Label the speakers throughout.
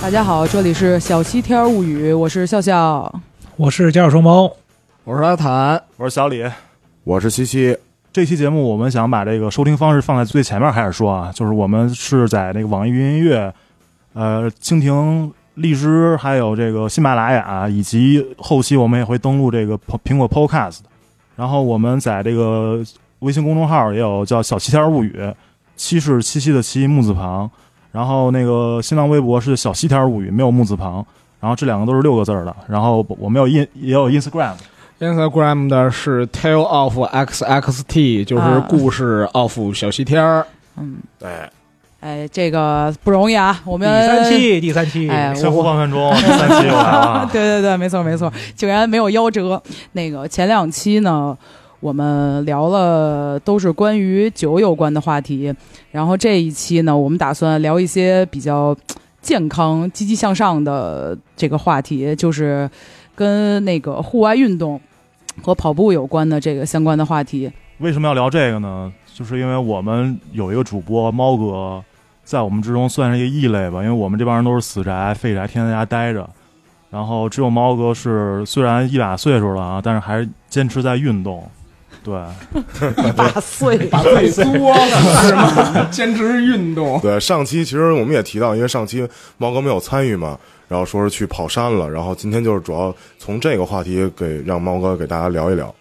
Speaker 1: 大家好，这里是小七天儿物语，我是笑笑。
Speaker 2: 我是家有双猫，
Speaker 3: 我是阿坦，
Speaker 4: 我是小李。
Speaker 5: 我是西西，
Speaker 4: 这期节目我们想把这个收听方式放在最前面开始说啊，就是我们是在那个网易云音乐、呃蜻蜓、荔枝，还有这个喜马拉雅，啊以及后期我们也会登录这个苹苹果 Podcast。然后我们在这个微信公众号也有叫“小七天儿物语”，七是七夕的七木字旁，然后那个新浪微博是“小七天儿物语”，没有木字旁。然后这两个都是六个字儿的。然后我们有 in 也有 Instagram，
Speaker 3: Instagram 的是 Tale of XXT，就是
Speaker 1: 啊
Speaker 3: 故事 of 小西天儿。
Speaker 1: 嗯，
Speaker 5: 哎，
Speaker 1: 哎，这个不容易啊，我
Speaker 2: 第
Speaker 1: 们
Speaker 2: 三。期，第三期，
Speaker 1: 哎，
Speaker 4: 相
Speaker 1: 我。
Speaker 4: 互放分钟，第三啊期又来了
Speaker 1: 对对对，没错没错，竟然没有夭折。那个前两期呢，我们聊了都是关于酒有关的话题，然后这一期呢，我们打算聊一些比较健康、积极向上的这个话题，就是跟那个户外运动和跑步有关的这个相关的话题。
Speaker 4: 为什么要聊这个呢？就是因为我们有一个主播猫哥，在我们之中算是一个异类吧，因为我们这帮人都是死宅、废宅，天天在家待着。然后只有猫哥是虽然一把岁数了啊，但是还是坚持在运动。对，
Speaker 1: 八 岁，
Speaker 3: 把自己作了是吗？坚持运动，
Speaker 5: 对，上期其实我们也提到，因为上期猫哥没有参与嘛，然后说是去跑山了，然后今天就是主要从这个话题给让猫哥给大家聊一聊。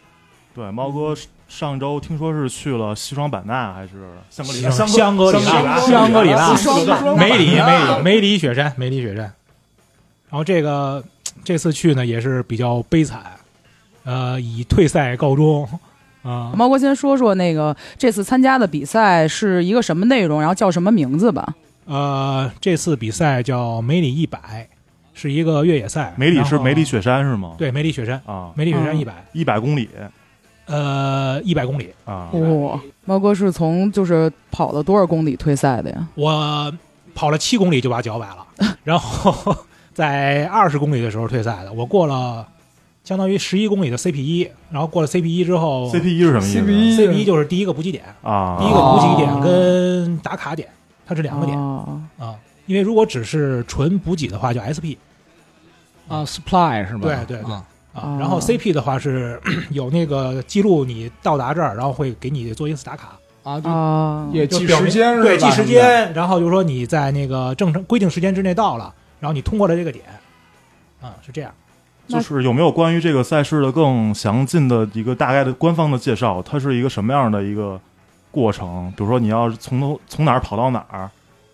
Speaker 4: 对，猫哥上周听说是去了西双版纳还是香格里拉？
Speaker 2: 香香格里拉，香格里拉，梅里梅里梅里雪山，梅里雪山。然后这个这次去呢也是比较悲惨，呃，以退赛告终啊、
Speaker 1: 猫哥先说说那个这次参加的比赛是一个什么内容，然后叫什么名字吧？
Speaker 2: 呃，这次比赛叫梅里一百，是一个越野赛。
Speaker 4: 梅里是
Speaker 2: 然后
Speaker 4: 梅里，雪山是吗？
Speaker 2: 对，梅里雪山，
Speaker 4: 啊，
Speaker 2: 梅里雪山
Speaker 1: 嗯
Speaker 2: 一百、
Speaker 4: 一百公里
Speaker 2: 呃，一百公里。
Speaker 4: 啊，
Speaker 1: 哦，猫哥是从就是跑了多少公里退赛的呀？
Speaker 2: 我跑了七公里就把脚崴 了，然后在二十公里的时候退赛的。我过了相当于十一公里的 CP 一，然后过了 CP 一之后
Speaker 4: CP 一是什么意
Speaker 3: CP1
Speaker 4: 思
Speaker 2: CP 哦一就是第一个补给点，
Speaker 4: 啊？
Speaker 2: 第一个补给
Speaker 1: 哦
Speaker 2: 点跟打卡点，它是两个点啊、
Speaker 1: 哦
Speaker 2: 因为如果只是纯补给的话，就 SP
Speaker 3: 啊，supply 是吧？
Speaker 2: 对对对
Speaker 3: 啊
Speaker 2: 啊
Speaker 1: 哦，
Speaker 2: 然后 CP 的话是 有那个记录你到达这儿，然后会给你做一次打卡，
Speaker 3: 啊，就
Speaker 1: 哦，
Speaker 3: 也
Speaker 2: 就
Speaker 3: 计
Speaker 2: 表
Speaker 3: 时
Speaker 2: 明
Speaker 3: 间是吧？
Speaker 2: 对，计时间，然后就是说你在那个正常规定时间之内到了，然后你通过了这个点，啊，是这样。
Speaker 1: 那
Speaker 4: 就是有没有关于这个赛事的更详尽的一个大概的官方的介绍？它是一个什么样的一个过程？比如说你要是从头从哪儿跑到哪儿？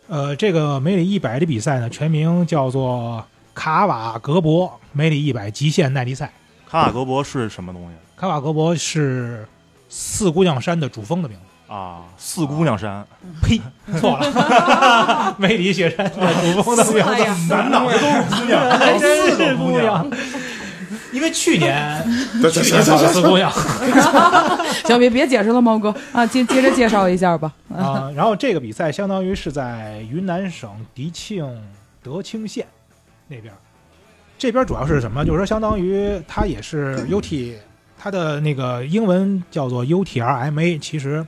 Speaker 2: 呃，这个梅里一百的比赛呢，全名叫做卡瓦格博梅里一百极限耐力赛。
Speaker 4: 卡瓦格博是什么东西
Speaker 2: 卡瓦格博是四姑娘山的主峰的名字。
Speaker 4: 啊？四姑娘山，
Speaker 2: 呸，错了，梅里雪山的主峰的名
Speaker 1: 哎
Speaker 2: 字。
Speaker 4: 满脑子都是 姑娘，
Speaker 2: 还真
Speaker 4: 四
Speaker 2: 是
Speaker 4: 个姑
Speaker 2: 姑
Speaker 4: 娘
Speaker 2: 娘，因为去年
Speaker 5: 对
Speaker 2: 去 年跑了四姑娘
Speaker 1: 行，别别解释了，猫哥啊，接接着介绍一下吧。
Speaker 2: 啊。 然后这个比赛相当于是在云南省迪庆德清县那边儿，这边儿主要是什么？就是说，相当于它也是 UT，它的那个英文叫做 UTRMA。其实，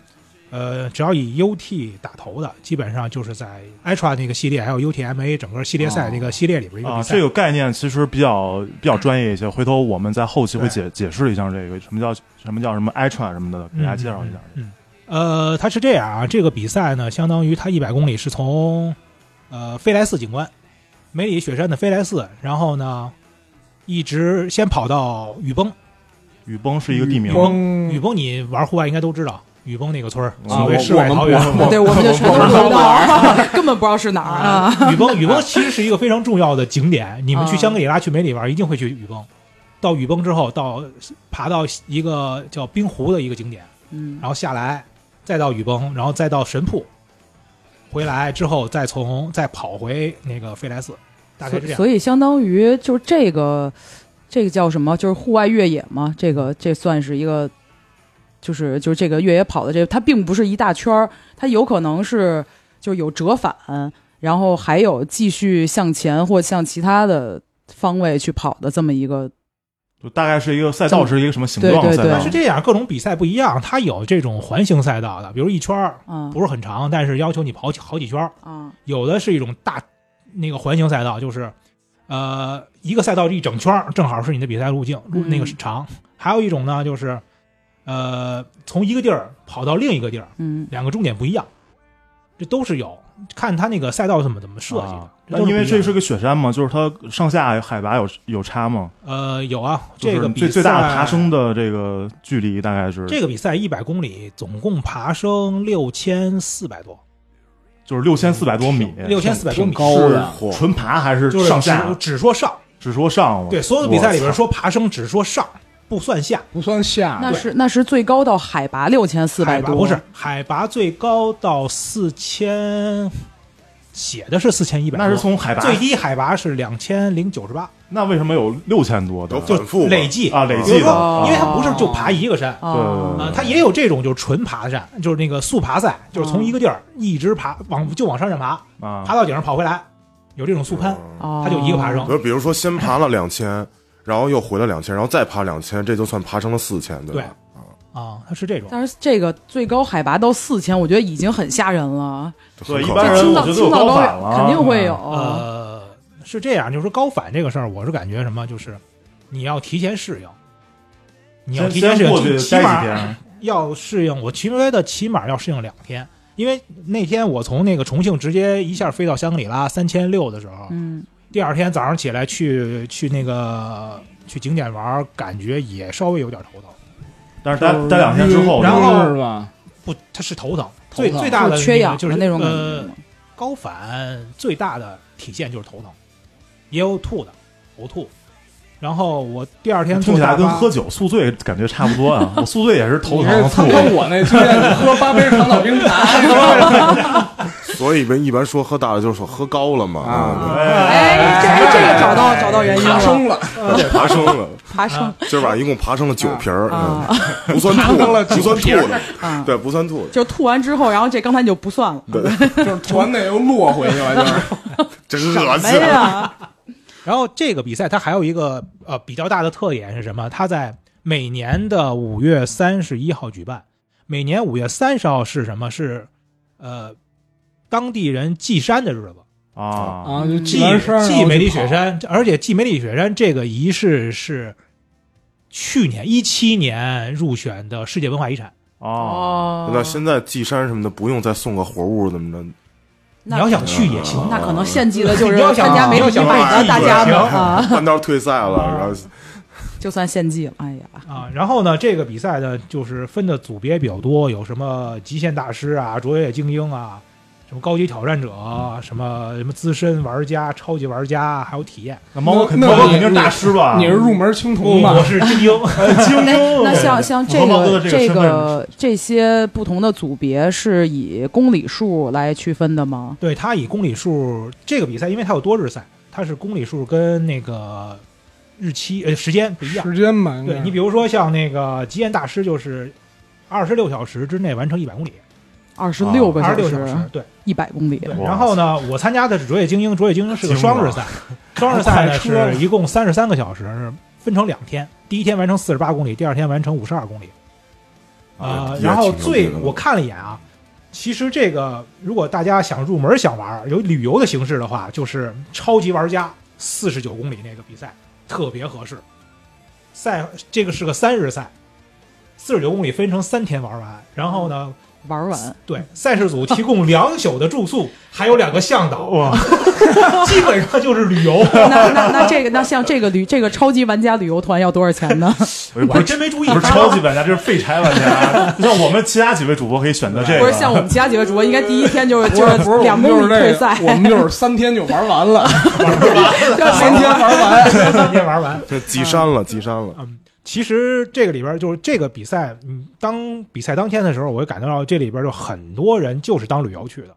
Speaker 2: 呃，只要以 UT 打头的，基本上就是在 ITRA 那个系列，还有 UTMA 整个系列赛
Speaker 3: 哦
Speaker 2: 那个系列里边一个
Speaker 4: 啊，
Speaker 2: 比赛。
Speaker 4: 这个概念其实比较比较专业一些，回头我们在后期会
Speaker 2: 对
Speaker 4: 解解释一下这个什么叫什么叫什么 ITRA 什么的，给大家介绍一下。
Speaker 2: 嗯。嗯嗯呃，它是这样啊，这个比赛呢，相当于它一百公里是从呃飞来寺景观，梅里雪山的飞来寺，然后呢，一直先跑到雨崩。
Speaker 4: 雨崩是一个地
Speaker 6: 嗯
Speaker 4: 名，
Speaker 3: 风
Speaker 2: 雨崩你玩户外应该都知道，雨崩那个村儿，
Speaker 4: 啊
Speaker 2: 所谓
Speaker 4: 我
Speaker 2: 世外桃源。
Speaker 1: 对，我们就全都不知道， 根本不知道是哪儿啊。
Speaker 2: 雨崩，雨崩其实是一个非常重要的景点。你们去香格里拉、去梅里玩，一定会去雨崩。到雨崩之后，到爬到一个叫冰湖的一个景点，
Speaker 1: 嗯
Speaker 2: 然后下来，再到雨崩，然后再到神瀑，回来之后再从再跑回那个飞来寺，大概是这样。
Speaker 1: 所以相当于就是这个，这个叫什么？就是户外越野嘛。这个这算是一个，就是就是这个越野跑的这个，它并不是一大圈儿，它有可能是就是有折返，然后还有继续向前或向其他的方位去跑的这么一个。
Speaker 4: 就大概是一个赛道是一个什么形
Speaker 1: 对
Speaker 4: 状
Speaker 1: 对
Speaker 4: 赛
Speaker 1: 对
Speaker 4: 道
Speaker 2: 但是？这样，各种比赛不一样，它有这种环形赛道的，比如一圈儿
Speaker 1: 嗯
Speaker 2: 不是很长，但是要求你跑几好几圈儿；
Speaker 1: 啊
Speaker 2: 有的是一种大那个环形赛道，就是呃一个赛道一整圈儿，正好是你的比赛路径
Speaker 1: 嗯
Speaker 2: 路那个是长。还有一种呢，就是呃从一个地儿跑到另一个地儿，
Speaker 1: 嗯
Speaker 2: 两个终点不一样，这都是有。看它那个赛道怎么怎么设计的
Speaker 4: 啊，
Speaker 2: 这都
Speaker 4: 因为
Speaker 2: 不一样
Speaker 4: 这是个雪山嘛，就是它上下海拔有有差嘛，
Speaker 2: 呃有啊，
Speaker 4: 就是
Speaker 2: 这个
Speaker 4: 你
Speaker 2: 比
Speaker 4: 最最大的
Speaker 2: 赛
Speaker 4: 爬升的这个距离大概是
Speaker 2: 这个比赛一百公里，总共爬升六千四百多，
Speaker 4: 就是六千四百多米，
Speaker 2: 六千四百多
Speaker 3: 挺
Speaker 2: 米，
Speaker 3: 高的，
Speaker 5: 嚯
Speaker 4: 纯爬还是
Speaker 2: 啊就是
Speaker 4: 上
Speaker 2: 只
Speaker 4: 下？
Speaker 2: 只说上，
Speaker 4: 只说上了，
Speaker 2: 对，所有的比赛里边
Speaker 4: 我操
Speaker 2: 说爬升只说上，不算下。
Speaker 3: 不算下。
Speaker 1: 那是那是最高到海拔六千四百
Speaker 2: 啊海拔
Speaker 1: 多，
Speaker 2: 不是海拔最高到四千，写的是四千一百，
Speaker 4: 那是从海拔
Speaker 2: 最低海拔是两千零九十八，
Speaker 4: 那为什么有六千多的
Speaker 5: 都？
Speaker 2: 就
Speaker 5: 反复吧
Speaker 2: 累计
Speaker 4: 啊累
Speaker 2: 比如
Speaker 4: 计的
Speaker 2: 说
Speaker 4: 啊
Speaker 1: 哦
Speaker 2: 因为它不是就爬一个山。
Speaker 1: 哦
Speaker 4: 对
Speaker 2: 啊，它也有这种就是纯爬山，就是那个速爬赛，就是
Speaker 4: 嗯
Speaker 2: 从一个地儿一直爬往就往山上爬，
Speaker 4: 啊
Speaker 2: 爬，到顶上跑回来，有这种速攀，
Speaker 5: 嗯
Speaker 1: 哦，
Speaker 2: 它就一个爬升
Speaker 5: 比。如比如说先爬了两千，然后又回了两千，然后再爬两千，这就算爬升了四千，对吧？
Speaker 4: 哦
Speaker 2: 啊，它是这种。
Speaker 1: 但是这个最高海拔到四千，我觉得已经很吓人了。
Speaker 5: 就很
Speaker 4: 对
Speaker 5: 可
Speaker 4: 一般
Speaker 5: 怕
Speaker 1: 这
Speaker 4: 人
Speaker 1: 青
Speaker 4: 我
Speaker 1: 藏
Speaker 4: 觉得
Speaker 1: 青
Speaker 4: 有
Speaker 1: 藏
Speaker 4: 高
Speaker 1: 高
Speaker 4: 反
Speaker 1: 原
Speaker 4: 了
Speaker 1: 肯定会有。
Speaker 2: 呃，是这样，就是说高反这个事儿，我是感觉什么，就是你要提前适应，你要
Speaker 4: 先
Speaker 2: 提前适
Speaker 4: 先
Speaker 2: 应，
Speaker 4: 过
Speaker 2: 起
Speaker 4: 去
Speaker 2: 起
Speaker 4: 待几
Speaker 2: 码
Speaker 4: 天，
Speaker 2: 要适应。我骑觉的起码要适应两天，因为那天我从那个重庆直接一下飞到香格里拉三千六的时候，
Speaker 1: 嗯，
Speaker 2: 第二天早上起来去去那个去景点玩，感觉也稍微有点头疼。
Speaker 4: 但是待待两天之后，
Speaker 2: 然后
Speaker 3: 是吧？
Speaker 2: 不，它是头疼，
Speaker 3: 头
Speaker 2: 最
Speaker 3: 疼
Speaker 2: 最大的
Speaker 1: 就是缺氧
Speaker 2: 就是
Speaker 1: 的那种感
Speaker 2: 呃
Speaker 1: 觉，
Speaker 2: 高反最大的体现就是头疼，也有吐的，呕吐。然后我第二天
Speaker 4: 听
Speaker 2: 坐
Speaker 4: 起来
Speaker 2: 大
Speaker 4: 跟
Speaker 2: 巴
Speaker 4: 喝，酒宿醉感觉差不多 啊。我宿醉也是头
Speaker 3: 你是
Speaker 4: 疼
Speaker 3: 参
Speaker 4: 吐
Speaker 3: 考，我那推荐，你喝八杯长岛冰茶。
Speaker 5: 所以人一般说喝大了就是说喝高了嘛，嗯
Speaker 3: 啊
Speaker 1: 哎，这哎这个找到找到原因
Speaker 3: 爬
Speaker 1: 了，
Speaker 3: 升了，
Speaker 5: 嗯对爬升了。
Speaker 1: 爬升
Speaker 5: 今儿晚上一共爬升了九瓶儿，
Speaker 1: 啊
Speaker 5: 嗯不算吐的，不算吐的，
Speaker 1: 啊！
Speaker 5: 对，不算吐的，
Speaker 1: 就吐完之后，然后这刚才你就不算
Speaker 5: 嗯
Speaker 1: 了，
Speaker 3: 就是船那又落回去了，就是
Speaker 5: 真恶
Speaker 1: 没
Speaker 5: 心。
Speaker 1: 呀，
Speaker 2: 然后这个比赛它还有一个呃比较大的特点是什么？它在每年的五月三十一号举办，每年五月三十号是什么？是呃当地人祭山的日子。
Speaker 3: 啊，
Speaker 4: 啊，
Speaker 3: 就
Speaker 2: 祭
Speaker 3: 祭
Speaker 6: 嗯
Speaker 3: 完山儿
Speaker 2: 祭梅里雪，
Speaker 3: 然后就跑
Speaker 2: 山，而且祭梅里雪山这个仪式是去年一七年入选的世界文化遗产。
Speaker 4: 哦，
Speaker 1: 哦
Speaker 5: 那现在祭山什么的不用再送个活物怎么着？
Speaker 2: 你要想去也行，啊
Speaker 1: 那可能献祭的就是
Speaker 2: 哦你要想
Speaker 1: 参加没有
Speaker 2: 你
Speaker 1: 办
Speaker 2: 要想
Speaker 1: 的大家 们啊，哦
Speaker 5: 半道退赛了，
Speaker 2: 啊
Speaker 5: 然后
Speaker 1: 就算献祭了。哎呀，
Speaker 2: 啊。然后呢，这个比赛呢，就是分的组别比较多，有什么极限大师啊、卓越精英啊，什么高级挑战者啊，什么什么资深玩家、超级玩家，还有体验。
Speaker 4: 那猫哥肯
Speaker 3: 那
Speaker 4: 猫
Speaker 3: 那你
Speaker 4: 哥肯定是大师
Speaker 6: 啊
Speaker 4: 吧？
Speaker 3: 你是入门青
Speaker 2: 我
Speaker 3: 铜
Speaker 6: 哦
Speaker 3: 吧？
Speaker 2: 我是精英，
Speaker 4: 精
Speaker 1: 哎，
Speaker 4: 英，
Speaker 1: 那像像这
Speaker 4: 我和猫哥
Speaker 1: 个
Speaker 4: 的
Speaker 1: 这
Speaker 4: 身份
Speaker 1: 个这些不同的组别是以公里数来区分的吗？
Speaker 2: 对他以公里数这个比赛，因为它有多日赛，它是公里数跟那个日期呃时间不一样。
Speaker 3: 时间
Speaker 6: 嗯
Speaker 3: 吧，应该
Speaker 2: 对你比如说像那个极限大师，就是二十六小时之内完成一百公里，
Speaker 1: 二十六个
Speaker 2: 二
Speaker 1: 小
Speaker 2: 十六小
Speaker 1: 时
Speaker 2: 时，，对。
Speaker 1: 一百公里。
Speaker 2: 对
Speaker 4: 哇
Speaker 2: 然后呢，我参加的是卓越精英，卓越精英是个
Speaker 4: 精英
Speaker 2: 双日 赛，双日赛呢
Speaker 3: 快车了
Speaker 2: 是一共三十三个小时，是分成两天，第一天完成四十八公里，第二天完成五十二公里。
Speaker 3: 哎
Speaker 2: 啊，然后最我看了一眼啊，其实这个如果大家想入门想玩儿有旅游的形式的话，就是超级玩家四十九公里那个比赛特别合适。赛这个是个三日赛，四十九公里分成三天玩完，然后呢，
Speaker 1: 玩完，
Speaker 2: 对赛事组提供两宿的住宿，还有两个向导，
Speaker 4: 哇，
Speaker 2: 基本上就是旅游。
Speaker 1: 那那那这个那像这个旅这个超级玩家旅游团要多少钱呢？
Speaker 4: 我
Speaker 2: 我还真没注意，
Speaker 4: 不是超级玩家，这是废柴玩家。啊像我们其他几位主播可以选择这个，
Speaker 1: 不是像我们其他几位主播，应该第一天就是就
Speaker 3: 不是我
Speaker 1: 两
Speaker 3: 们就
Speaker 1: 公
Speaker 3: 是
Speaker 1: 里
Speaker 3: 这
Speaker 1: 退
Speaker 3: 个
Speaker 1: 赛，，
Speaker 3: 我们就是三天就玩完了，
Speaker 1: 就
Speaker 3: 三
Speaker 1: 是
Speaker 3: 天玩完。
Speaker 2: 三天玩完。
Speaker 5: 这祭山了，祭山了，
Speaker 2: 嗯，其实这个里边就是这个比赛，嗯，当比赛当天的时候，我就感觉到这里边就很多人就是当旅游去的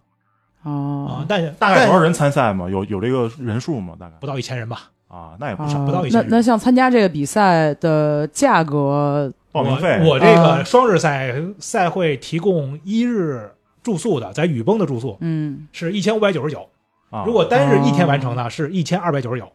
Speaker 2: 啊、
Speaker 1: 哦，
Speaker 2: 但是
Speaker 4: 大概多
Speaker 2: 但
Speaker 4: 少人参赛嘛？有有这个人数吗？大概
Speaker 2: 不到一千人吧。
Speaker 4: 啊，那也不
Speaker 1: 啊
Speaker 4: 少。
Speaker 2: 不到一千
Speaker 1: 那
Speaker 2: 人
Speaker 1: 那像参加这个比赛的价格，
Speaker 4: 报名费
Speaker 2: 我我这个
Speaker 1: 啊
Speaker 2: 双日赛赛会提供一日住宿的，在雨崩的住宿
Speaker 1: 嗯，
Speaker 2: 是一千五百九十九，
Speaker 4: 啊，
Speaker 2: 如果单日一天完成的是一千二百九十九。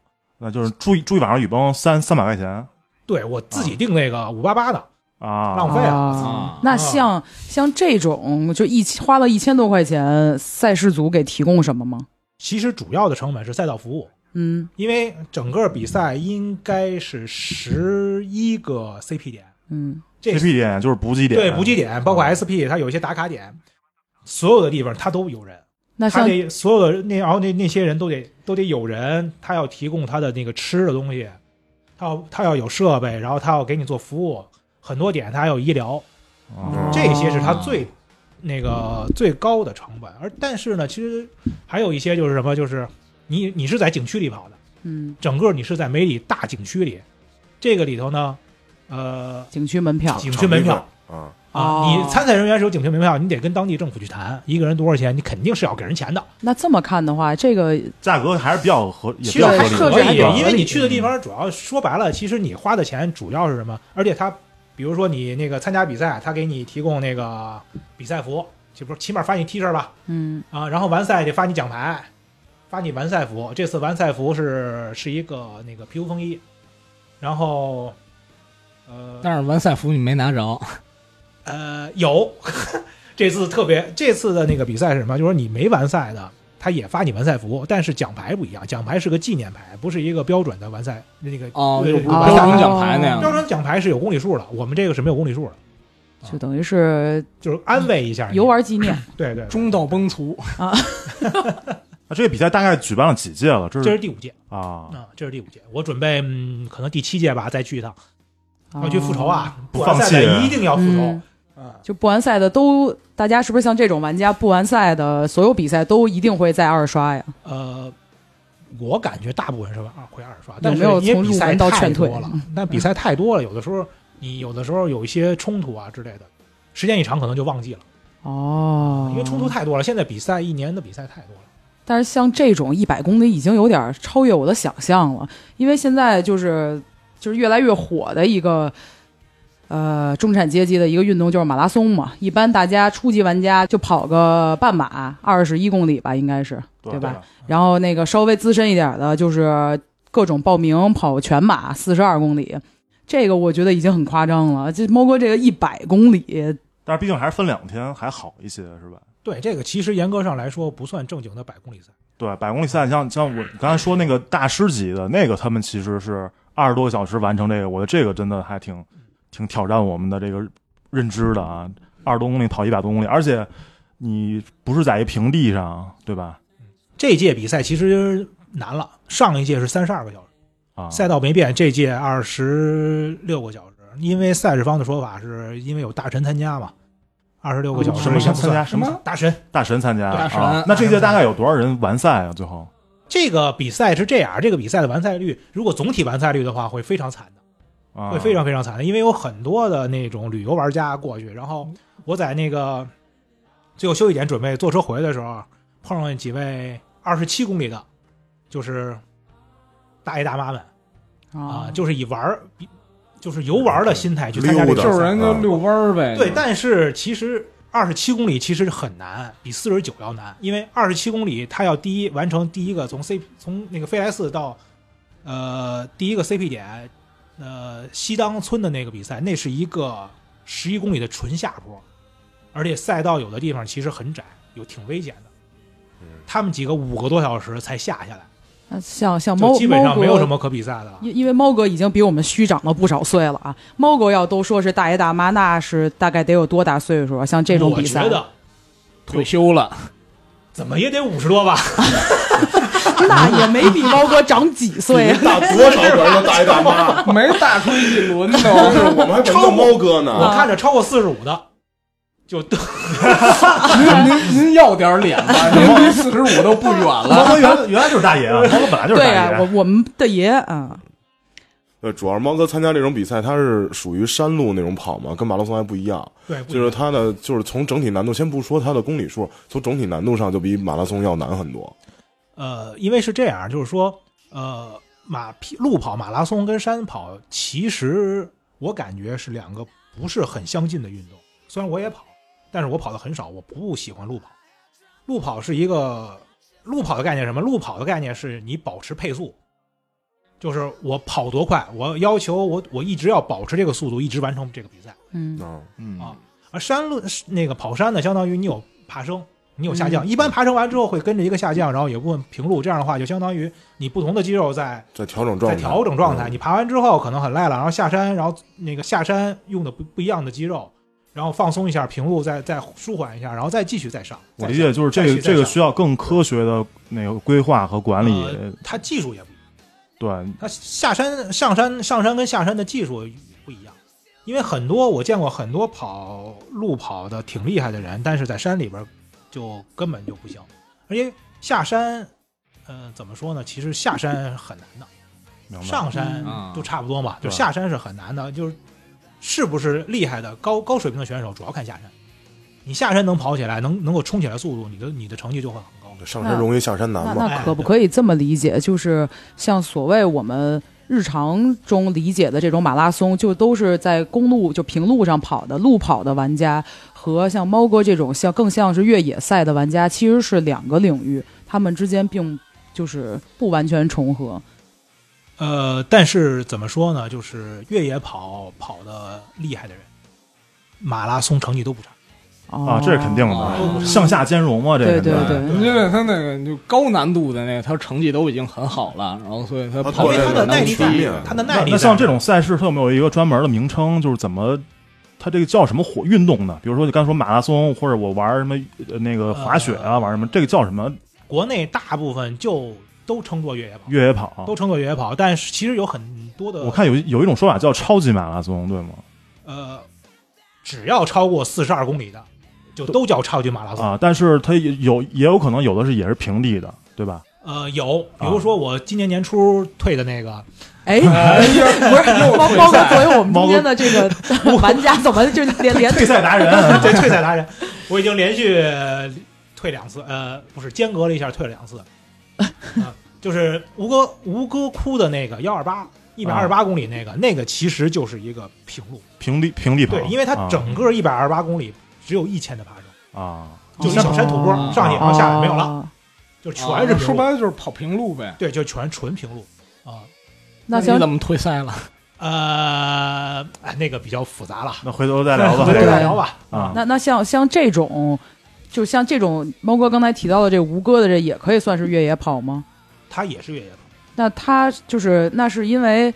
Speaker 4: 那就是住一住一晚上雨崩三三百块钱
Speaker 2: 对我自己定那个五八八的，
Speaker 4: 啊，
Speaker 2: 浪费啊
Speaker 1: 啊
Speaker 3: 啊
Speaker 1: 那像像这种就一花了一千多块钱，赛事组给提供什么吗？
Speaker 2: 其实主要的成本是赛道服务，
Speaker 1: 嗯
Speaker 2: 因为整个比赛应该是十一个 CP 点，
Speaker 1: 嗯
Speaker 2: 这
Speaker 4: CP 点就是补给点，啊
Speaker 2: 对补给点，包括 SP，它有一些打卡点，所有的地方它都有人，
Speaker 1: 那
Speaker 2: 他
Speaker 1: 像
Speaker 2: 得所有的那然后那那些人都得都得有人，他要提供他的那个吃的东西，他要他要有设备，然后他要给你做服务，很多点他还有医疗，
Speaker 1: 哦
Speaker 4: 嗯，
Speaker 2: 这些是他最那个最高的成本。而但是呢，其实还有一些就是什么，就是你你是在景区里跑的，
Speaker 1: 嗯
Speaker 2: 整个你是在梅里大景区里，这个里头呢，呃，
Speaker 1: 景区门票
Speaker 2: 景区门票。
Speaker 5: 啊，
Speaker 2: 啊，
Speaker 1: 哦
Speaker 2: 你参赛人员是有景区门票，你得跟当地政府去谈，一个人多少钱，你肯定是要给人钱的。
Speaker 1: 那这么看的话，这个
Speaker 4: 价格还是比较合，也
Speaker 2: 其实
Speaker 4: 比较
Speaker 2: 还
Speaker 4: 合
Speaker 1: 设
Speaker 4: 理
Speaker 1: 置
Speaker 2: 可
Speaker 1: 还
Speaker 2: 以，
Speaker 1: 比较合理嗯
Speaker 2: 因为你去的地方主要说白了，其实你花的钱主要是什么？而且他，比如说你那个参加比赛，他给你提供那个比赛服，就不是起码发你 T 恤吧，
Speaker 1: 嗯
Speaker 2: 啊，然后完赛就发你奖牌，发你完赛服。这次完赛服是是一个那个皮肤风衣，然后，呃
Speaker 6: 但是完赛服你没拿着，
Speaker 2: 呃有， 这次特别这次的那个比赛是什么？就是说你没完赛的。他也发你完赛服，但是奖牌不一样，奖牌是个纪念牌，不是一个标准的完赛那个
Speaker 6: 哦，
Speaker 2: 对
Speaker 6: 就不是
Speaker 2: 哦
Speaker 6: 标准奖牌那样
Speaker 2: 标
Speaker 6: 的。
Speaker 2: 准奖牌是有公里数的，我们这个是没有公里数的，
Speaker 1: 就等于是
Speaker 2: 就是安慰一下你
Speaker 1: 游。玩纪念。
Speaker 2: 对对，对
Speaker 6: 中道崩殂，
Speaker 4: 那这个比赛大概举办了几届了？这
Speaker 2: 这是
Speaker 4: 是
Speaker 2: 第五届
Speaker 4: 啊，
Speaker 2: 啊，这是第五届，我准备嗯可能第七届吧再去一趟，
Speaker 1: 啊
Speaker 2: 要去复仇！啊，
Speaker 6: 嗯
Speaker 4: 不
Speaker 2: 完
Speaker 4: 放
Speaker 2: 赛的
Speaker 4: 弃
Speaker 2: 一定要复
Speaker 1: 嗯
Speaker 2: 仇，，啊，
Speaker 1: 就不完赛的都，大家是不是像这种玩家不完赛的所有比赛都一定会再二刷呀？
Speaker 2: 呃。我感觉大部分是玩二回二刷，但是
Speaker 1: 没有
Speaker 2: 因为
Speaker 1: 从
Speaker 2: 比
Speaker 1: 入
Speaker 2: 赛
Speaker 1: 门到
Speaker 2: 太
Speaker 1: 劝退
Speaker 2: 多了，但比赛太多了，有的时候你有的时候有一些冲突啊之类的，时间一长可能就忘记了，
Speaker 1: 哦，
Speaker 2: 因为冲突太多了。现在比赛一年的比赛太多了，
Speaker 1: 但是像这种一百公里已经有点超越我的想象了，因为现在就是就是越来越火的一个呃中产阶级的一个运动就是马拉松嘛，一般大家初级玩家就跑个半马，二十一公里吧，应该是对吧？然后那个稍微资深一点的，就是各种报名跑全马四十二公里，这个我觉得已经很夸张了。这猫哥这个一百公里，
Speaker 4: 但是毕竟还是分两天，还好一些，是吧？
Speaker 2: 对这个其实严格上来说不算正经的百公里赛。
Speaker 4: 对，百公里赛，像像我刚才说那个大师级的那个，他们其实是二十多个小时完成这个，我觉得这个真的还挺挺挑战我们的这个认知的啊。二十多公里跑一百多公里，而且你不是在一平地上，对吧？
Speaker 2: 这届比赛其实难了，上一届是三十二个小时，
Speaker 4: 啊，
Speaker 2: 赛道没变，这届二十六个小时，因为赛事方的说法是因为有大神参加嘛，二十六个小时
Speaker 4: 哦什么
Speaker 2: 先
Speaker 4: 参
Speaker 2: 不
Speaker 4: 加
Speaker 2: 算。
Speaker 4: 什么
Speaker 2: 大神，
Speaker 4: 大神参加
Speaker 6: 大神
Speaker 4: 啊？那这届大概有多少人完赛啊？最后
Speaker 2: 这个比赛是这样，这个比赛的完赛率，如果总体完赛率的话，会非常惨的，
Speaker 4: 啊，
Speaker 2: 会非常非常惨的，因为有很多的那种旅游玩家过去，然后我在那个最后休息点准备坐车回的时候，碰上几位二十七公里的，就是大爷大妈们，啊，就是以玩儿，比就是游玩儿的心态去参加这
Speaker 5: 溜
Speaker 2: 个
Speaker 5: 达
Speaker 2: 事
Speaker 6: 就
Speaker 2: 儿。
Speaker 6: 是人家遛弯儿
Speaker 5: 嗯
Speaker 6: 呗。
Speaker 2: 对，但是其实二十七公里其实很难，比四十九要难，因为二十七公里它要第一完成第一个从 C 从那个飞来寺到呃第一个 CP 点，呃西当村的那个比赛，那是一个十一公里的纯下坡，而且赛道有的地方其实很窄，有挺危险的。
Speaker 5: 嗯
Speaker 2: 他们几个五个多小时才下下来，
Speaker 1: 啊像像猫
Speaker 2: 就基本上没有什
Speaker 1: 猫哥
Speaker 2: 么可比赛的了。
Speaker 1: 因因为猫哥已经比我们虚长了不少岁了啊，猫哥要都说是大爷大妈，那是大概得有多大岁数啊？像这种比赛
Speaker 2: 我觉，得
Speaker 6: 退休了，
Speaker 2: 怎么也得五十多吧？
Speaker 1: 那也没比猫哥长 几岁啊。
Speaker 5: 大多少个人都大爷大妈，
Speaker 6: 没大出一轮
Speaker 5: 但是
Speaker 6: 都。
Speaker 5: 我们还超猫哥
Speaker 1: 啊
Speaker 5: 呢，
Speaker 2: 我看着超过四十五的，就 都
Speaker 6: 您您您要点脸 吧，您离四十五都不远
Speaker 4: 毛
Speaker 6: 了。
Speaker 4: 哥原原来就是大爷啊，毛哥本来就是
Speaker 1: 对
Speaker 4: 大
Speaker 1: 啊，
Speaker 4: 爷
Speaker 1: 我。我们的爷啊，
Speaker 5: 呃，主要是猫哥参加这种比赛，它是属于山路那种跑嘛，跟马拉松还不一样。
Speaker 2: 对，
Speaker 5: 就是它的，就是从整体难度，先不说它的公里数，从整体难度上就比马拉松要难很多。
Speaker 2: 呃，因为是这样，就是说，呃，马匹路跑马拉松跟山跑，其实我感觉是两个不是很相近的运动。虽然我也跑，但是我跑的很少，我不喜欢路跑。路跑是一个路跑的概念是什么？路跑的概念是你保持配速，就是我跑多快，我要求我我一直要保持这个速度，一直完成这个比赛。
Speaker 1: 嗯
Speaker 5: 嗯，
Speaker 6: 啊
Speaker 4: 嗯
Speaker 2: 啊而山路是那个跑山呢，相当于你有爬升，你有下降。一般爬升完之后会跟着一个下降，然后也不平路，这样的话就相当于你不同的肌肉在
Speaker 5: 在调整状
Speaker 2: 在
Speaker 5: 态，
Speaker 2: 调整状态。
Speaker 5: 嗯
Speaker 2: 你爬完之后可能很累了，然后下山，然后那个下山用的不不一样的肌肉，然后放松一下，平路再再舒缓一下，然后再继续再上。
Speaker 4: 我
Speaker 2: 再
Speaker 4: 理解就是这
Speaker 2: 再
Speaker 4: 个
Speaker 2: 去再
Speaker 4: 这个
Speaker 2: 上
Speaker 4: 需要更科学的那个规划和管理，
Speaker 2: 呃它技术也不一样。
Speaker 4: 对，
Speaker 2: 它下山、上山、上山跟下山的技术不一样，因为很多我见过很多跑路跑的挺厉害的人，但是在山里边就根本就不行。而且下山，嗯、怎么说呢？其实下山很难的，
Speaker 4: 明白。
Speaker 2: 上山
Speaker 6: 嗯
Speaker 2: 都差不多嘛，就
Speaker 4: 对
Speaker 2: 下山是很难的。就是是不是厉害的高高水平的选手，主要看下山。你下山能跑起来，能能够冲起来速度，你的你的成绩就会很高。
Speaker 5: 嗯上山容易下山
Speaker 2: 啊
Speaker 1: 那
Speaker 5: 难嘛。
Speaker 2: 哎
Speaker 1: 那可不可以这么理解？就是像所谓我们日常中理解的这种马拉松，就都是在公路就平路上跑的路跑的玩家，和像猫哥这种像更像是越野赛的玩家，其实是两个领域，他们之间并就是不完全重合。
Speaker 2: 呃，但是怎么说呢，就是越野跑跑的厉害的人，马拉松成绩都不差。
Speaker 1: 哦、
Speaker 4: 啊，这是肯定 的，
Speaker 6: 哦
Speaker 4: 向下兼容嘛，这
Speaker 1: 对
Speaker 4: 个
Speaker 1: 对
Speaker 4: 肯定
Speaker 1: 对，
Speaker 6: 因为他那个就高难度的那个，他成绩都已经很好了，然后所以他
Speaker 5: 他
Speaker 6: 跑
Speaker 5: 对
Speaker 2: 因为它
Speaker 5: 这个
Speaker 2: 的
Speaker 5: 能
Speaker 2: 耐力
Speaker 5: 出
Speaker 2: 在
Speaker 5: 力，
Speaker 6: 啊
Speaker 2: 它的耐
Speaker 4: 那
Speaker 2: 力
Speaker 4: 那
Speaker 2: 在
Speaker 4: 像这种赛事，它有没有一个专门的名称？就是怎么它这个叫什么活运动呢？比如说你刚才说马拉松，或者我玩什么呃那个滑雪啊，
Speaker 2: 呃
Speaker 4: 玩什么？这个叫什么
Speaker 2: 国内大部分就都称作越野跑，
Speaker 4: 越野跑？
Speaker 2: 都称作越野跑，但是其实有很多的，
Speaker 4: 我看有一有一种说法叫超级马拉松，对吗？
Speaker 2: 呃，只要超过四十二公里的，就都叫超级马拉松。
Speaker 4: 啊，但是它也有也有可能有的是也是平地的，对吧？
Speaker 2: 呃，有，比如说我今年年初退的那个，
Speaker 1: 哎， 不是猫猫哥作为我们中间的这个玩家，怎么就连连
Speaker 4: 退赛 达人，
Speaker 2: 对退赛达人，我已经连续呃退两次，呃，不是间隔了一下退了两次，啊，就是吴哥吴哥窟的那个幺二八一百二十八公里那个，那个其实就是一个平路，
Speaker 4: 平地平啊地跑，
Speaker 2: 对，因为它整个一百二十八公里只有一千的爬升，
Speaker 4: 啊啊
Speaker 2: 就一小山土坡
Speaker 6: 哦
Speaker 2: 上去，然后下来没有了，
Speaker 1: 哦
Speaker 2: 就全是
Speaker 6: 啊说
Speaker 2: 平路，
Speaker 6: 白了就是跑平路呗。
Speaker 2: 对，就全纯平路啊，
Speaker 1: 那
Speaker 6: 你
Speaker 1: 行，
Speaker 6: 怎么退赛了？
Speaker 2: 呃，哎那个比较复杂了，
Speaker 4: 那回头再聊吧，
Speaker 2: 回头
Speaker 4: 这个
Speaker 2: 再聊吧，
Speaker 4: 啊，
Speaker 1: 那那像像这种，就像这种猫哥刚才提到的这吴哥的这，也可以算是越野跑吗？
Speaker 2: 它也是越野跑。
Speaker 1: 那他就是那是因为，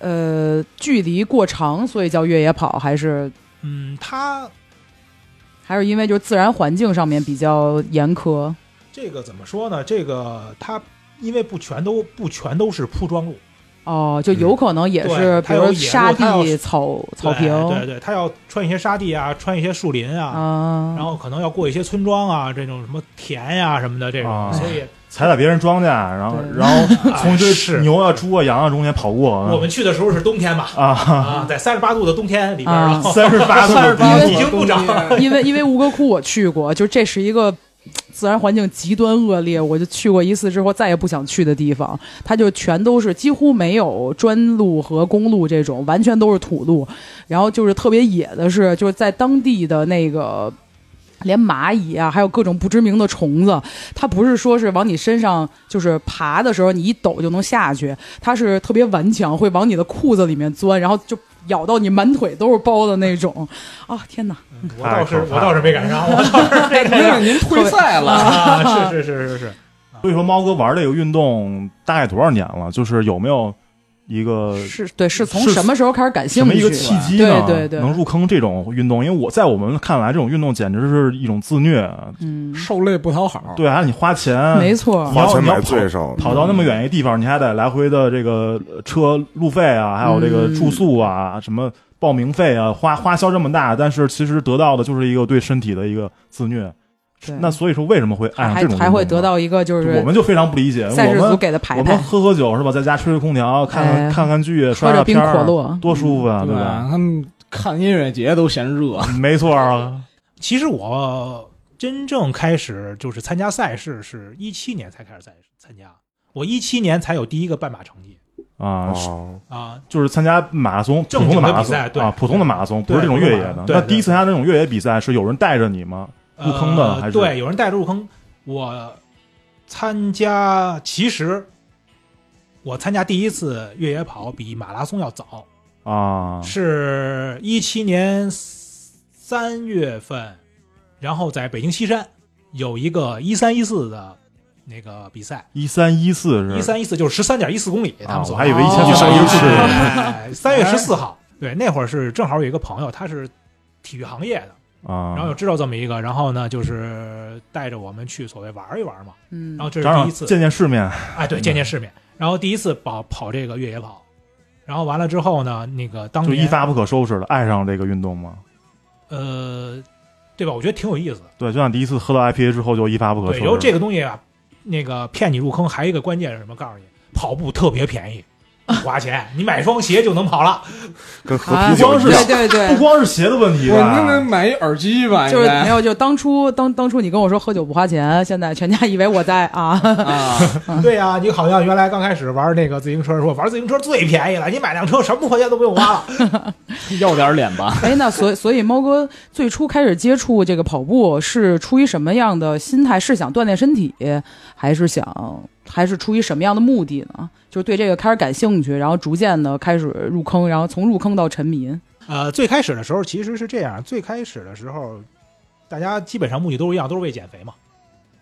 Speaker 1: 呃，距离过长，所以叫越野跑，还是
Speaker 2: 嗯，它
Speaker 1: 还是因为就是自然环境上面比较严苛？
Speaker 2: 这个怎么说呢？这个它因为不全都不全都是铺装路，
Speaker 1: 哦，就有可能也是，
Speaker 2: 对
Speaker 1: 比
Speaker 2: 它有
Speaker 1: 如
Speaker 2: 野路
Speaker 1: 沙
Speaker 2: 它
Speaker 1: 地、
Speaker 2: 有
Speaker 1: 草草坪
Speaker 2: 对对对，它要穿一些沙地啊，穿一些树林啊，
Speaker 1: 啊，
Speaker 2: 然后可能要过一些村庄啊，这种什么田呀、什么的这种，
Speaker 4: 啊
Speaker 2: 所以
Speaker 4: 踩踩别人庄稼，然后
Speaker 1: 对
Speaker 4: 然后 从一堆
Speaker 2: 是
Speaker 4: 牛啊、猪啊、羊啊中间跑过，
Speaker 2: 我们去的时候是冬天嘛，
Speaker 4: 啊，
Speaker 2: 啊，在三十八度的冬天里边，
Speaker 1: 啊
Speaker 2: 然后
Speaker 4: 三十八度的
Speaker 1: 38
Speaker 4: 地
Speaker 1: 度
Speaker 2: 已经不长了，
Speaker 1: 因为因为吴哥窟我去过，就这是一个自然环境极端恶劣，我就去过一次之后再也不想去的地方。它就全都是几乎没有砖路和公路这种，完全都是土路。然后就是特别野的是，就是在当地的那个。连蚂蚁啊，还有各种不知名的虫子，它不是说是往你身上就是爬的时候，你一抖就能下去，它是特别顽强，会往你的裤子里面钻，然后就咬到你满腿都是包的那种。啊，天哪！
Speaker 2: 我倒是
Speaker 4: 太可怕
Speaker 2: 我
Speaker 4: 了
Speaker 2: 倒是没赶上，我 倒是没
Speaker 6: 因
Speaker 2: 赶
Speaker 6: 为
Speaker 2: 上
Speaker 6: 您退赛了，
Speaker 2: 啊，是是是是是，
Speaker 4: 所以说，猫哥玩这个运动大概多少年了？就是有没有一个
Speaker 1: 是对，是从
Speaker 4: 是
Speaker 1: 什么时候开始感兴
Speaker 4: 什么
Speaker 1: 趣？
Speaker 4: 一个契机呢？
Speaker 1: 对对对
Speaker 4: 能入坑这种运动？因为我在我们看来，这种运动简直是一种自虐。
Speaker 1: 嗯，
Speaker 6: 受累不讨好。
Speaker 4: 对啊，你花钱，
Speaker 1: 没错
Speaker 4: 你，要
Speaker 5: 花钱
Speaker 4: 你要
Speaker 5: 买
Speaker 4: 跑
Speaker 5: 罪受，
Speaker 4: 跑到那么远一个地方，你还得来回的这个呃车路费啊，还有这个
Speaker 1: 嗯
Speaker 4: 住宿啊，什么报名费啊，花花销这么大，但是其实得到的就是一个对身体的一个自虐。
Speaker 1: 对
Speaker 4: 那所以说，为什么会爱上这
Speaker 1: 还
Speaker 4: 种
Speaker 1: 还会
Speaker 4: 运
Speaker 1: 得
Speaker 4: 动呢？
Speaker 1: 到一个就
Speaker 4: 对我
Speaker 1: 是
Speaker 4: 们就非常不理解，我
Speaker 1: 赛事组
Speaker 4: 们
Speaker 1: 给的排
Speaker 4: 我们
Speaker 1: 排，
Speaker 4: 喝喝酒是吧，在家吹吹空调，看看、
Speaker 1: 哎
Speaker 4: 看看剧，
Speaker 1: 喝
Speaker 4: 刷
Speaker 1: 着
Speaker 4: 刷
Speaker 1: 冰
Speaker 4: 片
Speaker 1: 可
Speaker 4: 儿，
Speaker 1: 乐，
Speaker 4: 多舒服啊，对吧？
Speaker 6: 吧？他们看音乐节都嫌热，
Speaker 4: 没错啊，
Speaker 2: 其实我真正开始就是参加赛事是一七年才开始赛参加，我一七年才有第一个半马成绩
Speaker 4: 啊，是
Speaker 5: 哦，
Speaker 2: 啊，
Speaker 4: 就是参加马拉松，普
Speaker 2: 正
Speaker 4: 通
Speaker 2: 经的
Speaker 4: 马拉
Speaker 2: 比赛
Speaker 4: 松
Speaker 2: 对
Speaker 4: 啊，普通的马拉松，不是
Speaker 2: 对
Speaker 4: 这种
Speaker 2: 普
Speaker 4: 越野
Speaker 2: 通
Speaker 4: 的
Speaker 2: 马。拉松
Speaker 4: 那
Speaker 2: 对
Speaker 4: 第一次参加这种越野比赛，是有人带着你吗？入坑的还是
Speaker 2: 呃、对，有人带着入坑。我参加，其实我参加第一次越野跑比马拉松要早，
Speaker 4: 啊，
Speaker 2: 是一七年三月份，然后在北京西山有一个一三一四的那个比赛，
Speaker 4: 一三一四是
Speaker 2: 一三一四就是十三点一四公里，他
Speaker 4: 啊，
Speaker 2: 们所
Speaker 4: 我
Speaker 2: 说哎
Speaker 4: 还以为一
Speaker 1: 哦
Speaker 4: 千三一四。
Speaker 2: 三月十四号，对，那会儿是正好有一个朋友，他是体育行业的，
Speaker 4: 啊，
Speaker 2: 然后有知道这么一个，然后呢，就是带着我们去所谓玩一玩嘛，
Speaker 1: 嗯
Speaker 2: 然后这
Speaker 4: 长
Speaker 2: 是
Speaker 4: 长
Speaker 2: 第一次，
Speaker 4: 见见世面，
Speaker 2: 哎，对，见见世面，然后第一次跑跑这个越野跑，然后完了之后呢，那个当
Speaker 4: 就
Speaker 2: 年
Speaker 4: 一发不可收拾的爱上这个运动嘛。
Speaker 2: 呃，对吧？我觉得挺有意思的，
Speaker 4: 对，就像第一次喝到 IPA 之后就一发不可收
Speaker 2: 对，
Speaker 4: 拾。
Speaker 2: 然后这个东西啊，那个骗你入坑，还有一个关键是什么？告诉你，跑步特别便宜，不花钱，你买双鞋就能跑了。
Speaker 5: 跟喝
Speaker 1: 啊
Speaker 5: 啤酒一样
Speaker 1: 对。对对
Speaker 4: 不，光是鞋的问题
Speaker 2: 啊
Speaker 6: 我能不能
Speaker 4: 吧，
Speaker 6: 买一耳机吧？
Speaker 1: 就是
Speaker 6: 应 该
Speaker 1: 没有，就当初当当初你跟我说喝酒不花钱，现在全家以为我在啊，
Speaker 6: 啊，
Speaker 2: 对呀、你好像原来刚开始玩那个自行车，说玩自行车最便宜了，你买辆车什么花钱都不用花了。
Speaker 6: 要点脸吧？
Speaker 1: 哎，那所以所以猫哥最初开始接触这个跑步是出于什么样的心态？是想锻炼身体，还是想还是出于什么样的目的呢？就是对这个开始感兴趣，然后逐渐的开始入坑，然后从入坑到沉迷。
Speaker 2: 呃，最开始的时候其实是这样，最开始的时候，大家基本上目的都是一样，都是为减肥嘛。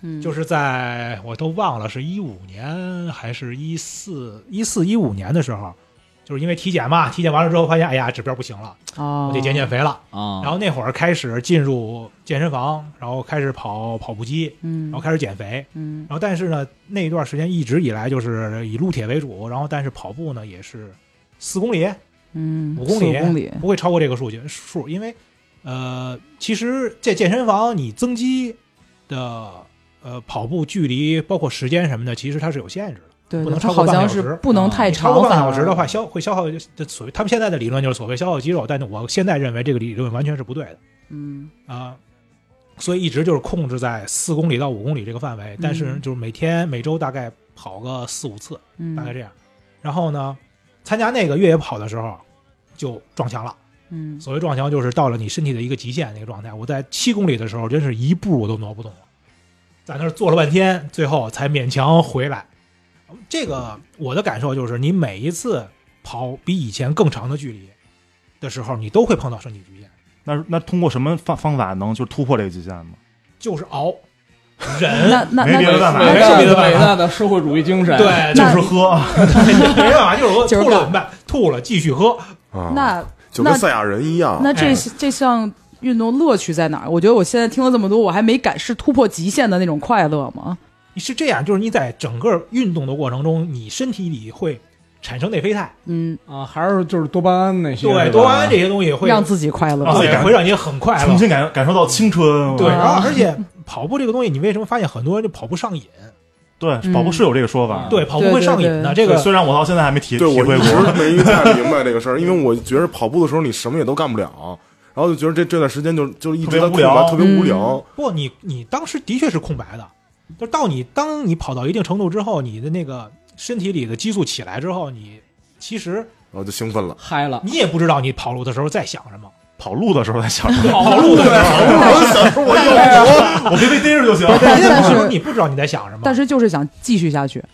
Speaker 1: 嗯，
Speaker 2: 就是在我都忘了是一五年还是一四一四一五年的时候，就是因为体检嘛，体检完了之后发现，哎呀，指标不行了，
Speaker 1: 哦
Speaker 2: 我，得减减肥了。
Speaker 6: 啊，
Speaker 2: 然后那会儿开始进入健身房，然后开始跑跑步机，
Speaker 1: 嗯
Speaker 2: 然后开始减肥。
Speaker 1: 嗯
Speaker 2: 然后但是呢，那一段时间一直以来就是以撸铁为主，然后但是跑步呢也是四公里、
Speaker 1: 嗯，
Speaker 2: 五公里，
Speaker 1: 四公里，
Speaker 2: 不会超过这个数据数，因为呃，其实在健身房你增肌的呃跑步距离，包括时间什么的，其实它是有限制的。
Speaker 1: 对，
Speaker 2: 不
Speaker 1: 对
Speaker 2: 能
Speaker 1: 它
Speaker 2: 超过
Speaker 1: 好
Speaker 2: 半
Speaker 1: 像
Speaker 2: 个小
Speaker 1: 是
Speaker 2: 时
Speaker 1: 不能
Speaker 6: 啊
Speaker 1: 太
Speaker 2: 你
Speaker 1: 长，
Speaker 2: 超过半个小
Speaker 1: 反
Speaker 2: 时的
Speaker 1: 而
Speaker 2: 话，消会消耗的所谓他们现在的理论就是所谓消耗肌肉，但是我现在认为这个理论完全是不对的
Speaker 1: 嗯
Speaker 2: 啊、所以一直就是控制在四公里到五公里这个范围，但是
Speaker 1: 嗯
Speaker 2: 就是每天每周大概跑个四五次，
Speaker 1: 嗯，
Speaker 2: 大概这样。然后呢，参加那个越野跑的时候就撞墙了。
Speaker 1: 嗯
Speaker 2: 所谓撞墙，就是到了你身体的一个极限那个状态。我在七公里的时候，真是一步我都挪不动了，在那儿坐了半天，最后才勉强回来。这个我的感受就是，你每一次跑比以前更长的距离的时候，你都会碰到身体极限，
Speaker 4: 那那通过什么方方法能就突破这个极限吗？
Speaker 2: 就是熬，忍，
Speaker 1: 那那
Speaker 4: 没别
Speaker 1: 那
Speaker 4: 的办法
Speaker 6: 伟
Speaker 2: 没
Speaker 6: 大
Speaker 2: 别
Speaker 6: 的
Speaker 2: 的办
Speaker 6: 伟
Speaker 2: 法
Speaker 6: 大的社会主义精神，
Speaker 2: 对，
Speaker 4: 就
Speaker 1: 那
Speaker 4: 是喝，啊
Speaker 2: 没办法，就是我
Speaker 1: 就是干
Speaker 2: 吐了怎么办？吐了继续喝，
Speaker 5: 啊，
Speaker 1: 那
Speaker 5: 就跟
Speaker 1: 那
Speaker 5: 赛亚人一样。
Speaker 1: 那这
Speaker 2: 哎
Speaker 1: 些这项运动乐趣在哪儿？我觉得我现在听了这么多，我还没感是突破极限的那种快乐吗？
Speaker 2: 是这样，就是你在整个运动的过程中，你身体里会产生内啡肽，
Speaker 1: 嗯，
Speaker 6: 啊，还是就是多巴胺那些，是
Speaker 2: 对，
Speaker 6: 吧
Speaker 2: 多巴胺这些东西会啊
Speaker 1: 让自己快乐。
Speaker 4: 让自己
Speaker 2: 对
Speaker 4: 感
Speaker 2: 会让你很快乐
Speaker 4: 重。新感感受到青春。
Speaker 2: 对，
Speaker 1: 啊
Speaker 2: 然后而 且跑步这个东西，你为什么发现很多人就跑步上瘾？
Speaker 1: 嗯
Speaker 4: 对，跑步是有这个说法。
Speaker 6: 嗯
Speaker 2: 对，跑步会上瘾的。这
Speaker 4: 对，
Speaker 2: 个
Speaker 4: 虽然我到现在还没体体
Speaker 5: 对我
Speaker 4: 会
Speaker 5: 一
Speaker 4: 过
Speaker 5: 直，没 太明白这个事儿，因为我觉得跑步的时候你什么也都干不了，然后就觉得这这段时间就就一直在
Speaker 4: 特别无聊
Speaker 5: 特别无聊。
Speaker 2: 不，你你当时的确是空白的，就到你当你跑到一定程度之后，你的那个身体里的激素起来之后，你其实
Speaker 5: 然后就兴奋了。
Speaker 6: 嗨了，
Speaker 2: 你也不知道你跑路的时候在想什么。
Speaker 4: 跑路的时候在想什么，
Speaker 2: 跑路的时候，
Speaker 5: 我想说，我又
Speaker 4: 我别被逮着就行。
Speaker 2: 跑路的时
Speaker 1: 但
Speaker 2: 候
Speaker 1: 是
Speaker 2: 你不知道你在想什么，
Speaker 1: 但是就是想继续下去，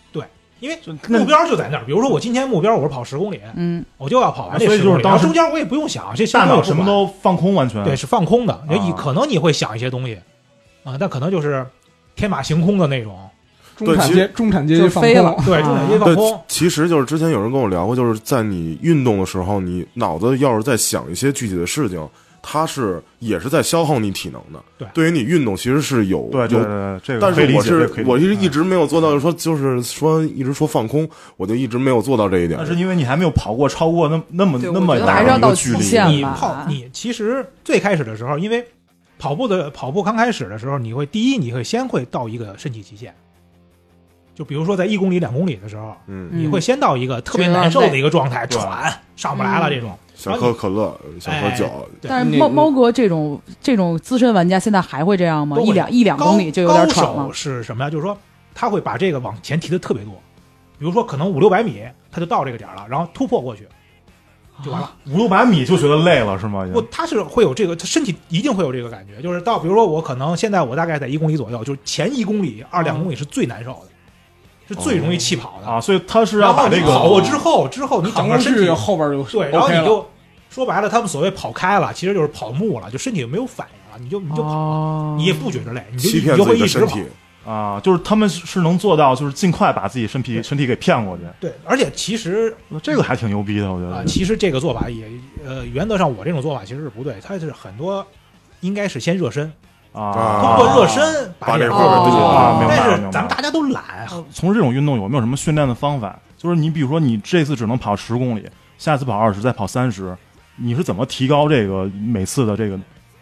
Speaker 2: 因为
Speaker 4: 那
Speaker 2: 目标就在那儿。比如说我今天目标我是跑十公里，
Speaker 1: 嗯，
Speaker 2: 我就要跑完这
Speaker 4: 所以
Speaker 2: 10
Speaker 4: 就是
Speaker 2: 公里
Speaker 4: 当
Speaker 2: 然后
Speaker 4: 时
Speaker 2: 中间我也不用想，这
Speaker 4: 大脑
Speaker 2: 什
Speaker 4: 什么都放空，完全
Speaker 2: 对，是放空的，也
Speaker 4: 嗯啊
Speaker 2: 可能你会想一些东西，啊、但可能就是天马行空的那种，
Speaker 6: 中
Speaker 5: 对
Speaker 6: 产
Speaker 5: 其
Speaker 6: 阶中产阶级
Speaker 1: 就
Speaker 6: 放
Speaker 1: 飞
Speaker 6: 空
Speaker 1: 了
Speaker 2: 对，
Speaker 1: 啊
Speaker 2: 重点一放
Speaker 5: 对
Speaker 2: 空，，
Speaker 5: 其实就是之前有人跟我聊过，就是在你运动的时候，你脑子要是在想一些具体的事情，它是也是在消耗你体能的。
Speaker 2: 对
Speaker 5: 于你运动其实是有
Speaker 4: 对对
Speaker 5: 有
Speaker 4: 对，这个
Speaker 5: 但
Speaker 4: 可以
Speaker 5: 是
Speaker 4: 理
Speaker 5: 我
Speaker 4: 解这个可以
Speaker 5: 是
Speaker 4: 理
Speaker 5: 我
Speaker 4: 解嗯
Speaker 5: 是一直没有做到，就是说就是说一直说放空，我就一直没有做到这一点
Speaker 4: 那。是因为你还没有跑过超过那那么
Speaker 1: 对
Speaker 4: 那
Speaker 1: 我
Speaker 4: 么
Speaker 1: 觉得
Speaker 4: 大
Speaker 1: 还是
Speaker 4: 的
Speaker 1: 要
Speaker 4: 一
Speaker 1: 到
Speaker 4: 个
Speaker 1: 极
Speaker 4: 距离，
Speaker 1: 限
Speaker 2: 你
Speaker 1: 吧
Speaker 2: 跑你其实最开始的时候，因为跑步的跑步刚开始的时候，你会第一你会先会到一个身体极限，就比如说在一公里两公里的时候，
Speaker 5: 嗯，
Speaker 1: 嗯
Speaker 2: 你会先到一个特别
Speaker 1: 觉得
Speaker 2: 难受的
Speaker 1: 累
Speaker 2: 一个状态，
Speaker 4: 对
Speaker 2: 喘上不
Speaker 1: 嗯
Speaker 2: 来了这种，
Speaker 5: 想喝可乐，想喝
Speaker 4: 哎
Speaker 5: 酒，
Speaker 2: 对
Speaker 1: 但是
Speaker 6: 你
Speaker 1: 猫猫哥这种这种资深玩家现在还会这样吗？
Speaker 2: 都会
Speaker 1: 一两一两
Speaker 2: 高
Speaker 1: 公里就有点
Speaker 2: 高
Speaker 1: 喘了
Speaker 2: 手。是什么呀？就是说他会把这个往前提的特别多，比如说可能五六百米他就到这个点儿了，然后突破过去就完了。
Speaker 4: 五六百米就觉得累了是吗？已经
Speaker 2: 不，他是会有这个，他身体一定会有这个感觉，就是到比如说我可能现在我大概在一公里左右，就是前一公里、二两公里是最难受的，是最容易气跑的。
Speaker 4: 啊，所以他是
Speaker 2: 然
Speaker 4: 要
Speaker 2: 后
Speaker 4: 把
Speaker 2: 你
Speaker 4: 这个
Speaker 2: 跑过之后，之后你 整个
Speaker 6: 扛过
Speaker 2: 身体
Speaker 6: 去后边就
Speaker 2: 对，然后
Speaker 6: OK
Speaker 2: 你
Speaker 6: 了。
Speaker 2: 就说白了，他们所谓跑开了，其实就是跑木了，就身体就没有反应了，你就你就跑，
Speaker 1: 哦，
Speaker 2: 你也不觉着累，你就
Speaker 5: 欺
Speaker 2: 你
Speaker 5: 骗
Speaker 2: 就
Speaker 5: 自
Speaker 2: 会一
Speaker 5: 己的
Speaker 2: 直
Speaker 5: 身
Speaker 2: 跑
Speaker 5: 体。，
Speaker 4: 啊，就是他们是能做到，就是尽快把自己身体身体给骗过去，
Speaker 2: 对，而且其实
Speaker 4: 这个还挺牛逼的，我觉
Speaker 2: 啊、
Speaker 4: 得。
Speaker 2: 其实这个做法也呃，原则上我这种做法其实是不对，它是很多应该是先热身，
Speaker 4: 啊，
Speaker 2: 通过热身
Speaker 5: 把
Speaker 2: 这
Speaker 5: 这
Speaker 2: 个
Speaker 5: 块儿给
Speaker 1: 哦
Speaker 5: 堵
Speaker 4: 啊，明
Speaker 2: 但
Speaker 4: 白了
Speaker 2: 是
Speaker 4: 明白
Speaker 2: 咱
Speaker 4: 了
Speaker 2: 们大家都懒，
Speaker 4: 从事这种运动有没有什么训练的方法？就是你比如说你这次只能跑十公里，下次跑二十，再跑三十，你是怎么提高这个每次的这个？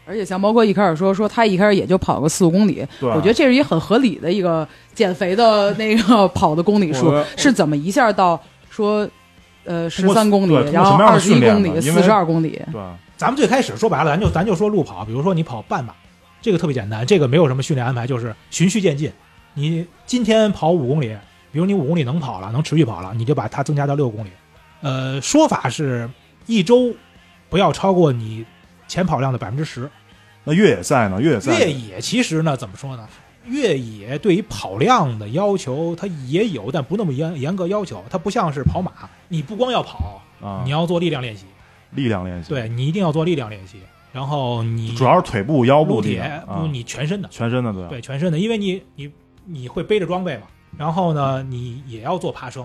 Speaker 1: 而且像包括一开始说说他一开始也就跑个四五公里，
Speaker 4: 对啊
Speaker 1: 我觉得这是一很合理的一个减肥的那个跑的公里数
Speaker 4: 我，
Speaker 1: 是怎么一下到说呃
Speaker 4: 通
Speaker 1: 十
Speaker 4: 过
Speaker 1: 三公里
Speaker 4: 对通，过
Speaker 1: 然后
Speaker 4: 什么样
Speaker 1: 二
Speaker 4: 的
Speaker 1: 十一
Speaker 4: 训练
Speaker 1: 公
Speaker 4: 呢
Speaker 1: 里，
Speaker 4: 因
Speaker 1: 四
Speaker 4: 为
Speaker 1: 十二公里，
Speaker 4: 对，啊
Speaker 2: 咱们最开始说白了，咱就咱就说路跑，比如说你跑半马，这个特别简单，这个没有什么训练安排，就是循序渐进。你今天跑五公里，比如你五公里能跑了，能持续跑了，你就把它增加到六公里。呃，说法是一周不要超过你前跑量的百分之十。
Speaker 4: 那越野赛呢？越野赛
Speaker 2: 越野其实呢，怎么说呢？越野对于跑量的要求，它也有，但不那么严严格要求。它不像是跑马，你不光要跑，
Speaker 4: 啊，
Speaker 2: 你要做力量练习。
Speaker 4: 力量练习，，
Speaker 2: 对你一定要做力量练习，然后你
Speaker 4: 主要是腿部、腰部
Speaker 2: 撸
Speaker 4: 力
Speaker 2: 铁
Speaker 4: 量，啊
Speaker 2: 不，你全身的，
Speaker 4: 全身的对吧，
Speaker 2: 对全身的，因为你你你会背着装备嘛，然后呢，你也要做爬升，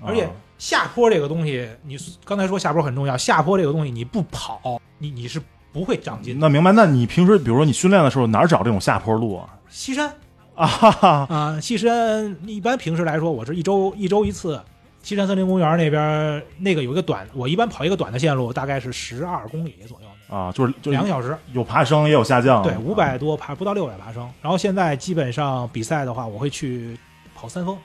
Speaker 4: 啊
Speaker 2: 而且下坡这个东西，你刚才说下坡很重要，下坡这个东西你不跑，你你是不会长进的。
Speaker 4: 那明白？那你平时比如说你训练的时候哪儿找这种下坡路啊？
Speaker 2: 西山
Speaker 4: 啊哈哈，
Speaker 2: 啊，西山一般平时来说，我是一周一周一次。西山森林公园那边那个有一个短，我一般跑一个短的线路，大概是十二公里左右，
Speaker 4: 啊，就是哦就是
Speaker 2: 两个小时。
Speaker 4: 有爬升也有下降，啊
Speaker 2: 对，五百多爬不到六百爬升。然后现在基本上比赛的话，我会去跑三峰，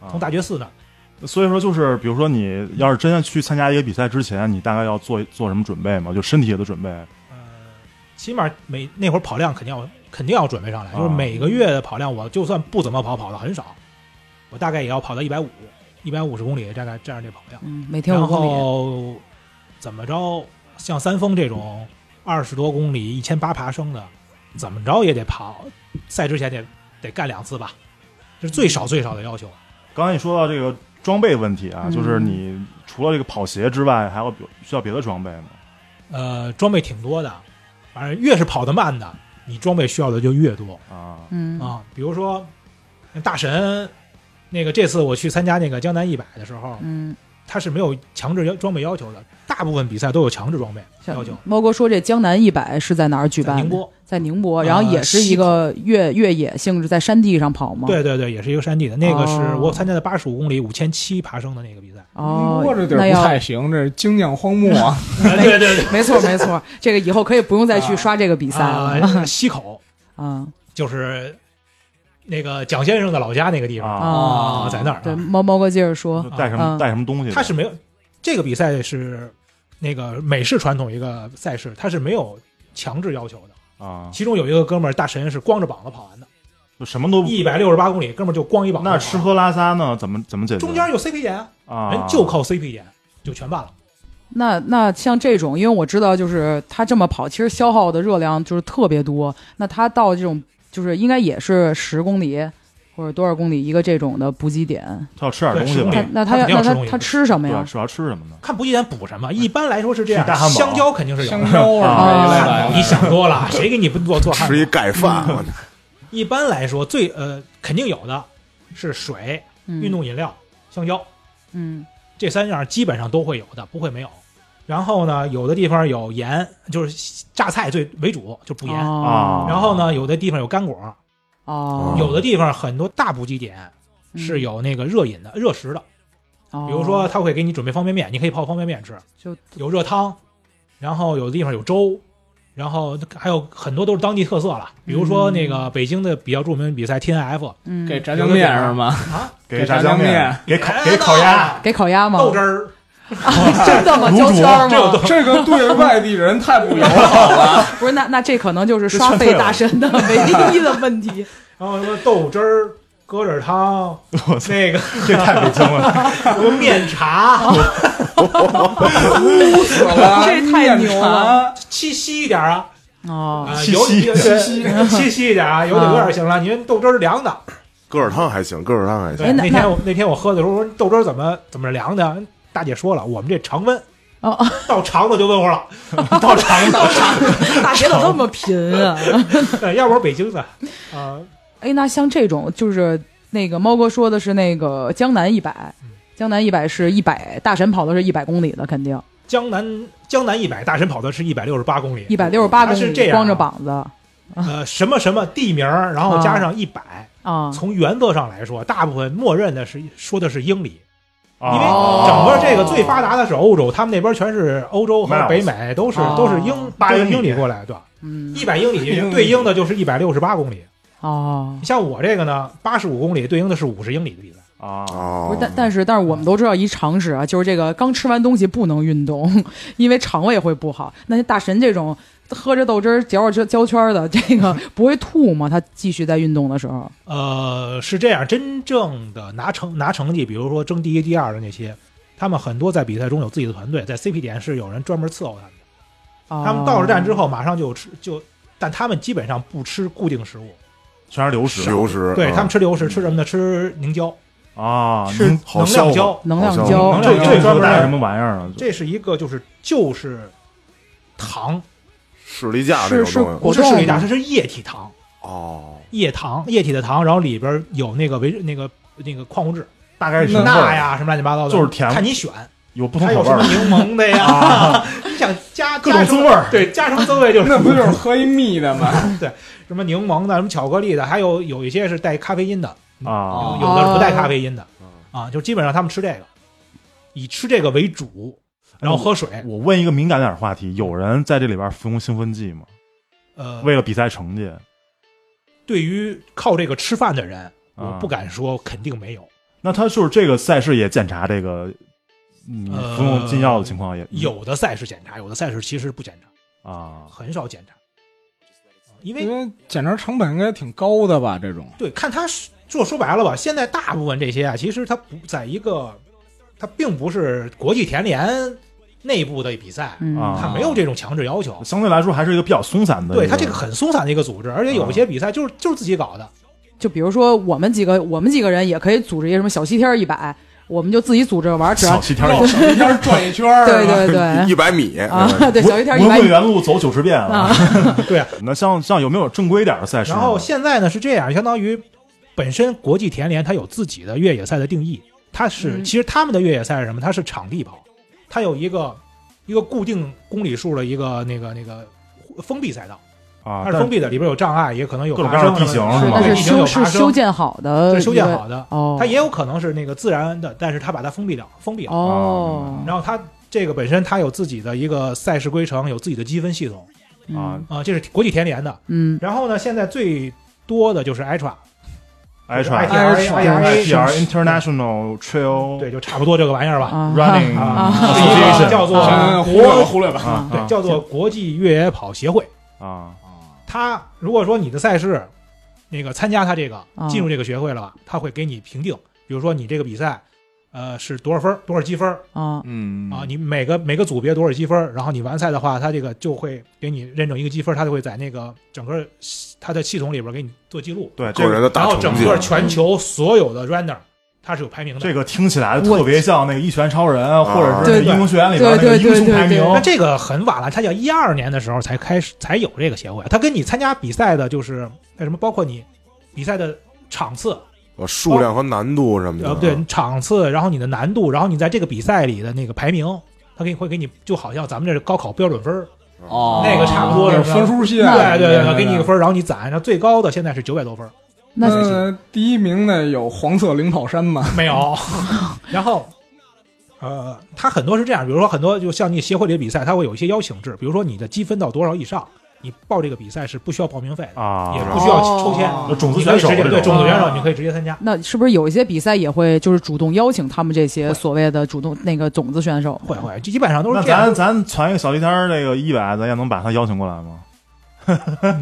Speaker 4: 啊
Speaker 2: 从大觉寺那儿。
Speaker 4: 所以说，就是比如说，你要是真的去参加一个比赛之前，你大概要做做什么准备吗？就身体的准备
Speaker 2: 呃，起码每那会儿跑量肯定要肯定要准备上来，就是
Speaker 4: 啊
Speaker 2: 每个月的跑量，我就算不怎么跑，跑的很少，我大概也要跑到一百五、一百五十公里，大概这样这跑量。
Speaker 1: 嗯，每天
Speaker 2: 然
Speaker 1: 五公里，
Speaker 2: 后怎么着，像三峰这种二十多公里、一千八爬升的，怎么着也得跑，赛之前得得干两次吧，这是最少最少的要求。
Speaker 4: 刚才你说到这个装备问题啊，
Speaker 1: 嗯
Speaker 4: 就是你除了这个跑鞋之外，还要比需要别的装备吗？
Speaker 2: 呃，装备挺多的，反正越是跑得慢的，你装备需要的就越多
Speaker 4: 啊，
Speaker 1: 嗯
Speaker 2: 啊。比如说大神，那个这次我去参加那个江南一百的时候，
Speaker 1: 嗯，
Speaker 2: 他是没有强制要装备要求的，大部分比赛都有强制装备要求。
Speaker 1: 猫哥说这江南一百是在哪儿举
Speaker 2: 在
Speaker 1: 办？
Speaker 2: 宁，波，
Speaker 1: 在宁波，
Speaker 4: 啊
Speaker 2: 呃
Speaker 1: 然后也是一个越越野性质，在山地上跑吗？，
Speaker 2: 对对对，也是一个山地的，那个是
Speaker 1: 哦
Speaker 2: 我参加的八十五公里五千七爬升的那个比赛。
Speaker 1: 哦
Speaker 6: 我这，地儿
Speaker 1: 那
Speaker 6: 不
Speaker 1: 要
Speaker 6: 太行，这是精酿 荒漠啊！
Speaker 2: 对对对，
Speaker 1: 没错没错，这个以后可以不用再去
Speaker 6: 啊
Speaker 1: 刷这个比赛
Speaker 2: 啊
Speaker 1: 了，
Speaker 2: 溪口
Speaker 1: 啊
Speaker 2: 就是那个蒋先生的老家那个地方
Speaker 4: 啊
Speaker 1: 啊，
Speaker 2: 在那儿啊
Speaker 1: 对，猫猫哥接着说
Speaker 4: 就，带什么、
Speaker 1: 啊
Speaker 4: 带什么东西的？
Speaker 2: 他是没有这个比赛是那个美式传统一个赛事，它是没有强制要求的。
Speaker 4: 啊，
Speaker 2: 其中有一个哥们儿大神是光着膀子跑完的，
Speaker 4: 就什么都
Speaker 2: 一百六十八公里，哥们儿就光一膀子跑
Speaker 4: 哦那
Speaker 2: 完。
Speaker 4: 吃喝拉撒呢？怎么怎么解决？
Speaker 2: 中间有 CP 点，
Speaker 4: 啊，
Speaker 2: 人就靠 CP 点就全办了。
Speaker 1: 那那像这种，因为我知道，就是他这么跑，其实消耗的热量就是特别多。那他到这种，就是应该也是十公里或者多少公里一个这种的补给点。
Speaker 4: 他要吃点东西
Speaker 2: 对
Speaker 4: 吧
Speaker 2: 是
Speaker 1: 他
Speaker 2: 嗯？
Speaker 1: 那
Speaker 2: 他
Speaker 1: 要
Speaker 2: 肯定
Speaker 1: 那
Speaker 2: 要
Speaker 1: 他
Speaker 2: 吃东西
Speaker 1: 他吃什么
Speaker 4: 对，
Speaker 1: 呀？
Speaker 4: 主要吃什么呢？
Speaker 2: 看补给点补什么，一般来说是这样
Speaker 4: 吃大汉，堡
Speaker 2: 香蕉肯定是有
Speaker 6: 香
Speaker 2: 的。
Speaker 6: 蕉啊这一类的，
Speaker 2: 你想多了，谁给你不做做汉堡
Speaker 5: 吃？一盖饭，我
Speaker 2: 一般来说，最呃肯定有的是水、
Speaker 1: 运
Speaker 2: 运，动饮料、香蕉
Speaker 1: 嗯
Speaker 2: 这三样基本上都会有的，不会没有。然后呢，有的地方有盐，就是榨菜最为主，就补盐。
Speaker 1: 哦
Speaker 4: 啊
Speaker 2: 然后呢，有的地方有干果，
Speaker 1: 哦，
Speaker 2: 有的地方很多大补给点是有那个热饮的、热食的，
Speaker 1: 嗯，
Speaker 2: 比
Speaker 1: 比
Speaker 2: 如说他会给你准备方便面，你可以泡方便面吃，
Speaker 1: 就
Speaker 2: 有热汤，然后有的地方有粥，然后还有很多都是当地特色了，比如说那个北京的比较著名的比赛 T N F
Speaker 1: 嗯
Speaker 6: 给炸酱面是吗？
Speaker 2: 啊，
Speaker 4: 给
Speaker 6: 给
Speaker 4: 炸
Speaker 6: 炸酱
Speaker 4: 酱
Speaker 6: 面
Speaker 4: 面，给烤给烤鸭，
Speaker 1: 给烤鸭吗？
Speaker 2: 豆汁儿，啊
Speaker 1: 真的吗？
Speaker 4: 卤
Speaker 1: 胶
Speaker 4: 煮
Speaker 1: 圈儿
Speaker 2: 这有
Speaker 1: 吗？
Speaker 2: 豆
Speaker 6: 这个对外地人太不友 好了。
Speaker 1: 不是，那那这可能就是刷费大神的唯一的问 题。
Speaker 2: 然后什么豆汁儿、疙瘩汤，
Speaker 4: 我操，
Speaker 2: 那个
Speaker 4: 这太北京了。
Speaker 2: 什么面茶，
Speaker 6: 哭死了，
Speaker 1: 这太牛了
Speaker 2: 稀稀一点啊，
Speaker 1: 哦，
Speaker 2: 啊，
Speaker 4: 稀
Speaker 2: 有
Speaker 4: 稀
Speaker 2: 有
Speaker 4: 稀
Speaker 2: 稀稀稀一点啊，有点有点行了。你看豆汁儿凉的，
Speaker 5: 个儿汤还行，个儿汤还行
Speaker 2: 对，
Speaker 1: 哎那
Speaker 2: 那天我那天我喝的时候我说豆汁儿怎么怎么凉的，大姐说了，我们这常温
Speaker 1: 哦，
Speaker 2: 到肠子就问候了，到肠子，
Speaker 1: 大学咋这么贫啊？
Speaker 2: 呃要不然北京的啊，
Speaker 1: 哎，那像这种就是那个猫哥说的是那个江南一百
Speaker 2: 嗯，
Speaker 1: 江南一百是一百大神跑的是一百公里的，肯定
Speaker 2: 江南江南一百大神跑的是一百六十八公里，
Speaker 1: 一百六十八公
Speaker 2: 它是这
Speaker 1: 里，
Speaker 2: 样啊
Speaker 1: 光着膀子
Speaker 2: 呃，什么什么地名儿，然后加上一百、
Speaker 1: 啊。
Speaker 2: 从原则上来说，大部分默认的是说的是英里，因为
Speaker 1: 哦
Speaker 2: 整个这个最发达的是欧洲，他们那边全是欧洲和北美都是
Speaker 1: 哦
Speaker 2: 都是英
Speaker 4: 八
Speaker 2: 都
Speaker 4: 英
Speaker 2: 是
Speaker 4: 里
Speaker 2: 英里过来，对吧？
Speaker 1: 嗯
Speaker 2: 一百英里对应的就是一百六十八公里。
Speaker 1: 哦，
Speaker 2: 像我这个呢，八十五公里对应的是五十英里的比赛。
Speaker 4: 啊，
Speaker 5: 哦，
Speaker 1: 不是，但但是但是我们都知道一常识啊，就是这个刚吃完东西不能运动， 因为肠胃会不好。那些大神这种喝着豆汁儿嚼着胶圈儿的，这个不会吐吗？他继续在运动的时候，
Speaker 2: 呃，是这样，真正的拿成拿成绩，比如说争第一、第二的那些，他们很多在比赛中有自己的团队，在 CP 点是有人专门伺候他们的。
Speaker 1: 哦
Speaker 2: 他们到了站之
Speaker 1: 后，
Speaker 2: 后，马上就吃就，但他们基本上不吃固定食物，
Speaker 4: 全是流食
Speaker 5: 流食，
Speaker 2: 对
Speaker 5: 嗯
Speaker 2: 他们吃流食，吃什么呢？吃凝胶，
Speaker 4: 啊，
Speaker 2: 吃
Speaker 4: 您
Speaker 5: 好
Speaker 2: 能量
Speaker 5: 消
Speaker 2: 胶
Speaker 5: 化，
Speaker 1: 能量
Speaker 5: 好像
Speaker 1: 胶
Speaker 2: 能量这这专门
Speaker 4: 带什么玩意儿啊？
Speaker 2: 这是一个就是就是糖，
Speaker 5: 士力架那
Speaker 1: 是
Speaker 5: 种
Speaker 1: 是
Speaker 5: 东西。
Speaker 1: 果
Speaker 2: 不是
Speaker 1: 冻
Speaker 2: 水
Speaker 1: 吗
Speaker 2: 它是液体糖，
Speaker 5: 哦，
Speaker 2: 液糖液体的糖，然后里边有那个维那个那个矿物质，
Speaker 4: 大概是什么味
Speaker 2: 钠
Speaker 4: 儿？
Speaker 2: 呀什么乱七八糟的，
Speaker 4: 就是甜
Speaker 2: 看你选，
Speaker 4: 有不同
Speaker 2: 它
Speaker 4: 口
Speaker 2: 有
Speaker 4: 味
Speaker 2: 什么
Speaker 4: 儿
Speaker 2: 柠檬的呀，
Speaker 4: 啊，
Speaker 2: 你想加
Speaker 4: 各种
Speaker 2: 加什
Speaker 4: 滋
Speaker 2: 么
Speaker 4: 味儿。
Speaker 2: 对，加什么滋味就是
Speaker 6: 那不就是喝一蜜的吗？
Speaker 2: 什么柠檬的，什么巧克力的，还有有一些是带咖啡因的，
Speaker 4: 啊
Speaker 2: 有有的是不带
Speaker 1: 哦
Speaker 2: 咖啡因的
Speaker 5: 嗯，
Speaker 2: 啊，就基本上他们吃这个，以吃这个为主，然后喝水，
Speaker 4: 我问一个敏感点的话题，有人在这里边服用兴奋剂吗？
Speaker 2: 呃，
Speaker 4: 为了比赛成绩，
Speaker 2: 对于靠这个吃饭的人，
Speaker 4: 啊
Speaker 2: 我不敢说肯定没有，
Speaker 4: 那他就是这个赛事也检查这个你
Speaker 2: 呃
Speaker 4: 服用禁药的情况也
Speaker 2: 有的赛事检查，有的赛事其实不检查，
Speaker 4: 啊
Speaker 2: 很少检查，啊因为
Speaker 6: 因为检查成本应该挺高的吧？这种
Speaker 2: 对，看他是就说白了吧，现在大部分这些啊，其实它不在一个，它并不是国际田联内部的比赛，
Speaker 1: 嗯
Speaker 4: 啊
Speaker 2: 它没有这种强制要求。
Speaker 4: 相对来说还是一个比较松散的一。
Speaker 2: 对它这个很松散的一个组织，而且有一些比赛就是就是自己搞的，
Speaker 1: 就比如说我们几个，我们几个人也可以组织一个什么小西天一百，我们就自己组织着玩儿，只要
Speaker 4: 小西天儿
Speaker 6: 绕一圈转一圈儿，
Speaker 1: 对对 对
Speaker 5: 一百米
Speaker 1: 啊， 对小西天一
Speaker 4: 文
Speaker 1: 百
Speaker 4: 汇园路走九十遍
Speaker 1: 啊
Speaker 4: 啊。
Speaker 2: 对啊。
Speaker 4: 那像像有没有正规一点的赛事呢？
Speaker 2: 然后现在呢是这样，相当于本身国际田联它有自己的越野赛的定义，它是、
Speaker 1: 嗯
Speaker 2: 其实他们的越野赛是什么？它是场地跑，它有一个一个固定公里数的一个那个那个封闭赛道，
Speaker 4: 啊
Speaker 2: 它，是
Speaker 4: 但
Speaker 2: 封闭的，里边有障碍，也可能有
Speaker 4: 各种
Speaker 2: 爬
Speaker 4: 各样
Speaker 2: 升
Speaker 4: 的
Speaker 2: 什
Speaker 4: 地
Speaker 2: 么
Speaker 4: 形
Speaker 2: 的
Speaker 1: 是那
Speaker 4: 是吗
Speaker 2: 对
Speaker 1: 是
Speaker 2: 地形
Speaker 1: 修
Speaker 2: 有
Speaker 1: 是
Speaker 2: 爬
Speaker 1: 修
Speaker 2: 升，
Speaker 1: 建好的一
Speaker 2: 这
Speaker 1: 个，
Speaker 2: 是修建好的，
Speaker 1: 哦，
Speaker 2: 它也有可能是那个自然的，但是它把它封闭掉，封闭了。
Speaker 1: 哦，
Speaker 2: 然后它这个本身它有自己的一个赛事规程，有自己的积分系统
Speaker 1: 嗯
Speaker 4: 啊，
Speaker 2: 啊、这是国际田联的。
Speaker 1: 嗯，
Speaker 2: 然后呢，现在最多的就是 ITRA，
Speaker 4: I
Speaker 2: 哎
Speaker 4: T
Speaker 2: 哎
Speaker 4: R
Speaker 2: 哎哎
Speaker 4: T R International Trail
Speaker 2: 对，就差不多这个玩意儿吧。
Speaker 1: 啊
Speaker 4: Running
Speaker 1: 啊
Speaker 2: 啊
Speaker 4: Association
Speaker 2: 叫做
Speaker 6: 嗯忽略吧忽略吧。
Speaker 4: 啊
Speaker 2: 对，叫做国际越野跑协会。
Speaker 4: 啊
Speaker 2: 它如果说你的赛事，那个参加它这个
Speaker 1: 啊
Speaker 2: 进入这个学会了，它会给你评定，比如说你这个比赛，呃，是多少分儿多少积分儿
Speaker 1: 啊
Speaker 4: 嗯
Speaker 2: 啊，你每个每个组别多少积分儿，然后你完赛的话，它这个就会给你认证一个积分儿，它就会在那个整个系它的系统里边给你做记录，
Speaker 4: 对这
Speaker 5: 个人
Speaker 4: 个
Speaker 5: 的
Speaker 2: 然
Speaker 5: 大
Speaker 2: 后
Speaker 5: 成
Speaker 2: 整
Speaker 5: 绩
Speaker 2: 个全球所有的 runner 它是有排名的。
Speaker 4: 这个听起来特别像那个一拳超人，或者是
Speaker 1: 对
Speaker 4: 那英雄学院里边那个
Speaker 1: 对对
Speaker 4: 英雄
Speaker 1: 对
Speaker 4: 排
Speaker 1: 对
Speaker 4: 名
Speaker 1: 对
Speaker 2: 那这个很晚了，它叫一二年的时候才开始才有这个协会，它啊跟你参加比赛的就是那什么，包括你比赛的场次，
Speaker 5: 呃数量和难度什么的，
Speaker 2: 呃，不对，场次，然后你的难度，然后你在这个比赛里的那个排名，它给你会给你，就好像咱们这是高考标准分儿，
Speaker 6: 哦，
Speaker 2: 那个差不多
Speaker 6: 那
Speaker 2: 是
Speaker 6: 个
Speaker 2: 吧
Speaker 6: 分数线，
Speaker 2: 对对对，给你一个
Speaker 6: 个。
Speaker 2: 分儿，然后你攒，然后最高的现在是九百多分儿，
Speaker 1: 那
Speaker 6: 那第一名呢有黄色领跑衫吗？
Speaker 2: 没 有，然后。呃，它很多是这样，比如说很多就像你协会里的比赛，它会有一些邀请制，比如说你的积分到多少以上，你报这个比赛是不需要报名费的，
Speaker 4: 啊，
Speaker 2: 也不需要抽签，
Speaker 6: 哦
Speaker 4: 就种子
Speaker 2: 你可以
Speaker 4: 选手
Speaker 2: 直接
Speaker 4: 这
Speaker 2: 对
Speaker 4: 种
Speaker 2: 种子选手
Speaker 1: 啊
Speaker 2: 你可以直接参加。
Speaker 1: 那是不是有一些比赛也会就是主动邀请他们这些所谓的主动那个种子选手？
Speaker 2: 会会，基本上都
Speaker 4: 那
Speaker 2: 是这样
Speaker 4: 咱。咱传一个小地摊儿那个一百，咱也能把他邀请过来吗？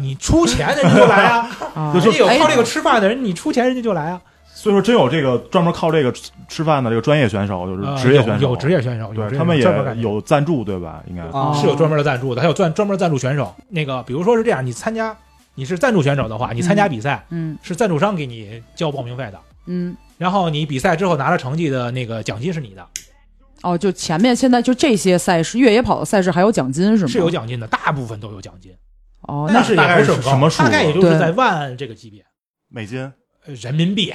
Speaker 2: 你出钱人家就来 啊，
Speaker 1: 啊，
Speaker 2: 人家有靠这个
Speaker 1: 哎
Speaker 2: 吃饭的人，你出钱人家就来啊。
Speaker 4: 所以说，真有这个专门靠这个吃吃饭的这个专业选手，就是
Speaker 2: 呃
Speaker 4: 职业选手，
Speaker 2: 有有职业选手，有
Speaker 4: 对
Speaker 2: 职业
Speaker 4: 他们
Speaker 2: 专门
Speaker 4: 也
Speaker 2: 干这个
Speaker 4: 有赞助，对吧？应该
Speaker 6: 啊，
Speaker 2: 是有专门的赞助的，还有专专门赞助选手。那个比如说是这样，你参加你是赞助选手的话，你参加比赛
Speaker 1: 嗯
Speaker 2: 是赞助商给你交报名费的，
Speaker 1: 嗯
Speaker 2: 然后你比赛之后拿了成绩的那个奖金是你的。
Speaker 1: 哦，就前面现在就这些赛事，越野跑的赛事还有奖金是吗？
Speaker 2: 是有奖金的，大部分都有奖金，
Speaker 1: 哦，
Speaker 2: 但
Speaker 1: 那
Speaker 2: 是也
Speaker 4: 大概
Speaker 2: 不是
Speaker 4: 是
Speaker 2: 很
Speaker 4: 什
Speaker 2: 高，
Speaker 4: 么数
Speaker 2: 大概也就是
Speaker 1: 对
Speaker 2: 在万这个级别，
Speaker 4: 美金，
Speaker 2: 呃人民币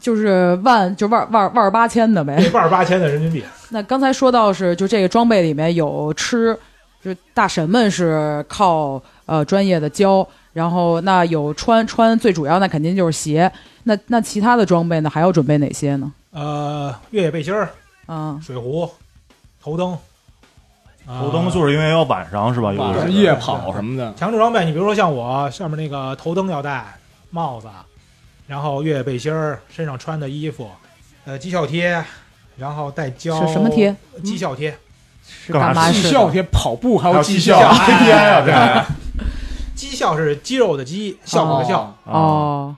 Speaker 1: 就是万就万万万八千的呗。
Speaker 2: 一万八千的人民币。
Speaker 1: 那刚才说到是，就这个装备里面有吃，就是大神们是靠呃专业的教，然后那有穿穿最主要那肯定就是鞋，那那其他的装备呢还要准备哪些呢？
Speaker 2: 呃，越野背心儿、
Speaker 1: 啊，
Speaker 2: 水壶、头灯，啊
Speaker 4: 头灯就是因为要晚上是吧？有
Speaker 3: 晚
Speaker 4: 的
Speaker 3: 上
Speaker 4: 是
Speaker 3: 夜跑什么的，
Speaker 2: 强制装备，你比如说像我上面那个头灯要戴，帽子，然后越野背心儿，身上穿的衣服，呃，绩效贴，然后带胶
Speaker 1: 是什么贴？
Speaker 2: 绩效贴，
Speaker 1: 是
Speaker 4: 干嘛
Speaker 1: 干嘛
Speaker 6: 绩
Speaker 1: 使
Speaker 6: 效
Speaker 1: 的？
Speaker 6: 贴跑步还
Speaker 4: 还
Speaker 6: 有
Speaker 4: 有
Speaker 6: 绩
Speaker 4: 嗯绩
Speaker 6: 效
Speaker 4: 效，啊
Speaker 6: 哎
Speaker 4: 呀，对，
Speaker 2: 绩效是肌肉的肌，效果的效，
Speaker 6: 哦
Speaker 4: 啊
Speaker 1: 哦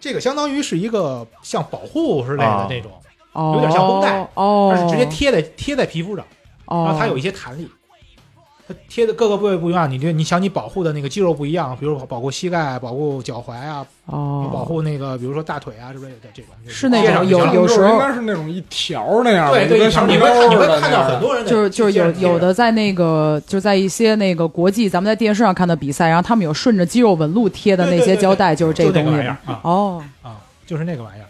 Speaker 2: 这个相当于是一个像保护之类的那
Speaker 4: 啊
Speaker 2: 种，
Speaker 1: 哦，
Speaker 2: 啊有点像绷带
Speaker 1: 哦，
Speaker 2: 它是直接贴在贴在皮肤上，
Speaker 1: 哦，
Speaker 2: 然后它有一些弹力。它贴的各个部位不一样，你这你想你保护的那个肌肉不一样，比如保护膝盖、保护脚踝啊，
Speaker 1: 哦
Speaker 2: 保护那个比如说大腿啊之类的这种。就是
Speaker 1: 那
Speaker 2: 贴
Speaker 1: 种
Speaker 2: 上
Speaker 1: 有
Speaker 2: 就行
Speaker 1: 有时候
Speaker 6: 应该是那种一条儿那样的，
Speaker 2: 对
Speaker 6: 就
Speaker 2: 对，
Speaker 6: 跟
Speaker 2: 你
Speaker 6: 橡皮
Speaker 2: 会
Speaker 6: 筋儿
Speaker 2: 你会
Speaker 6: 似的
Speaker 2: 看
Speaker 6: 那
Speaker 2: 到
Speaker 6: 样
Speaker 2: 很多人在
Speaker 1: 就是就是有有的在那个就是在一些那个国际咱们在电视上看的比赛，然后他们有顺着肌肉纹路贴的那些胶带，就是这
Speaker 2: 就
Speaker 1: 个
Speaker 2: 那
Speaker 1: 东
Speaker 2: 个玩
Speaker 1: 西
Speaker 2: 意。儿啊
Speaker 1: 哦，
Speaker 2: 啊，就是那个玩意儿。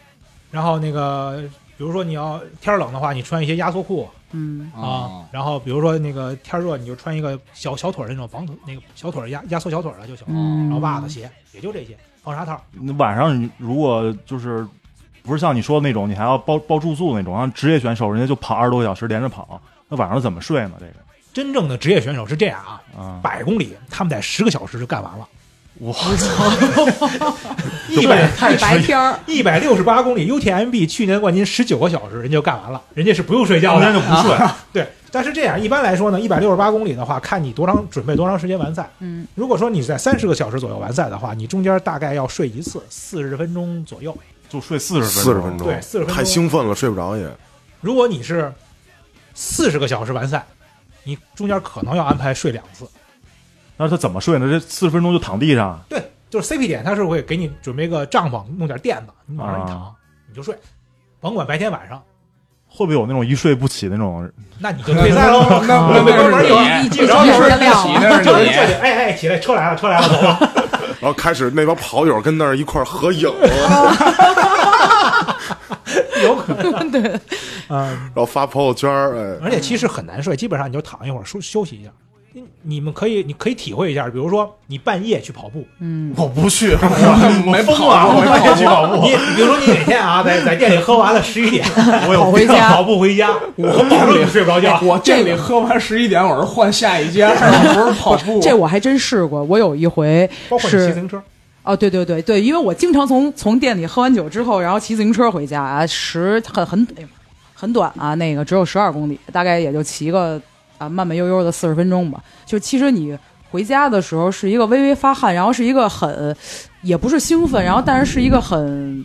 Speaker 2: 然后那个比如说你要天儿冷的话，你穿一些压缩裤
Speaker 1: 嗯，
Speaker 2: 啊
Speaker 6: 啊，，
Speaker 2: 然后比如说那个天儿热，你就穿一个小小腿儿那种防腿那个小腿儿压压缩小腿儿的就行了。
Speaker 1: 嗯
Speaker 2: 然后袜子、鞋也就这些，防沙套。
Speaker 4: 你晚上你如果就是不是像你说的那种，你还要包包住宿那种，像职业选手人家就跑二十多个小时连着跑，那晚上怎么睡呢？这个
Speaker 2: 真正的职业选手是这样啊，
Speaker 4: 啊，
Speaker 2: 百公里他们得十个小时就干完了，
Speaker 4: 我
Speaker 2: 一百
Speaker 1: 一白天儿，
Speaker 2: 一百六十八公里 UTMB 去年冠军十九个小时，人家就干完了，人家是不用睡觉
Speaker 4: 当
Speaker 2: 的
Speaker 4: 天。就不睡，
Speaker 2: 对，但是这样一般来说呢，一百六十八公里的话，看你多长准备多长时间完赛。
Speaker 1: 嗯，
Speaker 2: 如果说你在三十个小时左右完赛的话，你中间大概要睡一次，四十分钟左右。
Speaker 4: 就睡四十分
Speaker 5: 四十分钟，
Speaker 2: 对40分钟
Speaker 5: 太兴奋了，睡不着也。
Speaker 2: 如果你是四十个小时完赛，你中间可能要安排睡两次。
Speaker 4: 那他怎么睡呢？这四十分钟就躺地上，
Speaker 2: 对，就是 CP 点，它是会给你准备个帐篷，弄点垫子，你往上一躺、
Speaker 4: 啊
Speaker 2: 你就睡，甭管白天晚上，
Speaker 4: 会不会有那种一睡不起那种？
Speaker 2: 那 你就退赛喽。
Speaker 6: 那那那是你
Speaker 1: 一一
Speaker 6: 然后
Speaker 1: 一
Speaker 6: 你
Speaker 1: 身
Speaker 6: 是
Speaker 1: 亮
Speaker 6: 你那
Speaker 2: 就是是
Speaker 6: 你
Speaker 2: 这里，哎哎，起来，车来了，车来了，走吧。
Speaker 5: 然后开始那帮跑友跟那儿一块儿合影，
Speaker 2: 有可能，
Speaker 1: 对，
Speaker 2: 嗯，
Speaker 5: 然后发朋友圈儿，哎，
Speaker 2: 而且其实很难睡，基本上你就躺一会儿，休休息一下。你你们可以，你可以体会一下，比如说你半夜去跑步，
Speaker 1: 嗯，
Speaker 4: 我不去，
Speaker 1: 啊
Speaker 6: 没
Speaker 4: 没
Speaker 6: 跑
Speaker 2: 啊
Speaker 4: 疯
Speaker 6: 过
Speaker 4: 了，我没跑去跑步，
Speaker 2: 你比如说你哪天啊，在在店里喝完了十一点，
Speaker 4: 我有
Speaker 1: 跑 回家
Speaker 2: 跑 步回家，我保证你睡不着觉。
Speaker 6: 哎我店里喝完十一点，我是换下一家，不是跑步。
Speaker 1: 这我还真试过，我有一回
Speaker 2: 包括你骑自行车，
Speaker 1: 哦，对对对对，因为我经常从从店里喝完酒之后，然后骑自行车回家啊，十很很哎呦很短啊，那个只有十二公里，大概也就骑个啊慢慢悠悠的四十分钟吧。就其实你回家的时候是一个微微发汗，然后是一个很也不是兴奋，然后但是是一个很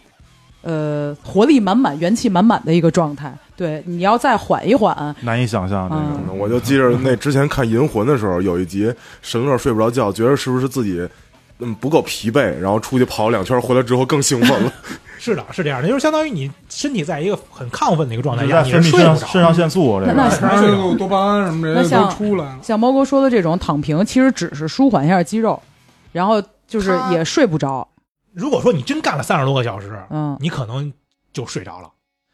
Speaker 1: 呃活力满满、元气满满的一个状态。对，你要再缓一缓，
Speaker 4: 难以想象这个。
Speaker 1: 嗯
Speaker 5: 我就记着那之前看《银魂》的时候，有一集神乐睡不着觉，觉得是不是自己嗯不够疲惫，然后出去跑两圈回来之后更兴奋了。
Speaker 2: 是的，是这样的，就是相当于你身体在一个很亢奋的一个状态
Speaker 4: 你
Speaker 2: 下，
Speaker 4: 在
Speaker 2: 你
Speaker 4: 分
Speaker 2: 是
Speaker 4: 泌
Speaker 2: 睡
Speaker 4: 肾
Speaker 2: 不
Speaker 4: 肾
Speaker 2: 着。
Speaker 4: 上腺素，这
Speaker 1: 那
Speaker 4: 个
Speaker 1: 是
Speaker 6: 反正多巴胺什么
Speaker 1: 那
Speaker 6: 这些
Speaker 1: 像
Speaker 6: 都出来了。
Speaker 1: 像猫哥说的这种躺平，其实只是舒缓一下肌肉，然后就是
Speaker 2: 他
Speaker 1: 也睡不着。
Speaker 2: 如果说你真干了三十多个小时，
Speaker 1: 嗯，
Speaker 2: 你可能就睡着了，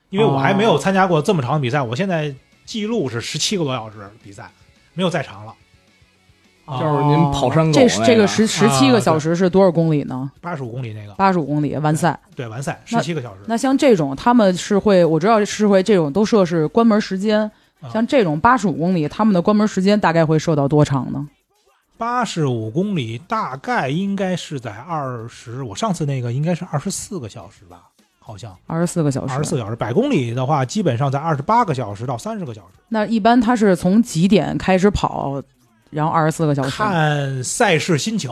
Speaker 2: 因为我还没有参加过这么长的比赛，我现在记录是十七个多小时比赛，没有再长了。
Speaker 6: 就就是您跑山狗
Speaker 1: 哦这
Speaker 6: 那
Speaker 1: 这
Speaker 6: 个
Speaker 1: 个
Speaker 2: 啊
Speaker 1: 十十七个小时是多少公里呢？
Speaker 2: 八十五公里那个，
Speaker 1: 八十五公里完赛。
Speaker 2: 对，完赛
Speaker 1: 那
Speaker 2: 十七个小时。
Speaker 1: 那像这种他们是会，我知道是会这种都设是关门时间
Speaker 2: 啊。
Speaker 1: 像这种八十五公里，他们的关门时间大概会设到多长呢？
Speaker 2: 八十五公里大概应该是在二十，我上次那个应该是二十四个小时吧，好像
Speaker 1: 二十四个小时。
Speaker 2: 二十四。小时。百公里的话，基本上在二十八个小时到三十个小时。
Speaker 1: 那一般他是从几点开始跑，然后二十四个小时？
Speaker 2: 看赛事心情，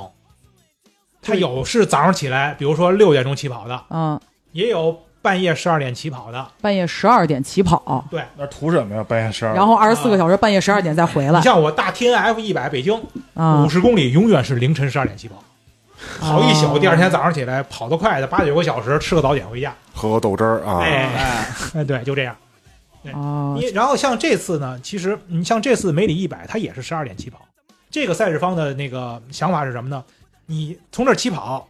Speaker 1: 哦啊
Speaker 2: 他
Speaker 1: 对
Speaker 2: 有是早上起来，比如说六点钟起跑的，
Speaker 1: 嗯，
Speaker 2: 也有半夜十二点起跑的。
Speaker 1: 半夜十二点起跑，
Speaker 4: 那图什么呀？半夜十二
Speaker 1: 然后二十四个小时，半夜十二点再回来
Speaker 2: 你。像我大 T N F 一百北京
Speaker 1: 啊
Speaker 2: 啊五，十公里，永远是凌晨十二点起跑，跑一宿，
Speaker 1: 哦
Speaker 2: 第二天早上起来跑得快的八九个小时，吃个早点回家。
Speaker 5: 喝个豆汁儿啊，
Speaker 2: 哎
Speaker 6: 哎，
Speaker 2: 哎，对，就这样。对
Speaker 1: 哦
Speaker 2: 你，然后像这次呢，其实你像这次梅里一百，它也是十二点起跑。这个赛事方的那个想法是什么呢？你从这儿起跑，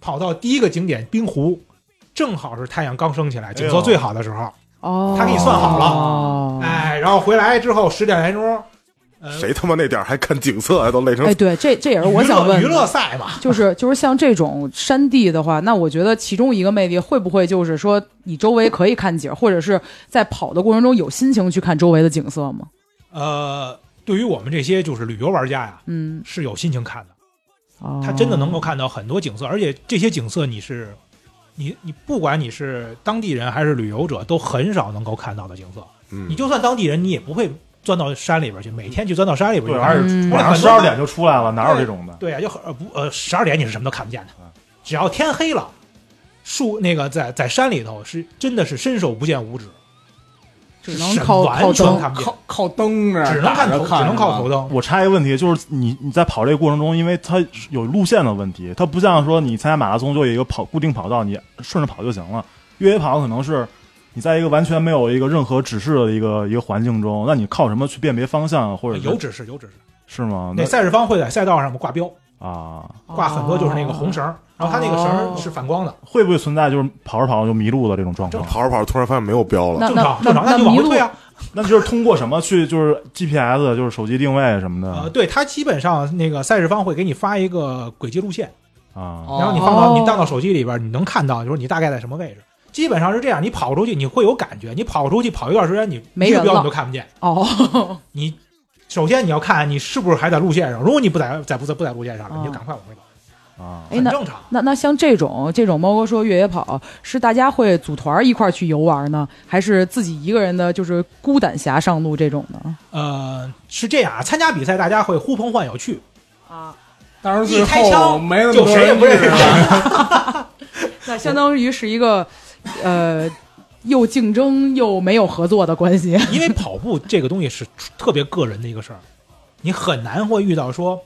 Speaker 2: 跑到第一个景点冰湖，正好是太阳刚升起来，景色最好的时候。
Speaker 1: 哦，
Speaker 2: 他给你算好了
Speaker 1: 了
Speaker 2: 哎，然后回来之后十点来钟，呃，
Speaker 5: 谁他妈那点儿还看景色啊，都累成
Speaker 1: 哎，对，这这也
Speaker 2: 娱
Speaker 1: 是
Speaker 2: 乐
Speaker 1: 我想问
Speaker 2: 娱乐
Speaker 1: 的，
Speaker 2: 赛嘛？
Speaker 1: 就是就是像这种山地的话，那我觉得其中一个魅力会不会就是说，你周围可以看景，或者是在跑的过程中有心情去看周围的景色吗？
Speaker 2: 呃，对于我们这些就是旅游玩家呀，
Speaker 1: 嗯，
Speaker 2: 是有心情看的。
Speaker 1: 哦，
Speaker 2: 它真的能够看到很多景色，而且这些景色你是，你你不管你是当地人还是旅游者，都很少能够看到的景色。
Speaker 5: 嗯
Speaker 2: 你就算当地人，你也不会钻到山里边去，每天去钻到山里边
Speaker 4: 对，
Speaker 2: 去
Speaker 4: 而
Speaker 2: 看。
Speaker 4: 且
Speaker 1: 嗯
Speaker 4: 晚上十二点就出来了，哪有这种的？
Speaker 2: 对啊，就很呃不呃，十二点你是什么都看不见的，只要天黑了，树那个在在山里头是真的是伸手不见五指，
Speaker 1: 只能
Speaker 2: 是
Speaker 1: 靠
Speaker 2: 完
Speaker 1: 靠
Speaker 2: 全
Speaker 1: 灯
Speaker 2: 看不见，
Speaker 6: 靠靠灯啊，
Speaker 2: 只能看头，
Speaker 6: 打着
Speaker 2: 只能靠头
Speaker 6: 是吧
Speaker 2: 灯。
Speaker 4: 我插一个问题，就是你你在跑这个过程中，因为它有路线的问题，它不像说你参加马拉松就有一个跑固定跑道，你顺着跑就行了。越野跑可能是你在一个完全没有一个任何指示的一个一个环境中，那你靠什么去辨别方向或者是
Speaker 2: 有指示，有指示。
Speaker 4: 是吗？
Speaker 2: 那赛事方会在赛道上面挂标，
Speaker 4: 啊，
Speaker 2: 挂很多就是那个红绳，然后它那个绳
Speaker 1: 哦
Speaker 2: 儿是反光的。
Speaker 4: 会不会存在就是跑着跑着就迷路的这种状况？
Speaker 5: 跑着跑着突然发现没有标了，
Speaker 1: 那
Speaker 2: 正
Speaker 1: 那
Speaker 2: 常
Speaker 1: 那
Speaker 2: 正常，那就
Speaker 1: 那
Speaker 2: 往
Speaker 1: 迷
Speaker 2: 回
Speaker 1: 路
Speaker 2: 退啊。
Speaker 4: 那就是通过什么去就是 GPS 就是手机定位什么
Speaker 2: 呃，
Speaker 4: 的
Speaker 2: 对，它基本上那个赛事方会给你发一个轨迹路线，
Speaker 4: 啊
Speaker 6: 哦
Speaker 2: 然后你放到
Speaker 1: 哦
Speaker 2: 你荡到手机里边，你能看到，就是你大概在什么位置。基本上是这样，你跑出去你会有感觉，你跑出去跑一段时间，你
Speaker 1: 没人
Speaker 2: 目标
Speaker 1: 了
Speaker 2: 你都看不见。
Speaker 1: 哦，
Speaker 2: 你首先你要看你是不是还在路线上，如果你不在在不在不在路线上了，
Speaker 1: 哦
Speaker 2: 你就赶快往回跑，
Speaker 4: 啊！
Speaker 1: 哎
Speaker 2: 很
Speaker 1: 那
Speaker 2: 正常。
Speaker 1: 那那像这种这种猫哥说越野跑，是大家会组团一块儿去游玩呢，还是自己一个人的就是孤胆侠上路这种的？
Speaker 2: 呃，是这样啊，参加比赛大家会呼朋唤友去，
Speaker 1: 啊，
Speaker 6: 但是最
Speaker 2: 一开
Speaker 6: 后
Speaker 2: 枪
Speaker 6: 没那么
Speaker 2: 就
Speaker 6: 多
Speaker 2: 谁也
Speaker 6: 人
Speaker 2: 不认识啊
Speaker 6: 遇
Speaker 2: 了。
Speaker 1: 那相当于是一个呃又竞争又没有合作的关系。
Speaker 2: 因为跑步这个东西是特别个人的一个事儿，你很难会遇到说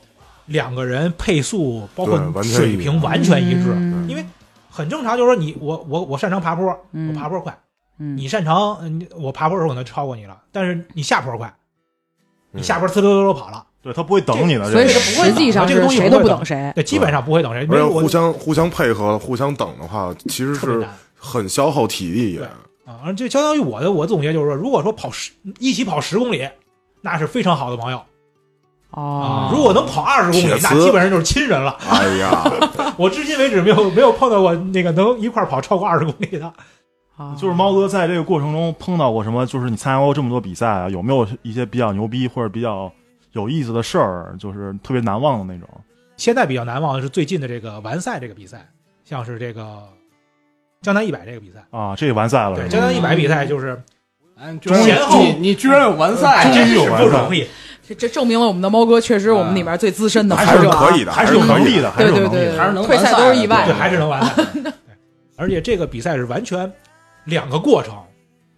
Speaker 2: 两个人配速包
Speaker 5: 对
Speaker 2: 括
Speaker 5: 完全
Speaker 2: 水
Speaker 5: 一
Speaker 2: 平
Speaker 5: 样
Speaker 2: 完全一致，
Speaker 1: 嗯
Speaker 2: 因为很正常。就是说你我我我擅长爬坡，
Speaker 1: 嗯
Speaker 2: 我爬坡快，
Speaker 1: 嗯
Speaker 2: 你擅长嗯你我爬坡的时候可能超过你了，但是你下坡快，你
Speaker 5: 嗯
Speaker 2: 下坡呲溜溜溜跑了，
Speaker 4: 对，它不会等你的，
Speaker 1: 所以
Speaker 4: 这个
Speaker 2: 不会
Speaker 1: 实际上
Speaker 2: 这个
Speaker 1: 是
Speaker 2: 东西
Speaker 1: 谁
Speaker 2: 不
Speaker 1: 都
Speaker 2: 会啊
Speaker 1: 不
Speaker 2: 等
Speaker 1: 等谁。
Speaker 2: 对，基本上不会等谁。因
Speaker 5: 而
Speaker 2: 为
Speaker 5: 且
Speaker 2: 我
Speaker 5: 互相互相配合、互相等的话，其实
Speaker 2: 特别
Speaker 5: 是
Speaker 2: 难
Speaker 5: 很消耗体力
Speaker 2: 对
Speaker 5: 也。
Speaker 2: 啊，而就相当于我的我总结就是说，如果说跑十一起跑十公里，那是非常好的朋友啊
Speaker 1: 哦，
Speaker 2: 如果能跑二十公里
Speaker 5: 铁，
Speaker 2: 那
Speaker 5: 丝
Speaker 2: 基本上就是亲人了。
Speaker 5: 哎呀，
Speaker 2: 我至今为止没有没有碰到过那个能一块儿跑超过二十公里的。
Speaker 1: 啊
Speaker 4: 就是猫哥在这个过程中碰到过什么？就是你参加过这么多比赛啊，有没有一些比较牛逼或者比较有意思的事儿，就是特别难忘的那种？
Speaker 2: 现在比较难忘的是最近的这个完赛这个比赛，像是这个江南一百这个比赛，
Speaker 4: 啊，这个完赛了
Speaker 2: 对
Speaker 4: 是
Speaker 2: 江
Speaker 4: 吗，
Speaker 2: 南一百比赛就是
Speaker 6: 哎居然
Speaker 2: 前后
Speaker 6: 你你居然有完赛，啊
Speaker 2: 真是
Speaker 4: 有完
Speaker 2: 不
Speaker 4: 赛
Speaker 2: 容易。
Speaker 1: 这这证明了我们的猫哥确实我们里面最资深的
Speaker 5: 还
Speaker 1: 跑
Speaker 5: 是
Speaker 1: 者啊
Speaker 5: 可以的，
Speaker 4: 还
Speaker 5: 还
Speaker 4: 是
Speaker 5: 是
Speaker 4: 有
Speaker 5: 可
Speaker 4: 能
Speaker 5: 以
Speaker 4: 力
Speaker 5: 的。
Speaker 4: 的，还是有
Speaker 1: 对
Speaker 4: 能力
Speaker 1: 对
Speaker 4: 的。
Speaker 6: 还是能
Speaker 1: 退赛都是意外
Speaker 2: 对，还是能完赛。对而且这个比赛是完全两个过程，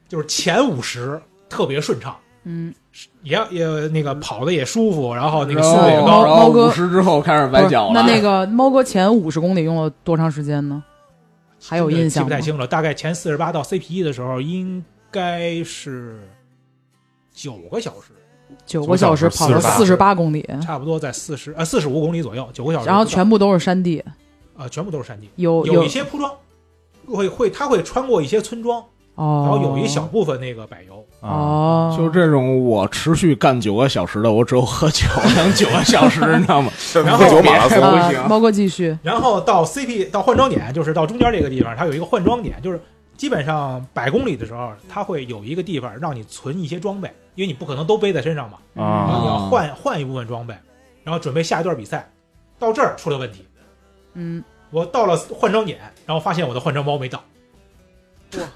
Speaker 2: 就是前五十特别顺畅，
Speaker 1: 嗯，
Speaker 2: 也也那个跑的也舒服，然后那个
Speaker 6: 然
Speaker 2: 速
Speaker 6: 后
Speaker 2: 度也高。
Speaker 1: 猫猫哥
Speaker 6: 五十之后开始崴脚了。
Speaker 1: 那那个猫哥前五十公里用了多长时间呢？还有印
Speaker 2: 记
Speaker 1: 象
Speaker 2: 不
Speaker 1: 吗
Speaker 2: 太？清了，大概前四十八到 CP 一的时候，应该是九个小时，
Speaker 1: 九个小时跑了四十八公里，
Speaker 2: 差不多在四十呃四十五公里左右，九个小时不到。
Speaker 1: 然后全部都是山地，
Speaker 2: 呃全部都是山地，
Speaker 1: 有
Speaker 2: 有一些铺装，会会他会穿过一些村庄，
Speaker 1: 哦，
Speaker 2: 然后有一小部分那个柏油。
Speaker 4: 啊，
Speaker 1: 哦，
Speaker 6: 就是这种我持续干九个小时的，我只有喝酒能九个小时，你知道吗？
Speaker 2: 然
Speaker 5: 喝
Speaker 2: 后
Speaker 5: 酒马拉松
Speaker 6: 别
Speaker 1: 啊
Speaker 6: 不行
Speaker 1: 猫哥继续，
Speaker 2: 然后到 CP 到换装点，就是到中间这个地方，它有一个换装点，就是基本上百公里的时候，它会有一个地方让你存一些装备，因为你不可能都背在身上嘛，然
Speaker 1: 哦
Speaker 2: 后
Speaker 4: 啊
Speaker 2: 你要换换一部分装备，然后准备下一段比赛。到这儿出了问题，
Speaker 1: 嗯，
Speaker 2: 我到了换装点，然后发现我的换装包没到，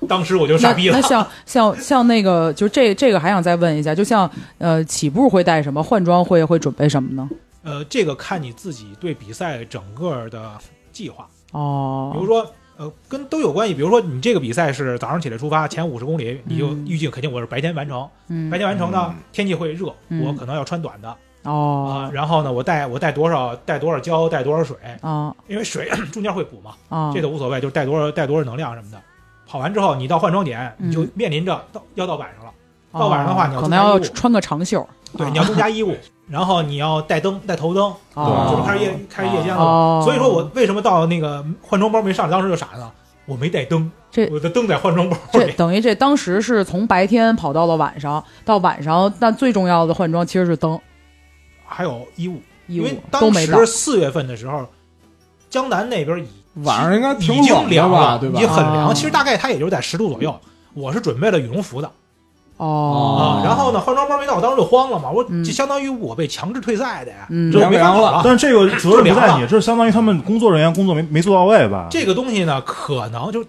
Speaker 2: 当时我就傻逼
Speaker 1: 那
Speaker 2: 了
Speaker 1: 那。像像像那个，就这这个还想再问一下，就像呃，起步会带什么？换装会会准备什么呢？
Speaker 2: 呃，这个看你自己对比赛整个的计划，
Speaker 1: 哦，
Speaker 2: 比如说。呃，跟都有关系。比如说，你这个比赛是早上起来出发，前五十公里，你就
Speaker 1: 嗯
Speaker 2: 预计肯定我是白天完成，
Speaker 1: 嗯
Speaker 2: 白，天完成呢
Speaker 5: 嗯，
Speaker 2: 天气会热，
Speaker 1: 嗯
Speaker 2: 我可能要穿短的啊
Speaker 1: 哦。，
Speaker 2: 然后呢，我带我带多少带多少胶，带多少水，
Speaker 1: 啊
Speaker 2: 因为水 中间会补嘛，
Speaker 1: 啊，
Speaker 2: 这都无所谓，就是带多少带多少能量什么的。跑完之后，你到换装点，
Speaker 1: 嗯
Speaker 2: 你就面临着到要到晚上了，
Speaker 1: 哦
Speaker 2: 到晚上的话你要
Speaker 1: 可
Speaker 2: 增
Speaker 1: 能要
Speaker 2: 加衣物
Speaker 1: 穿个长袖。
Speaker 2: 对，
Speaker 1: 啊
Speaker 2: 你要增加衣物，然后你要带灯、带头灯，
Speaker 1: 哦
Speaker 2: 就是开始夜开始夜间了。
Speaker 1: 哦，
Speaker 2: 所以说我为什么到那个换装包没上，当时就傻了，我没带灯，
Speaker 1: 这
Speaker 2: 我的灯在换装包
Speaker 1: 这
Speaker 2: 里。
Speaker 1: 等于这当时是从白天跑到了晚上，到晚上，但最重要的换装其实是灯、
Speaker 2: 还有衣物，
Speaker 1: 衣
Speaker 2: 因
Speaker 1: 物
Speaker 2: 为
Speaker 1: 都
Speaker 2: 当
Speaker 1: 没到
Speaker 2: 时。四月份的时候，江南那边已
Speaker 6: 晚上应该挺
Speaker 2: 已
Speaker 6: 冷
Speaker 2: 经
Speaker 6: 的
Speaker 2: 凉
Speaker 6: 吧，对吧
Speaker 2: 已？经很
Speaker 1: 啊
Speaker 2: 凉。其实大概它也就是在十度左右。我是准备了羽绒服的
Speaker 1: 哦
Speaker 6: 哦
Speaker 2: 啊，然后呢，换装包没到，我当时就慌了嘛，我
Speaker 1: 嗯
Speaker 2: 就相当于我被强制退赛的呀，
Speaker 1: 嗯
Speaker 2: 这我没办法
Speaker 6: 凉凉
Speaker 4: 但是这个责任不
Speaker 2: 就凉
Speaker 4: 在
Speaker 2: 了
Speaker 4: 你，这相当于他们工作人员工作没没做到位吧？
Speaker 2: 这个东西呢，可能就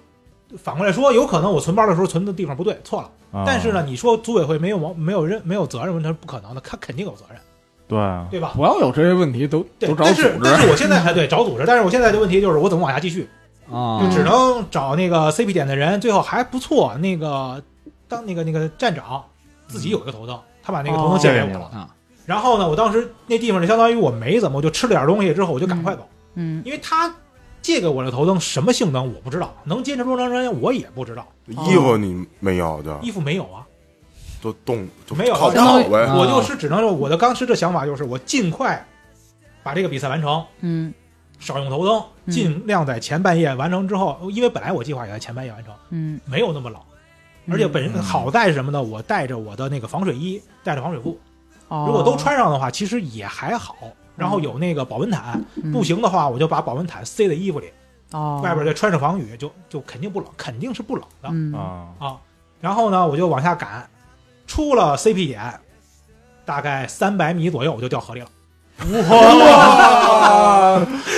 Speaker 2: 反过来说，有可能我存包的时候存的地方不对，错了。
Speaker 4: 啊
Speaker 2: 但是呢，，你说组委会没有毛没有任没有责任吗？那是不可能的，他肯定有责任，
Speaker 4: 对啊，
Speaker 2: 对吧？
Speaker 6: 不要有这些问题，都
Speaker 2: 对
Speaker 6: 都，找
Speaker 2: 但
Speaker 6: 组
Speaker 2: 是
Speaker 6: 织
Speaker 2: 但是我现在还对找组织，但是我现在的问题就是我怎么往下继续，
Speaker 6: 啊
Speaker 2: 就只能 找那个 CP 点的人，最后还不错，那个当那个那个站长自己有一个头灯，他把那个头灯借给我
Speaker 4: 哦
Speaker 2: 了。
Speaker 6: 啊
Speaker 2: 然后呢，我当时那地方就相当于我没怎么，我就吃了点东西之后我就赶快走，
Speaker 1: 嗯，
Speaker 2: 因为他借给我的头灯什么性能我不知道，能坚持多长时间我也不知道。
Speaker 5: 衣服你没有的，
Speaker 2: 衣服没有啊，
Speaker 5: 都冻就
Speaker 2: 没有
Speaker 5: 靠
Speaker 2: 相
Speaker 5: 倒
Speaker 2: 当于
Speaker 5: 呗。
Speaker 2: 我就是只能说，我的当时的想法就是，我尽快把这个比赛完成，
Speaker 1: 嗯
Speaker 2: 少用头灯，
Speaker 1: 嗯
Speaker 2: 尽量在前半夜完成之后，因为本来我计划也在前半夜完成，
Speaker 1: 嗯，
Speaker 2: 没有那么冷。
Speaker 1: 嗯
Speaker 2: 而且本
Speaker 4: 嗯
Speaker 2: 好在是什么呢？我带着我的那个防水衣，带着防水布，
Speaker 1: 哦
Speaker 2: 如果都穿上的话，其实也还好。然后有那个保温毯，不，行的话，我就把保温毯塞在衣服里，
Speaker 1: 嗯哦，
Speaker 2: 外边再穿上防雨，就就肯定不冷，肯定是不冷的。
Speaker 1: 嗯
Speaker 4: 啊，
Speaker 2: 啊，然后呢，我就往下赶，出了 CP 点，大概三百米左右，我就掉河里了。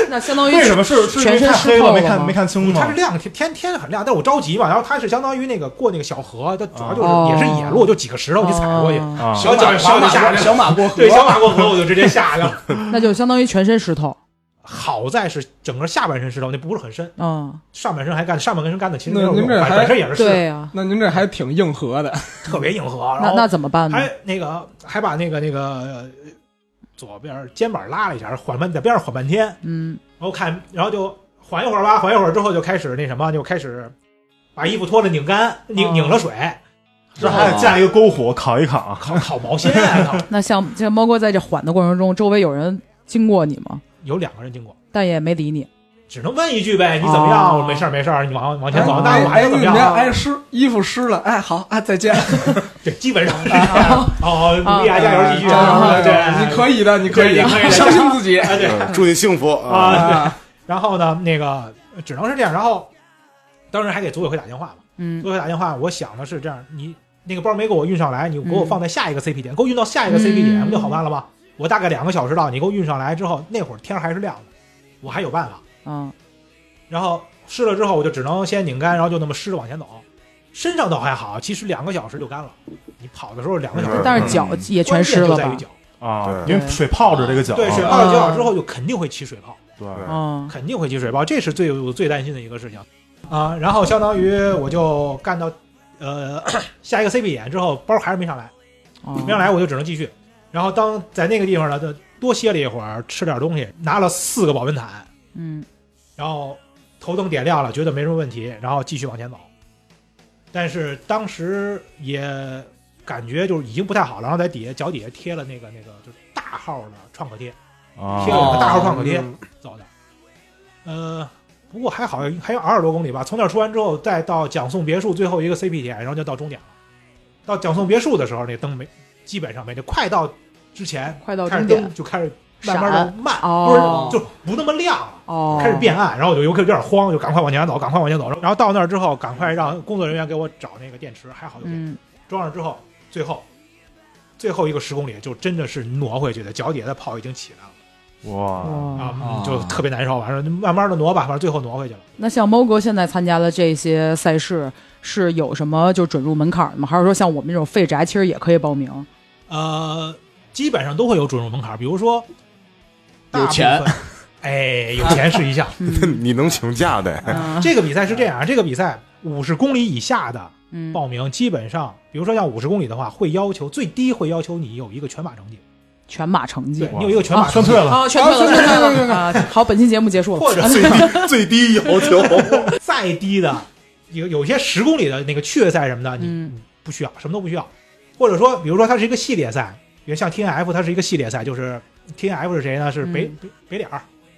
Speaker 1: 那相当于
Speaker 4: 哦为什么是是因
Speaker 1: 全
Speaker 4: 为
Speaker 1: 身
Speaker 4: 太
Speaker 1: 湿
Speaker 4: 黑
Speaker 1: 透
Speaker 4: 了没
Speaker 1: 了吗
Speaker 4: 看没看清
Speaker 2: 它
Speaker 4: 吗
Speaker 2: 是？亮，天天天很亮，但我着急嘛，然后它是相当于那个过那个小河，它主要就是、
Speaker 1: 嗯哦
Speaker 2: 也是野路，就几个石头你踩过去，
Speaker 1: 哦
Speaker 4: 啊，
Speaker 2: 小脚小脚
Speaker 6: 小马
Speaker 2: 下去，
Speaker 6: 小马过河，
Speaker 2: 对，小马过河我就直接下去了。
Speaker 1: 那就相当于全身湿透。
Speaker 2: 好在是整个下半身湿透，那不是很深，
Speaker 1: 嗯，
Speaker 2: 上半身还干，上半身干的其实没
Speaker 6: 那
Speaker 2: 有
Speaker 6: 您
Speaker 2: 用，
Speaker 6: 这
Speaker 2: 本
Speaker 6: 还
Speaker 2: 本身也是湿，
Speaker 1: 对呀，
Speaker 6: 那您这还挺硬核的，
Speaker 2: 特别硬核，然
Speaker 1: 那
Speaker 2: 后
Speaker 1: 那怎么办呢？
Speaker 2: 还那个还把那个那个呃左边肩膀拉了一下，缓半在边上缓半天，
Speaker 1: 嗯
Speaker 2: 然后看，然后就缓一会儿吧，缓一会儿之后就开始那什么，就开始把衣服脱了拧干，拧、
Speaker 1: 哦
Speaker 2: 拧了水，
Speaker 4: 这还
Speaker 2: 啊
Speaker 4: 得哎架一个篝火烤一烤，
Speaker 2: 烤烤毛线啊！
Speaker 1: 那像像猫哥在这缓的过程中，周围有人经过你吗？
Speaker 2: 有两个人经过，
Speaker 1: 但也没理你。
Speaker 2: 只能问一句呗，你怎么样？
Speaker 1: 哦
Speaker 2: 我说没事儿没事儿，你往往前走，那
Speaker 6: 哎
Speaker 2: 我还能怎
Speaker 6: 哎
Speaker 2: 么
Speaker 6: 你
Speaker 2: 样
Speaker 6: 们
Speaker 2: 啊？
Speaker 6: 哎，湿衣服湿了，哎，好啊，再见，
Speaker 2: 对，基本上
Speaker 6: 啊
Speaker 2: 是这样。哦，努力啊，加油，继续，
Speaker 6: 加油
Speaker 2: 啊
Speaker 6: 加油
Speaker 2: 对，
Speaker 6: 你可以的，你可以
Speaker 2: 对你可以的
Speaker 6: 的，相信自己
Speaker 2: 啊， 对。
Speaker 5: 嗯祝你幸福啊！
Speaker 6: 啊！
Speaker 2: 然后呢，那个只能是这样，然后当时还给组委会打电话嘛。
Speaker 1: 嗯
Speaker 2: 给我打电话，我想的是这样，你那个包没给我运上来，你给我放在下一个 CP
Speaker 6: 嗯
Speaker 2: 点，给我运到下一个 CP 点，
Speaker 1: 嗯
Speaker 2: 不就好办了吗？我大概两个小时到，你给我运上来之后，那会儿天还是亮的，我还有办法。
Speaker 1: 嗯
Speaker 2: 然后湿了之后，我就只能先拧干，然后就那么湿着往前走。身上倒还好，其实两个小时就干了。你跑的时候两个小时，
Speaker 5: 嗯
Speaker 1: 但是脚也全湿了
Speaker 2: 关键就在
Speaker 1: 吧
Speaker 2: 于？脚，
Speaker 4: 啊，
Speaker 5: 对
Speaker 4: 因为水泡着这个脚，啊
Speaker 2: 对，水泡了脚之后就肯定会起水泡，
Speaker 4: 对
Speaker 1: 嗯
Speaker 2: 肯定会起水泡，这是最我最担心的一个事情啊。然后相当于我就干到呃 下一个 CP 点之后，包还是没上来。
Speaker 1: 哦
Speaker 2: 没嗯上来我就只能继续。然后当在那个地方呢，就多歇了一会儿，吃点东西，拿了四个保温毯，
Speaker 1: 嗯
Speaker 2: 然后头灯点亮了，觉得没什么问题，然后继续往前走。但是当时也感觉就是已经不太好了，然后在底下脚底下贴了那个那个就是大号的创可贴
Speaker 4: 啊
Speaker 2: 贴了两个大号创可贴
Speaker 6: 嗯
Speaker 2: 走的。呃，不过还好，还有二十多公里吧。从那儿出完之后，再到蒋宋别墅最后一个 CP 点，然后就到终点了。到蒋宋别墅的时候，那灯没基本上没，就快到之前
Speaker 1: 快到
Speaker 2: 开始
Speaker 1: 终点
Speaker 2: 灯就开始慢慢的慢，
Speaker 1: 哦
Speaker 2: 不是就不那么亮了，
Speaker 1: 哦，
Speaker 2: 开始变暗，然后我就有有点慌，就赶快往前走，赶快往前走。然后到那儿之后，赶快让工作人员给我找那个电池，还好有电池。
Speaker 1: 嗯
Speaker 2: 装上之后，最后最后一个十公里就真的是挪回去的，脚底下的泡已经起来了
Speaker 4: 哇，
Speaker 1: 哇
Speaker 2: 啊，
Speaker 6: 哦
Speaker 2: 嗯就特别难受。反正慢慢的挪吧，反正最后挪回去了。
Speaker 1: 那像猫哥现在参加的这些赛事，是有什么就准入门槛吗？还是说像我们这种废宅，其实也可以报名？
Speaker 2: 呃，基本上都会有准入门槛，比如说大
Speaker 6: 有
Speaker 2: 部
Speaker 6: 钱
Speaker 2: 分， 哎，有钱是 一项。
Speaker 1: 嗯
Speaker 5: 你能请假得，
Speaker 1: 嗯
Speaker 2: 这个比赛是 这样，啊这个比赛五十公里以下的
Speaker 1: 嗯
Speaker 2: 报名，基本上，比如说像五十公里的话，会要求最低会要求你有一个全马成绩，
Speaker 1: 全马成绩
Speaker 2: 对。你有一个全马成
Speaker 4: 劝
Speaker 2: 绩
Speaker 4: 退， 了，
Speaker 1: 好，哦全退啊了，全 退了。啊好，本期节目结束了。
Speaker 2: 或者
Speaker 5: 最低最低要求。
Speaker 2: 再低的有有些十公里的那个趣味赛什么的，你
Speaker 1: 嗯
Speaker 2: 不需要，什么都不需要。或者说，比如说它是一个系列赛，比如像 T N F，它是一个系列赛，就是 T N F 是谁呢？是北、
Speaker 1: 嗯
Speaker 2: 北北脸儿，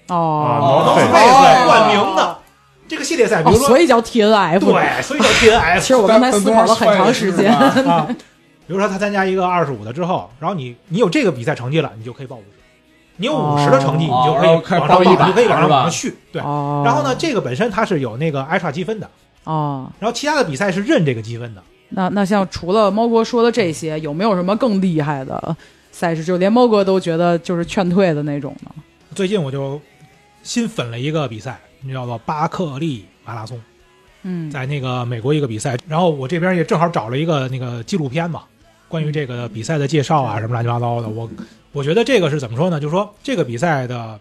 Speaker 2: 啊
Speaker 1: 哦，
Speaker 4: 毛
Speaker 2: 都是
Speaker 4: 对
Speaker 2: 贝斯冠名的这个系列赛，比
Speaker 1: 哦，
Speaker 2: 如说、
Speaker 1: 所以叫 T N F。，
Speaker 2: 对，所 以叫
Speaker 1: 其
Speaker 2: T N F
Speaker 1: 实我刚才思考了很长时间。
Speaker 2: 啊。比如说他参加一个二十五的之后，然后你你有这个比赛成绩了，你就可以报五十；你有五十的成绩，你
Speaker 6: 哦
Speaker 2: 就可
Speaker 6: 然后
Speaker 2: 以
Speaker 6: 开始
Speaker 2: 往上你
Speaker 6: 报100
Speaker 2: 就可以往上
Speaker 6: 是吧
Speaker 2: 往上续。 对，
Speaker 1: 哦，
Speaker 2: 然后呢，？这个本身它是有那个 extra 积分的，
Speaker 1: 哦，
Speaker 2: 然后其他的比赛是认这个积分的。
Speaker 1: 那那像除了猫哥说的这些，有没有什么更厉害的赛事？就连猫哥都觉得就是劝退的那种呢？
Speaker 2: 最近我就新粉了一个比赛，你知道吧？巴克利马拉松，
Speaker 1: 嗯，
Speaker 2: 在那个美国一个比赛，然后我这边也正好找了一个那个纪录片嘛，关于这个比赛的介绍啊，什么乱七八糟的。我我觉得这个是怎么说呢？就是说这个比赛的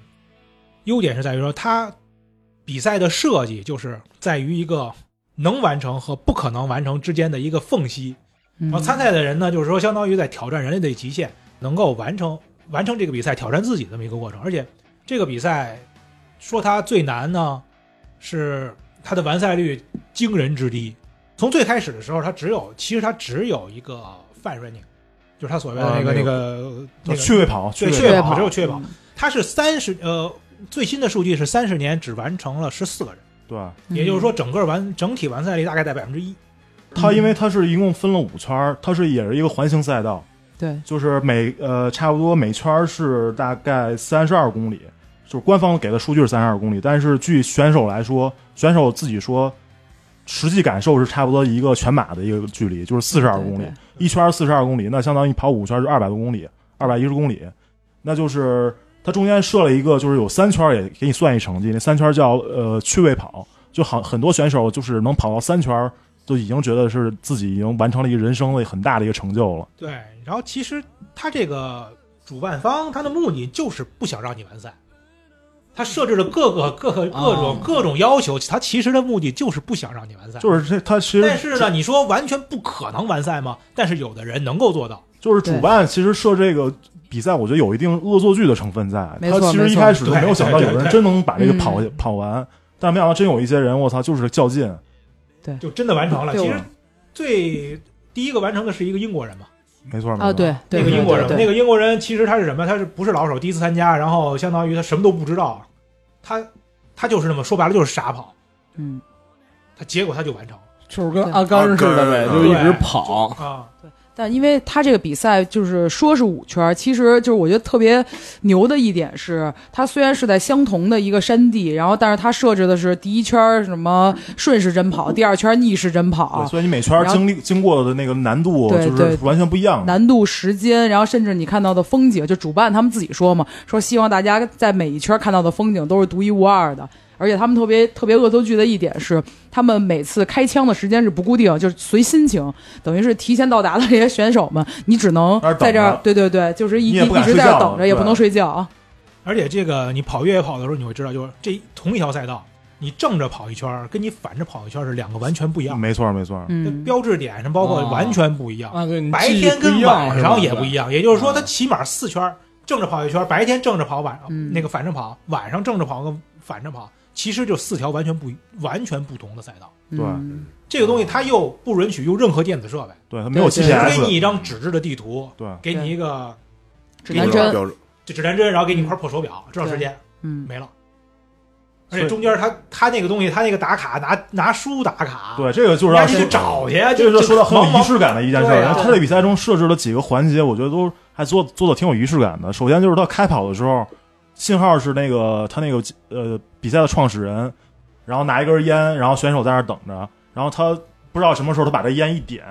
Speaker 2: 优点是在于说，它比赛的设计就是在于一个能完成和不可能完成之间的一个缝隙。
Speaker 1: 嗯
Speaker 2: 然后参赛的人呢，就是说相当于在挑战人类的极限，能够完成完成这个比赛，挑战自己这么一个过程。而且这个比赛说它最难呢，是它的完赛率惊人之低。从最开始的时候，它只有其实它只有一个 fun running，就是它所谓的那个、
Speaker 4: 啊
Speaker 2: 那
Speaker 4: 那哦
Speaker 2: 个那
Speaker 4: 就
Speaker 2: 个
Speaker 4: 趣味跑，
Speaker 2: 对
Speaker 4: 味
Speaker 2: 趣味
Speaker 1: 确
Speaker 2: 跑
Speaker 1: 保嗯
Speaker 2: 只有确保它是三十呃最新的数据是三十年只完成了十四个人，
Speaker 4: 对。
Speaker 1: 嗯
Speaker 2: 也就是，说整个完整体完赛率大概在百分之一。
Speaker 4: 它
Speaker 2: 嗯
Speaker 4: 因为它是一共分了五圈儿，它是也是一个环形赛道，
Speaker 1: 嗯对，
Speaker 4: 就是每呃差不多每圈儿是大概三十二公里，就是官方给的数据是三十二公里，但是据选手来说，选手自己说，实际感受是差不多一个全马的一个距离，就是四十二公里
Speaker 1: 对，
Speaker 4: 一圈四十二公里，那相当于跑五圈就二百多公里，二百一十公里，那就是它中间设了一个，就是有三圈也给你算一成绩，那三圈叫呃趣味跑，就好很多选手就是能跑到三圈，就已经觉得是自己已经完成了一个人生的很大的一个成就了。
Speaker 2: 对，然后其实他这个主办方他的目的就是不想让你完赛，他设置了各个各个各种、
Speaker 6: 哦
Speaker 2: 各种要求，他其实的目的就是不想让你完赛。
Speaker 4: 就是这它其实
Speaker 2: 但是呢，你说完全不可能完赛吗？但是有的人能够做到。
Speaker 4: 就是主办其实设这个比赛，我觉得有一定恶作剧的成分在。
Speaker 1: 没
Speaker 4: 他
Speaker 1: 错
Speaker 4: 其实
Speaker 1: 没
Speaker 4: 一
Speaker 1: 错
Speaker 4: 开始就没有想到
Speaker 2: 对
Speaker 4: 有
Speaker 2: 对
Speaker 4: 人
Speaker 2: 对
Speaker 4: 真能把这个跑
Speaker 1: 嗯
Speaker 4: 跑完，但是没想到真有一些人，我操，就是较劲。
Speaker 2: 就真的完成了。
Speaker 1: 对
Speaker 2: 其实最第一个完成的是一个英国人嘛，
Speaker 4: 没错，没错
Speaker 1: 啊，对，，对
Speaker 2: 那个英国人，
Speaker 1: 对
Speaker 2: 那个英国人其实他是什么？他是不是老手？第一次参加，然后相当于他什么都不知道，他他就是那么说白了就是傻跑，
Speaker 1: 嗯，
Speaker 2: 他结果他就完成了
Speaker 6: 就是跟阿甘似的呗，
Speaker 5: 对
Speaker 6: 就一直跑。
Speaker 2: 啊。
Speaker 1: 但因为他这个比赛就是说是五圈儿，其实就是我觉得特别牛的一点是，它虽然是在相同的一个山地，然后但是它设置的是第一圈儿什么顺时针跑，第二圈儿逆时针
Speaker 4: 对
Speaker 1: 跑，
Speaker 4: 所以你每圈
Speaker 1: 然后
Speaker 4: 经历经过的那个难度
Speaker 1: 对
Speaker 4: 就
Speaker 1: 对
Speaker 4: 是完全不一样的。
Speaker 1: 难度、时间，然后甚至你看到的风景，就主办他们自己说嘛，说希望大家在每一圈看到的风景都是独一无二的。而且他们特别特别恶作剧的一点是，他们每次开枪的时间是不固定，就是随心情，等于是提前到达的这些选手们，你只能
Speaker 4: 那儿等
Speaker 1: 在这儿
Speaker 4: 着，
Speaker 1: 对对对，就是一
Speaker 4: 你
Speaker 1: 一
Speaker 4: 也不
Speaker 1: 一
Speaker 4: 敢
Speaker 1: 直
Speaker 4: 睡
Speaker 1: 在这儿
Speaker 4: 觉
Speaker 1: 等着，也不能睡觉。
Speaker 2: 而且这个你跑越野跑的时候，你会知道，就是这同一条赛道，你正着跑一圈儿，跟你反着跑一圈儿是两个完全不一样，
Speaker 4: 没错，没错，
Speaker 2: 那
Speaker 1: 嗯，
Speaker 2: 标志点什么包括
Speaker 6: 哦
Speaker 2: 完全不一样。
Speaker 6: 啊，对，你
Speaker 2: 白
Speaker 6: 记忆
Speaker 2: 天
Speaker 6: 不
Speaker 2: 跟
Speaker 6: 一样
Speaker 2: 晚上也不一
Speaker 6: 样
Speaker 2: 样，也就是说，
Speaker 6: 嗯
Speaker 2: 他起码四圈儿正着跑一圈儿，白天正着跑，晚
Speaker 1: 嗯
Speaker 2: 上那个反着跑，晚上正着跑跟反着跑，其实就四条完全不一完全不同的赛道。
Speaker 4: 对
Speaker 1: 嗯
Speaker 2: 这个东
Speaker 6: 哦
Speaker 2: 西它又不允许用任何电子设备，
Speaker 4: 对他没有
Speaker 1: 对对
Speaker 2: 只
Speaker 6: 啊
Speaker 4: GPS，
Speaker 2: 给你一张纸质的地图，
Speaker 4: 对
Speaker 2: 给你一个
Speaker 1: 指
Speaker 2: 给你
Speaker 1: 南
Speaker 2: 一
Speaker 1: 针，
Speaker 5: 标准
Speaker 2: 这指南针，然后给你一块破手表，知道时间
Speaker 1: 嗯，
Speaker 2: 没了。而
Speaker 4: 所以
Speaker 2: 且中间他他那个东西，他那个打卡拿拿书打卡，，
Speaker 4: 对这个就是
Speaker 2: 人
Speaker 4: 让
Speaker 2: 家去找去，
Speaker 4: 这个就说到很有仪
Speaker 2: 忙
Speaker 4: 式感的一件事
Speaker 2: 对啊
Speaker 4: 儿。然后他在比赛中设置了几个环节，我觉得都还做做的挺有仪式感的。首先就是他开跑的时候，信号是那个他那个呃比赛的创始人，然后拿一根烟，然后选手在那儿等着，然后他不知道什么时候他把这烟一点，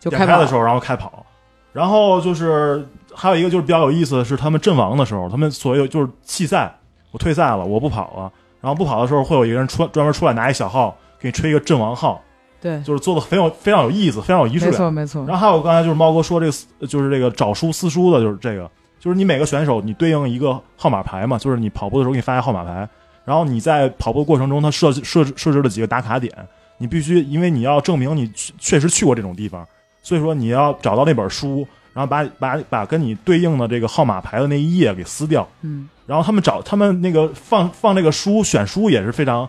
Speaker 1: 就
Speaker 4: 点
Speaker 1: 开
Speaker 4: 开的时
Speaker 1: 候，
Speaker 4: 候然后开跑。然后就是还有一个就是比较有意思的是，他们阵亡的时候，他们所有就是弃赛，我退赛了，我不跑了。然后不跑的时候，会有一个人出专门出来拿一小号给你吹一个阵亡号，
Speaker 1: 对，
Speaker 4: 就是做的非常非常有意思，非常有仪式
Speaker 1: 没
Speaker 4: 感。
Speaker 1: 错没错，
Speaker 4: 然后还有刚才就是猫哥说这个撕，就是这个找书撕书的，就是这个，就是你每个选手你对应一个号码牌嘛，就是你跑步的时候给你发一个号码牌，然后你在跑步过程中，它设置设置设置了几个打卡点，你必须因为你要证明你去确实去过这种地方，所以说你要找到那本书，然后把把把跟你对应的这个号码牌的那一页给撕掉，
Speaker 1: 嗯，
Speaker 4: 然后他们找他们那个放放这个书选书也是非常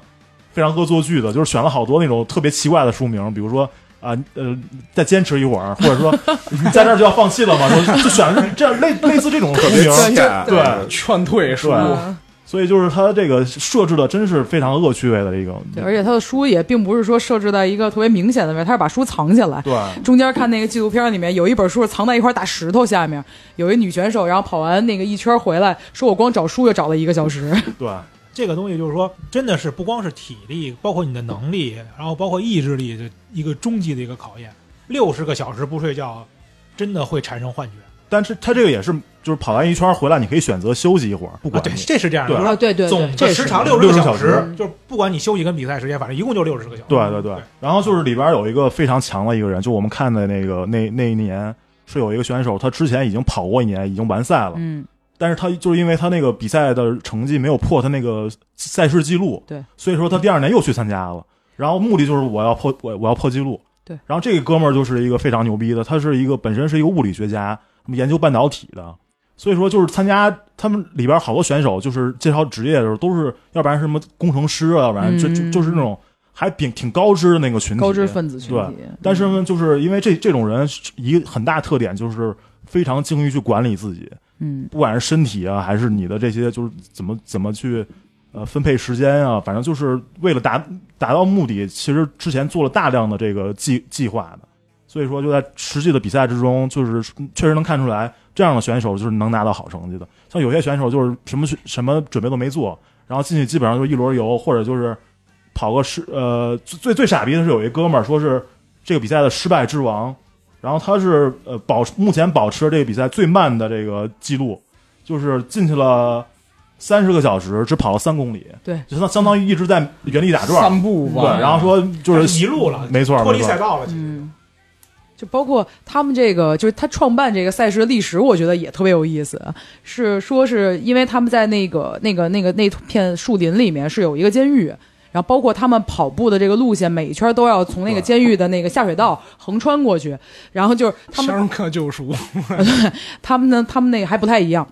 Speaker 4: 非常恶作剧的，就是选了好多那种特别奇怪的书名，比如说。啊，呃，再坚持一会儿，或者 说你在这儿就要放弃了吗？就就选了这样类类似这种书
Speaker 5: 特别
Speaker 4: 名，
Speaker 5: 欠，
Speaker 4: 对
Speaker 3: 劝退书，
Speaker 4: 对
Speaker 1: 嗯
Speaker 4: 所以就是它这个设置的真是非常恶趣味的一个，
Speaker 1: 对，而且他的书也并不是说设置在一个特别明显的位置，他是把书藏起来。
Speaker 4: 对
Speaker 1: 中间看那个纪录片里面有一本书是藏在一块大石头下面，有一女选手，然后跑完那个一圈回来，说我光找书就找了一个小 时。
Speaker 4: 对
Speaker 2: 这个东西就是说，真的是不光是体力，包括你的能力，然后包括意志力的一个终极的一个考验。六十个小时不睡觉，真的会产生幻觉。
Speaker 4: 但是它这个也是，就是跑完一圈回来，你可以选择休息一会儿，不
Speaker 2: 啊，
Speaker 4: 管
Speaker 2: 对，
Speaker 4: 你
Speaker 2: 这是这样的，
Speaker 4: 对
Speaker 2: 就是
Speaker 1: 啊，对对，对
Speaker 2: 总
Speaker 1: 这
Speaker 2: 的
Speaker 1: 是
Speaker 2: 时长六
Speaker 4: 60
Speaker 2: 十个
Speaker 4: 小
Speaker 2: 时
Speaker 1: 时，
Speaker 2: 就是不管你休息跟比赛时间，反正一共就六十个小嗯时。
Speaker 4: 对对对。然后就是里边有一个非常强的一个人，就我们看的那个那那一年是有一个选手，他之前已经跑过一年，已经完赛了，
Speaker 1: 嗯，
Speaker 4: 但是他就是因为他那个比赛的成绩没有破他那个赛事记录，
Speaker 1: 对，
Speaker 4: 所以说他第二年又去参加了，然后目的就是我要破我我要破记录，
Speaker 1: 对，
Speaker 4: 然后这个哥们儿就是一个非常牛逼的，他是一个本身是一个物理学家，研究半导体的，所以说就是参加他们里边好多选手就是介绍职业的时候都是要不然什么工程师啊，要不然就就
Speaker 1: 嗯
Speaker 4: 就是那种还挺挺高知的那个群体，
Speaker 1: 高知分子群
Speaker 4: 对
Speaker 1: 体。
Speaker 4: 但是呢，就是因为这这种人一个很大特点就是非常精于去管理自己。
Speaker 1: 嗯，
Speaker 4: 不管是身体啊，还是你的这些，就是怎么怎么去呃分配时间啊，反正就是为了达达到目的，其实之前做了大量的这个计计划的。所以说，就在实际的比赛之中，就是确实能看出来，这样的选手就是能拿到好成绩的。像有些选手就是什么什么准备都没做，然后进去基本上就是一轮游，或者就是跑个十呃最最最傻逼的是有一哥们儿说是这个比赛的失败之王，然后他是呃保目前保持这个比赛最慢的这个记录，就是进去了三十个小时，只跑了三公里，
Speaker 1: 对，
Speaker 4: 就相相当于一直在原地打转，
Speaker 3: 散步
Speaker 4: 对，
Speaker 3: 吧，
Speaker 4: 然后说就
Speaker 2: 就是迷路了，
Speaker 4: 没错
Speaker 2: 脱
Speaker 4: 没
Speaker 2: 离
Speaker 4: 错
Speaker 2: 赛，道了。其实
Speaker 1: 嗯，就包括他们这个，就是他创办这个赛事的历史，我觉得也特别有意思。是说是因为他们在那个那个那个那片树林里面是有一个监狱。然后包括他们跑步的这个路线，每一圈都要从那个监狱的那个下水道横穿过去。然后就是他们
Speaker 3: 相克救赎，
Speaker 1: 他们呢，他们那个还不太一样。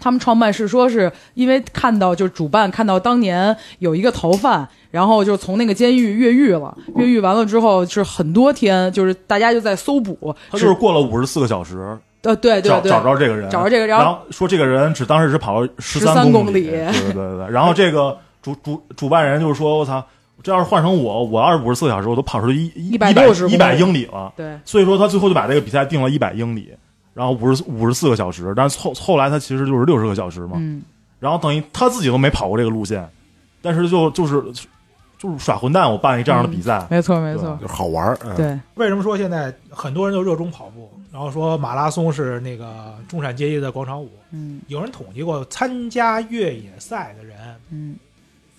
Speaker 1: 他们创办是说是因为看到就是主办看到当年有一个逃犯，然后就从那个监狱越狱了，越狱完了之后是很多天，就是大家就在搜捕，
Speaker 4: 他就是过了五十四个小时，
Speaker 1: 呃对对
Speaker 4: 找
Speaker 1: 对，
Speaker 4: 找着这个人，
Speaker 1: 找着这个，然
Speaker 4: 然
Speaker 1: 后
Speaker 4: 后说这个人只当时只跑了十
Speaker 1: 13
Speaker 4: 公
Speaker 1: 公里
Speaker 4: 对对对对。然后这个主主主办人就是说，我操，这要是换成我，我要是五十四个小时，我都跑出一一百
Speaker 1: 160
Speaker 4: 一百英里了。
Speaker 1: 对
Speaker 4: 所以说他最后就把这个比赛定了一百英里，然后五十五十四个小时，但是后后来他其实就是六十个小时嘛。
Speaker 1: 嗯
Speaker 4: 然后等于他自己都没跑过这个路线，但是就就是就是耍混蛋，我办一这样的比赛，
Speaker 1: 没错没错，
Speaker 5: 就是好玩儿。嗯
Speaker 1: 对
Speaker 2: 为什么说现在很多人都热衷跑步，然后说马拉松是那个中产阶级的广场舞？
Speaker 1: 嗯
Speaker 2: 有人统计过，参加越野赛的人
Speaker 1: 嗯，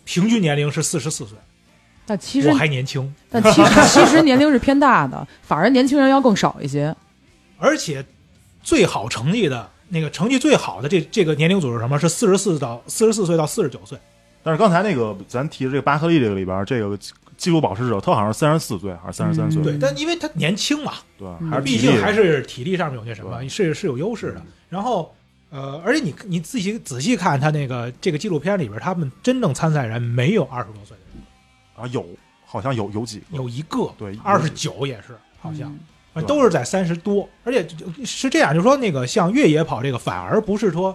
Speaker 2: 平均年龄是四十四岁，
Speaker 1: 但其实
Speaker 2: 我还年轻，
Speaker 1: 但其实其实年龄是偏大的，反而年轻人要更少一些，
Speaker 2: 而且最好成绩的那个成绩最好的这这个年龄组是什么？是四十四到四十四岁到四十九岁。
Speaker 4: 但是刚才那个咱提的这个巴克利这个里边，这个记录保持者，他好像是三十四岁还是三十三岁？
Speaker 1: 嗯
Speaker 2: 对，但因为他年轻嘛，
Speaker 4: 对
Speaker 1: 嗯，
Speaker 4: 还是
Speaker 2: 毕
Speaker 4: 体力
Speaker 2: 竟还
Speaker 4: 的
Speaker 2: 是体力上面有些什么，
Speaker 4: 对
Speaker 2: 是是有优势的。然后，呃，而且你你自己仔细看他那个这个纪录片里边，他们真正参赛人没有二十多岁的人，
Speaker 4: 啊有，好像有有几个
Speaker 2: 有一个，
Speaker 4: 对有
Speaker 2: 二十九也是好像。
Speaker 1: 嗯
Speaker 2: 啊
Speaker 4: 对
Speaker 2: 都是在三十多，而且是这样，就是说那个像越野跑这个，反而不是说，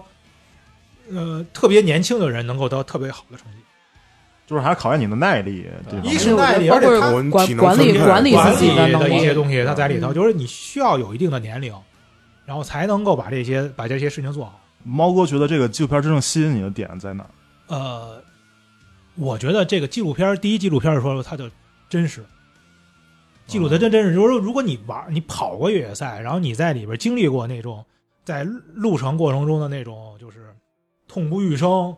Speaker 2: 呃，特别年轻的人能够得到特别好的成绩。
Speaker 4: 就是还是考验你的耐力。这方
Speaker 2: 一
Speaker 4: 面
Speaker 2: 是耐力而且他
Speaker 1: 包括管管理管理
Speaker 2: 管
Speaker 1: 自己的
Speaker 2: 理
Speaker 1: 能
Speaker 2: 一
Speaker 1: 力
Speaker 2: 些，东西，它在里头，
Speaker 1: 嗯
Speaker 2: 就是你需要有一定的年龄，然后才能够把这些把这些事情做好。
Speaker 4: 猫哥觉得这个纪录片真正吸引你的点在哪儿？
Speaker 2: 呃，我觉得这个纪录片儿第一纪录片儿说它就真实，记
Speaker 4: 哦
Speaker 2: 录的真真实。就是说如果你玩你跑过越野赛，然后你在里边经历过那种在路程过程中的那种就是痛不欲生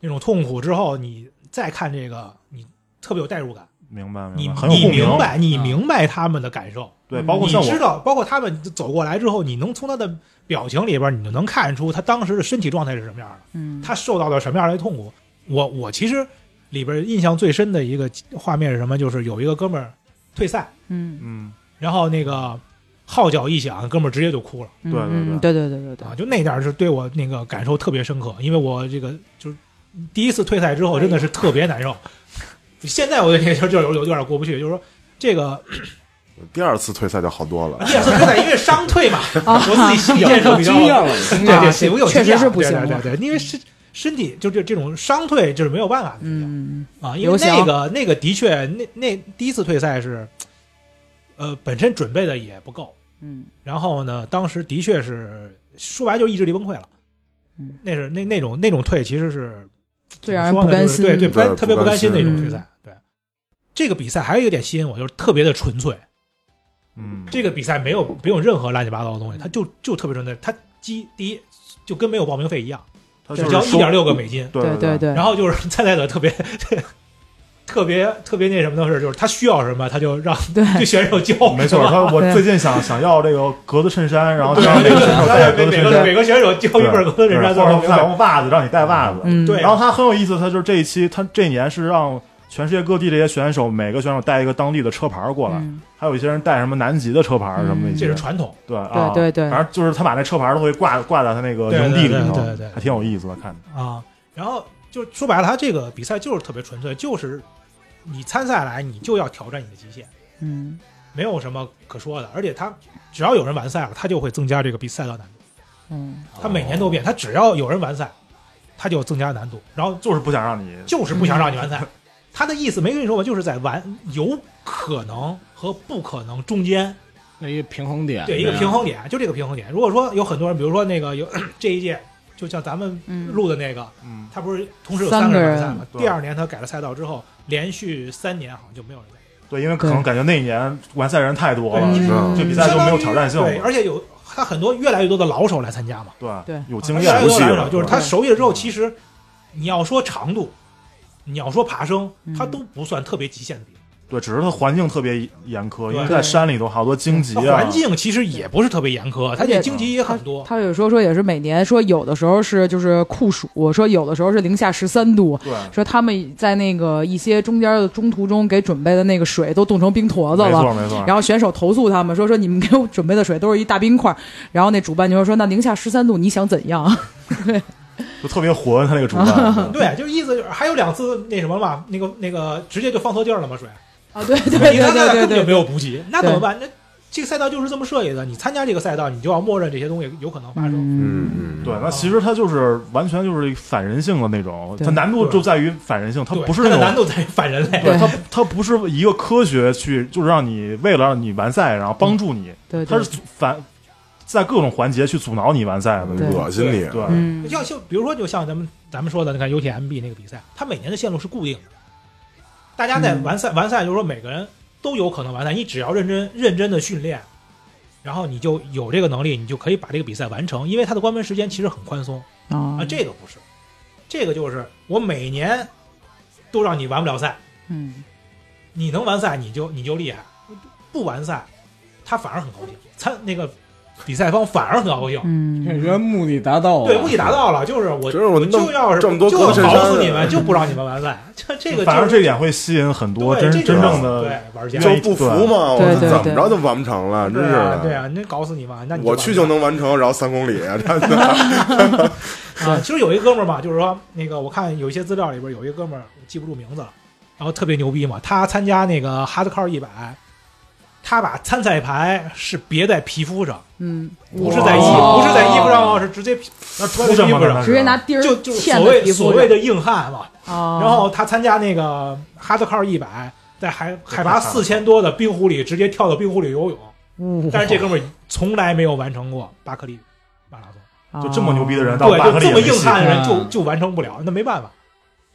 Speaker 2: 那种痛苦之后，你再看这个，你特别有代入感，
Speaker 4: 明白，
Speaker 2: 你
Speaker 4: 明嗯白，很有
Speaker 2: 你
Speaker 4: 共
Speaker 2: 明
Speaker 4: 鸣。
Speaker 2: 白你
Speaker 6: 嗯
Speaker 2: 明白他们的感受。
Speaker 4: 对，
Speaker 1: 嗯
Speaker 4: 包括
Speaker 2: 你
Speaker 4: 像
Speaker 2: 知
Speaker 4: 我，
Speaker 2: 道，包括他们走过来之后，你能从他的表情里边，你就能看出他当时的身体状态是什么样的，
Speaker 1: 嗯，
Speaker 2: 他受到了什么样的痛苦。我我其实里边印象最深的一个画面是什么？就是有一个哥们儿退赛，
Speaker 1: 嗯
Speaker 4: 嗯，
Speaker 2: 然后那个号角一响，哥们儿直接就哭了
Speaker 1: 对
Speaker 4: 对对对
Speaker 1: 嗯对对对对对
Speaker 2: 啊！就那点儿是对我那个感受特别深刻，因为我这个就是第一次退赛之后，真的是特别难受。现在我这就就有有有点过不去，就是说这个
Speaker 5: 第二次退赛就好多了。
Speaker 2: 第二次退赛，因为伤 退嘛，我自己心理建设比较
Speaker 6: 经验了，
Speaker 2: 对
Speaker 1: 啊
Speaker 2: 对，我有
Speaker 1: 确
Speaker 2: 经验
Speaker 1: 实是不行了啊
Speaker 2: 对对对，对因为身身体就这这种伤退就是没有办法的
Speaker 1: 嗯，
Speaker 2: 啊，因
Speaker 1: 刘
Speaker 2: 为
Speaker 1: 翔
Speaker 2: 那个那个的确那那第一次退赛是，呃，本身准备的也不够，
Speaker 1: 嗯，
Speaker 2: 然后呢，当时的确是说白就是意志力崩溃了
Speaker 1: 嗯。
Speaker 2: 那是那那种那种退其实是
Speaker 1: 最让人不甘心。
Speaker 2: 对对，不甘
Speaker 5: 对
Speaker 2: 特别不甘心的一种
Speaker 1: 嗯
Speaker 2: 退赛。对，这个比赛还有一点吸引我，就是特别的纯粹。
Speaker 4: 嗯，
Speaker 2: 这个比赛没有没有任何乱七八糟的东西，它就就特别纯粹。它基第一就跟没有报名费一样，
Speaker 5: 他
Speaker 2: 只
Speaker 5: 就是
Speaker 2: 交一
Speaker 5: 收
Speaker 2: 点六个美金，
Speaker 5: 对
Speaker 1: 对
Speaker 5: 对，
Speaker 1: 对，
Speaker 2: 然后就是 参赛者特别特别特别那什么的事，就是他需要什么，他就 让
Speaker 1: 对
Speaker 2: 对选手交。
Speaker 4: 没 错，他我
Speaker 1: 对
Speaker 4: 最近想想要这个格子衬衫，然后
Speaker 2: 对，
Speaker 4: 让
Speaker 2: 每
Speaker 4: 这个选手带格
Speaker 2: 个
Speaker 4: 子
Speaker 2: 每
Speaker 4: 衬
Speaker 2: 个
Speaker 4: 衫
Speaker 2: 每，个选手交一份格子衬衫，
Speaker 4: 对
Speaker 2: 做
Speaker 4: 或
Speaker 2: 成
Speaker 4: 者
Speaker 2: 比
Speaker 4: 带
Speaker 2: 赛。
Speaker 4: 袜子，让你带袜子。
Speaker 1: 嗯，
Speaker 2: 对
Speaker 4: 然后他很有意思，他就是这一期，他这一年是让全世界各地这些选手，每个选手带一个当地的车牌过来，
Speaker 1: 嗯
Speaker 4: 还有一些人带什么南极的车牌什么
Speaker 1: 嗯
Speaker 4: 的一
Speaker 2: 这
Speaker 4: 些
Speaker 2: 是，传统，
Speaker 4: 对啊，
Speaker 1: 对对对
Speaker 4: 反正就是他把那车牌都会挂挂在他那个
Speaker 2: 对
Speaker 4: 营地
Speaker 2: 对
Speaker 4: 里头
Speaker 2: 对对对，
Speaker 4: 还挺有意思的，看着。
Speaker 2: 啊。然后就说白了，他这个比赛就是特别纯粹，就是你参赛来，你就要挑战你的极限，
Speaker 1: 嗯
Speaker 2: 没有什么可说的。而且他只要有人完赛了，他就会增加这个比赛的难度。
Speaker 1: 嗯
Speaker 2: 他每年都变，他只要有人完赛，他就增加难度。然后
Speaker 4: 就是不想让你
Speaker 2: 就是不想让你完
Speaker 4: 嗯
Speaker 2: 赛， 他的意思没跟你说吧，就是在完有可能和不可能中间
Speaker 3: 那一个平衡
Speaker 4: 啊
Speaker 3: 点，
Speaker 2: 对一个平衡点，就这个平衡点。如果说有很多人，比如说那个有 这一届，就像咱们
Speaker 1: 嗯
Speaker 2: 录的那个，
Speaker 4: 嗯
Speaker 2: 他不是同时有
Speaker 1: 三
Speaker 2: 三个
Speaker 1: 个
Speaker 2: 人完
Speaker 1: 人
Speaker 2: 赛吗？
Speaker 4: 对
Speaker 2: 第二年他改了赛道之后，连续三年好像就没有人赛，
Speaker 4: 对，因为可能感觉那一年完赛人太多了，
Speaker 2: 对因
Speaker 1: 为
Speaker 4: 这比赛就没有挑战性
Speaker 2: 对，
Speaker 4: 了。
Speaker 2: 而且有他很多越来越多的老手来参加嘛，
Speaker 4: 对
Speaker 1: 对
Speaker 4: 有经
Speaker 2: 越来
Speaker 4: 验
Speaker 2: 越多
Speaker 5: 熟悉
Speaker 2: 的老
Speaker 5: 了
Speaker 2: 手，就是他
Speaker 1: 对
Speaker 2: 熟悉了之后，其实你要说长度，你要说爬升，他
Speaker 1: 嗯
Speaker 2: 都不算特别极限的比赛。
Speaker 4: 对，只是它环境特别严苛，因为
Speaker 2: 对
Speaker 4: 在山里头好多荆棘啊，
Speaker 2: 环境其实也不是特别严苛，它
Speaker 1: 而且
Speaker 2: 这荆棘也很多。
Speaker 1: 他有时候说也是每年说有的时候是就是酷暑，说有的时候是零下十三度，
Speaker 4: 对，
Speaker 1: 说他们在那个一些中间的中途中给准备的那个水都冻成冰坨子
Speaker 4: 没
Speaker 1: 哦了。
Speaker 4: 错没错。
Speaker 1: 然后选手投诉他们说说你们给我准备的水都是一大冰块，然后那主办就说说那零下十三度你想怎样？
Speaker 4: 就特别混，他那个主办。
Speaker 2: 对，就意思就是还有两次那什么嘛，那个那个直接就放错地儿了嘛，水，
Speaker 1: 啊，对对对
Speaker 2: 你看那
Speaker 1: 对
Speaker 2: 根本
Speaker 1: 对
Speaker 2: 就没
Speaker 1: 对，
Speaker 2: 有补给，那
Speaker 1: 对
Speaker 2: 怎么办？那这个赛道就是这么设计的，你参加这个赛道，你就要默认这些东西有可能发生。
Speaker 1: 嗯，
Speaker 5: 嗯，嗯
Speaker 4: 对，那其实它就是完全就是反人性的那种，
Speaker 1: 对
Speaker 4: 它难度就在于反人性，它
Speaker 2: 对
Speaker 4: 不是
Speaker 2: 它
Speaker 4: 那
Speaker 2: 的难
Speaker 4: 种，
Speaker 2: 度在于反人类，
Speaker 1: 对
Speaker 4: 对它它不是一个科学去，就是让你为了让你完赛，然后帮助你，
Speaker 1: 对嗯对
Speaker 4: 它是反在各种环节去阻挠你完赛的。
Speaker 1: 对
Speaker 5: 恶心你，
Speaker 4: 对，
Speaker 1: 嗯，
Speaker 2: 要就比如说就像咱们咱们说的，你看 UTMB 那个比赛，它每年的线路是固定的，大家在
Speaker 1: 嗯
Speaker 2: 完赛、完赛就是说每个人都有可能完赛，你只要认真认真的训练，然后你就有这个能力，你就可以把这个比赛完成，因为它的关门时间其实很宽松
Speaker 1: 啊
Speaker 2: 啊，这个不是，这个就是我每年都让你完不了赛，
Speaker 1: 嗯
Speaker 2: 你能完赛你就你就厉害，不完赛他反而很高兴，参那个比赛方反而很高兴。
Speaker 6: 感
Speaker 1: 嗯
Speaker 6: 觉目的达到了，
Speaker 2: 对，目的达到了，就是我
Speaker 5: 真是我
Speaker 2: 我就
Speaker 5: 弄
Speaker 2: 要是
Speaker 5: 这么多
Speaker 2: 就
Speaker 5: 格
Speaker 2: 要
Speaker 5: 子衬
Speaker 2: 搞
Speaker 5: 衫
Speaker 2: 死
Speaker 5: 的
Speaker 2: 你们，就不让你们完赛。这这个
Speaker 4: 反
Speaker 2: 就
Speaker 4: 而
Speaker 2: 是
Speaker 4: 这点会吸引很多
Speaker 2: 对
Speaker 4: 真
Speaker 2: 这就是
Speaker 4: 真正的，
Speaker 2: 对玩家，
Speaker 5: 就不服嘛，我
Speaker 1: 对
Speaker 5: 说
Speaker 1: 对
Speaker 5: 怎
Speaker 1: 对
Speaker 5: 么着就完不成了，真
Speaker 2: 对
Speaker 5: 是
Speaker 2: 啊，对
Speaker 5: 的。
Speaker 2: 啊，那搞死你嘛，那你
Speaker 5: 我
Speaker 2: 完
Speaker 5: 去
Speaker 2: 蛋
Speaker 5: 就能完成，然后三公里，真的。
Speaker 2: 啊。其实有一哥们儿嘛，就是说那个我看有一些资料里边有一个哥们儿，我记不住名字了，然后特别牛逼嘛，他参加那个哈德 r 一百。他把参赛牌是别在皮肤上，
Speaker 1: 嗯，
Speaker 2: 不是在衣，
Speaker 1: 哇
Speaker 2: 不是在衣服上哦，是直接皮
Speaker 4: 那图什么呢？那是
Speaker 1: 直接拿钉儿
Speaker 2: 就就
Speaker 1: 嵌在
Speaker 2: 所谓
Speaker 1: 皮肤
Speaker 2: 所
Speaker 1: 上
Speaker 2: 谓的硬汉嘛，
Speaker 1: 啊，
Speaker 4: 哦
Speaker 2: 然后他参加那个哈德靠一百，在海海拔四千多的冰湖里直接跳到冰湖里游泳，但是这哥们儿从来没有完成过巴克利马拉松，
Speaker 1: 啊
Speaker 4: 就这么牛逼的人到
Speaker 2: 对，
Speaker 4: 巴
Speaker 2: 就
Speaker 4: 克利
Speaker 2: 这么
Speaker 4: 也没
Speaker 2: 硬
Speaker 4: 戏
Speaker 2: 汉的人就
Speaker 6: 嗯
Speaker 2: 就完成不了，那没办法。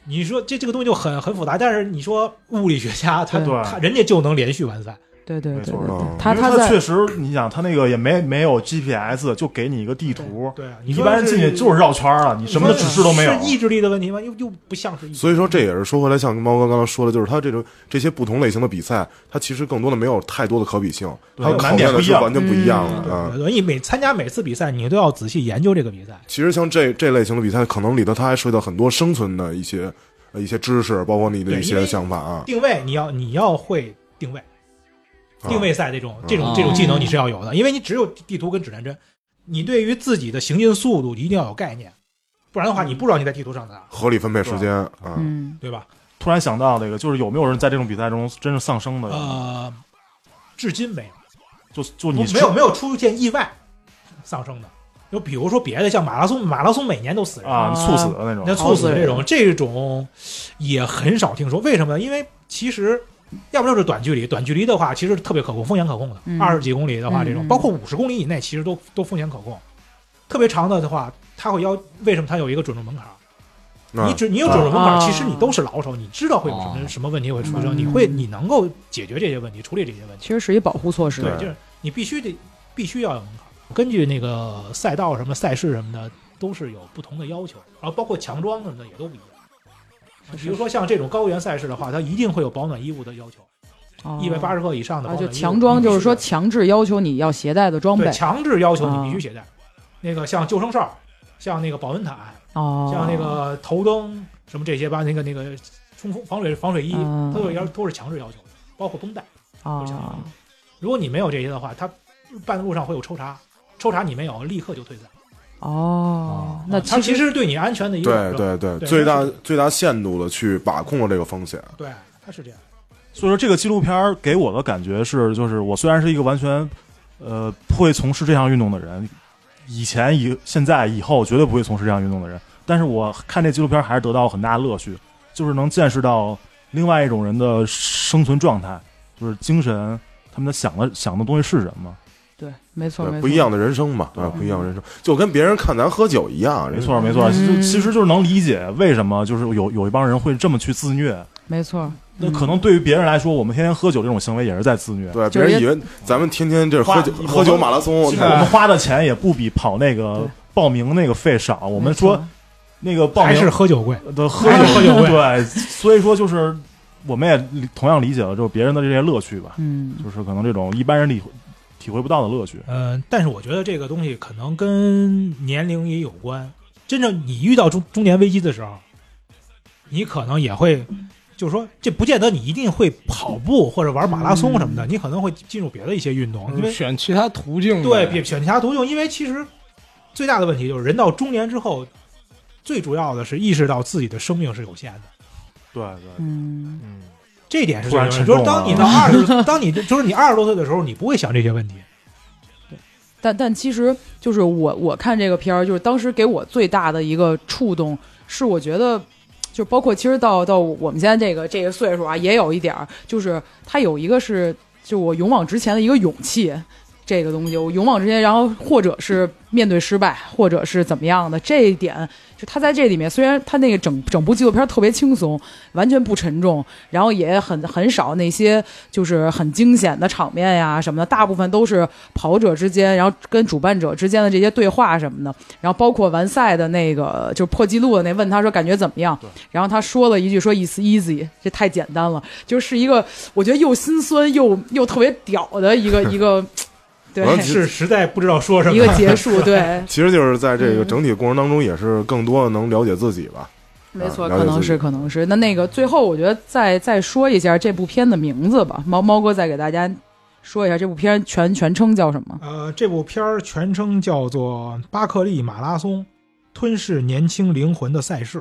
Speaker 2: 你说这这个东西就很很复杂，但是你说物理学家他
Speaker 4: 对
Speaker 2: 他人家就能连续完赛，
Speaker 1: 对对
Speaker 4: 没
Speaker 1: 对
Speaker 4: 错
Speaker 1: 对
Speaker 5: 嗯
Speaker 2: 啊
Speaker 1: 对，他
Speaker 4: 因为
Speaker 1: 在
Speaker 4: 确实，你想他那个也没没有 GPS，就给你一个地图，
Speaker 2: 对啊，你
Speaker 4: 你
Speaker 2: 说
Speaker 4: 一般人进去
Speaker 2: 是
Speaker 4: 就是绕圈儿了，你什么指示都没有。
Speaker 2: 是意志力的问题吗？又又不像是意志力，
Speaker 5: 所以说，这也是说回来，像猫哥刚刚说的，就是他这种这些不同类型的比赛，它其实更多的没有太多的可比性，
Speaker 4: 对
Speaker 5: 它考验的是完全不一样
Speaker 1: 难
Speaker 5: 的啊。
Speaker 2: 所以每参加每次比赛，你都要仔细研究这个比赛。
Speaker 5: 其实像这这类型的比赛，可能里头它还涉及到很多生存的一些呃一些知识，包括你的
Speaker 2: 对
Speaker 5: 一
Speaker 2: 因为
Speaker 5: 些想法啊。
Speaker 2: 定位你要你要会定位，
Speaker 5: 啊
Speaker 2: 定位赛这种
Speaker 5: 啊
Speaker 2: 这种
Speaker 6: 啊
Speaker 2: 这种技能你是要有的，因为你只有地图跟指南针，你对于自己的行进速度一定要有概念，不然的话你不知道你在地图上在哪，
Speaker 5: 合理分配时间啊，
Speaker 1: 嗯
Speaker 2: 对吧？
Speaker 4: 突然想到这个，就是有没有人在这种比赛中真是丧生的？
Speaker 2: 呃，至今没有。
Speaker 4: 就就
Speaker 2: 不
Speaker 4: 你
Speaker 2: 没有没有出现意外丧生的，就比如说别的，像马拉松，马拉松每年都死人，
Speaker 4: 啊，猝死的那种
Speaker 2: 那猝死
Speaker 1: 好死
Speaker 2: 这
Speaker 1: 人
Speaker 2: 种这种也很少听说，为什么呢？因为其实要不就是短距离，短距离的话其实特别可控，风险可控的
Speaker 1: 嗯，
Speaker 2: 二十、几公里的话，
Speaker 1: 嗯
Speaker 2: 这种
Speaker 1: 嗯
Speaker 2: 包括五十公里以内，其实都都风险可控。特别长的的话，它会要为什么它有一个准入门槛儿？
Speaker 5: 那
Speaker 2: 你只你有准入门槛儿，
Speaker 1: 啊
Speaker 2: 其实你都是老手，你知道会有什么
Speaker 6: 哦
Speaker 2: 什么问题会出生，
Speaker 1: 嗯
Speaker 2: 你会你能够解决这些问题，处理这些问题。
Speaker 1: 其实是一保护措施。
Speaker 2: 对，
Speaker 5: 对
Speaker 2: 就是你必须得必须要有门槛儿。根据那个赛道什么赛事什么的，都是有不同的要求，然后包括强装什么的也都不一样。比如说像这种高原赛事的话，它一定会有保暖衣物的要求，一百八
Speaker 1: 十
Speaker 2: 十克以上的
Speaker 1: 哦啊，
Speaker 2: 保
Speaker 1: 就
Speaker 2: 暖衣物
Speaker 1: 强装，就是说
Speaker 2: 必须
Speaker 1: 强制要求你要携带的装
Speaker 2: 得
Speaker 1: 备
Speaker 2: 对强制要求
Speaker 1: 啊
Speaker 2: 你必须携带。那个像救生哨，像那个保温毯，
Speaker 1: 哦，
Speaker 2: 像那个头灯什么这些吧，那个那个冲锋防水防水衣，
Speaker 1: 嗯
Speaker 2: 它都有要都是强制要求的，包括绷带。都强
Speaker 1: 啊
Speaker 2: 制，如果你没有这些的话，他半路上会有抽查，抽查你没有，立刻就退赛。
Speaker 1: 哦，那
Speaker 2: 他啊其实对你安全的一个保证
Speaker 5: 对对对，
Speaker 2: 对
Speaker 5: 最
Speaker 2: 它
Speaker 5: 大
Speaker 2: 是
Speaker 5: 最大限度的去把控了这个风险。
Speaker 2: 对，他是这样。
Speaker 4: 所以说，这个纪录片儿给我的感觉是，就是我虽然是一个完全呃不会从事这项运动的人，以前以现在以后绝对不会从事这项运动的人，但是我看这纪录片儿还是得到很大的乐趣，就是能见识到另外一种人的生存状态，就是精神，他们的想的想的东西是什么？
Speaker 1: 对，没错，没错，
Speaker 5: 对，不一样的人生嘛，
Speaker 4: 对
Speaker 5: 啊，不一样的人生，就跟别人看咱喝酒一样，
Speaker 4: 没错，没错，
Speaker 2: 嗯
Speaker 4: 就其实就是能理解为什么就是有有一帮人会这么去自虐。
Speaker 1: 没错。
Speaker 4: 那
Speaker 1: 嗯
Speaker 4: 可能对于别人来说，我们天天喝酒这种行为也是在自虐。
Speaker 5: 对，
Speaker 1: 就
Speaker 5: 别
Speaker 1: 是
Speaker 5: 人以为咱们天天这喝酒
Speaker 4: 花一
Speaker 5: 喝酒马拉松
Speaker 4: 其，实我
Speaker 5: 看
Speaker 4: 们花的钱也不比跑那个
Speaker 1: 对
Speaker 4: 报名那个费少。我们说那个报
Speaker 2: 还是
Speaker 4: 名
Speaker 2: 喝酒贵，
Speaker 4: 的喝
Speaker 2: 还是喝酒贵
Speaker 4: 对，所以说就是我们也理同样理解了就是别人的这些乐趣吧，
Speaker 1: 嗯，
Speaker 4: 就是可能这种一般人体体会不到的乐趣。
Speaker 2: 嗯、但是我觉得这个东西可能跟年龄也有关。真正你遇到中中年危机的时候，你可能也会，就是说，这不见得你一定会跑步或者玩马拉松什么
Speaker 4: 嗯
Speaker 2: 的，你可能会进入别的一些运动，因为
Speaker 6: 选其他途径呗
Speaker 2: 对，比选其他途径，因为其实最大的问题就是人到中年之后，最主要的是意识到自己的生命是有限的，
Speaker 4: 对对，
Speaker 1: 嗯，
Speaker 4: 嗯，
Speaker 2: 这一点是
Speaker 4: 突
Speaker 2: 最
Speaker 4: 然
Speaker 2: 重要的。
Speaker 4: 沉
Speaker 2: 就
Speaker 4: 重
Speaker 2: 是当你
Speaker 4: 了
Speaker 2: 到二十，当你就是你二十多岁的时候，你不会想这些问题。
Speaker 1: 但但其实就是我我看这个片儿，就是当时给我最大的一个触动是，我觉得就包括其实到到我们现在这个这个岁数啊，也有一点儿，就是它有一个是就我勇往直前的一个勇气。这个东西，我勇往直前，然后或者是面对失败，或者是怎么样的，这一点就他在这里面，虽然他那个整整部纪录片特别轻松，完全不沉重，然后也很很少那些就是很惊险的场面呀什么的，大部分都是跑者之间，然后跟主办者之间的这些对话什么的，然后包括完赛的那个就是破纪录的那问他说感觉怎么样，然后他说了一句说 it's easy，这太简单了，就是一个我觉得又心酸又又特别屌的一个一 个，对
Speaker 5: 我，要其实
Speaker 2: 是实在不知道说什么。
Speaker 1: 一个结束，对，
Speaker 5: 其实就是在这个
Speaker 1: 嗯
Speaker 5: 整体过程当中，也是更多的能了解自己吧。
Speaker 1: 没错，
Speaker 5: 啊了解
Speaker 1: 可能
Speaker 5: 自己
Speaker 1: 是可能是。那那个最后，我觉得再再说一下这部片的名字吧，猫猫哥再给大家说一下这部片全全称叫什么？
Speaker 2: 呃，这部片儿全称叫做《巴克利马拉松：吞噬年轻灵魂的赛事》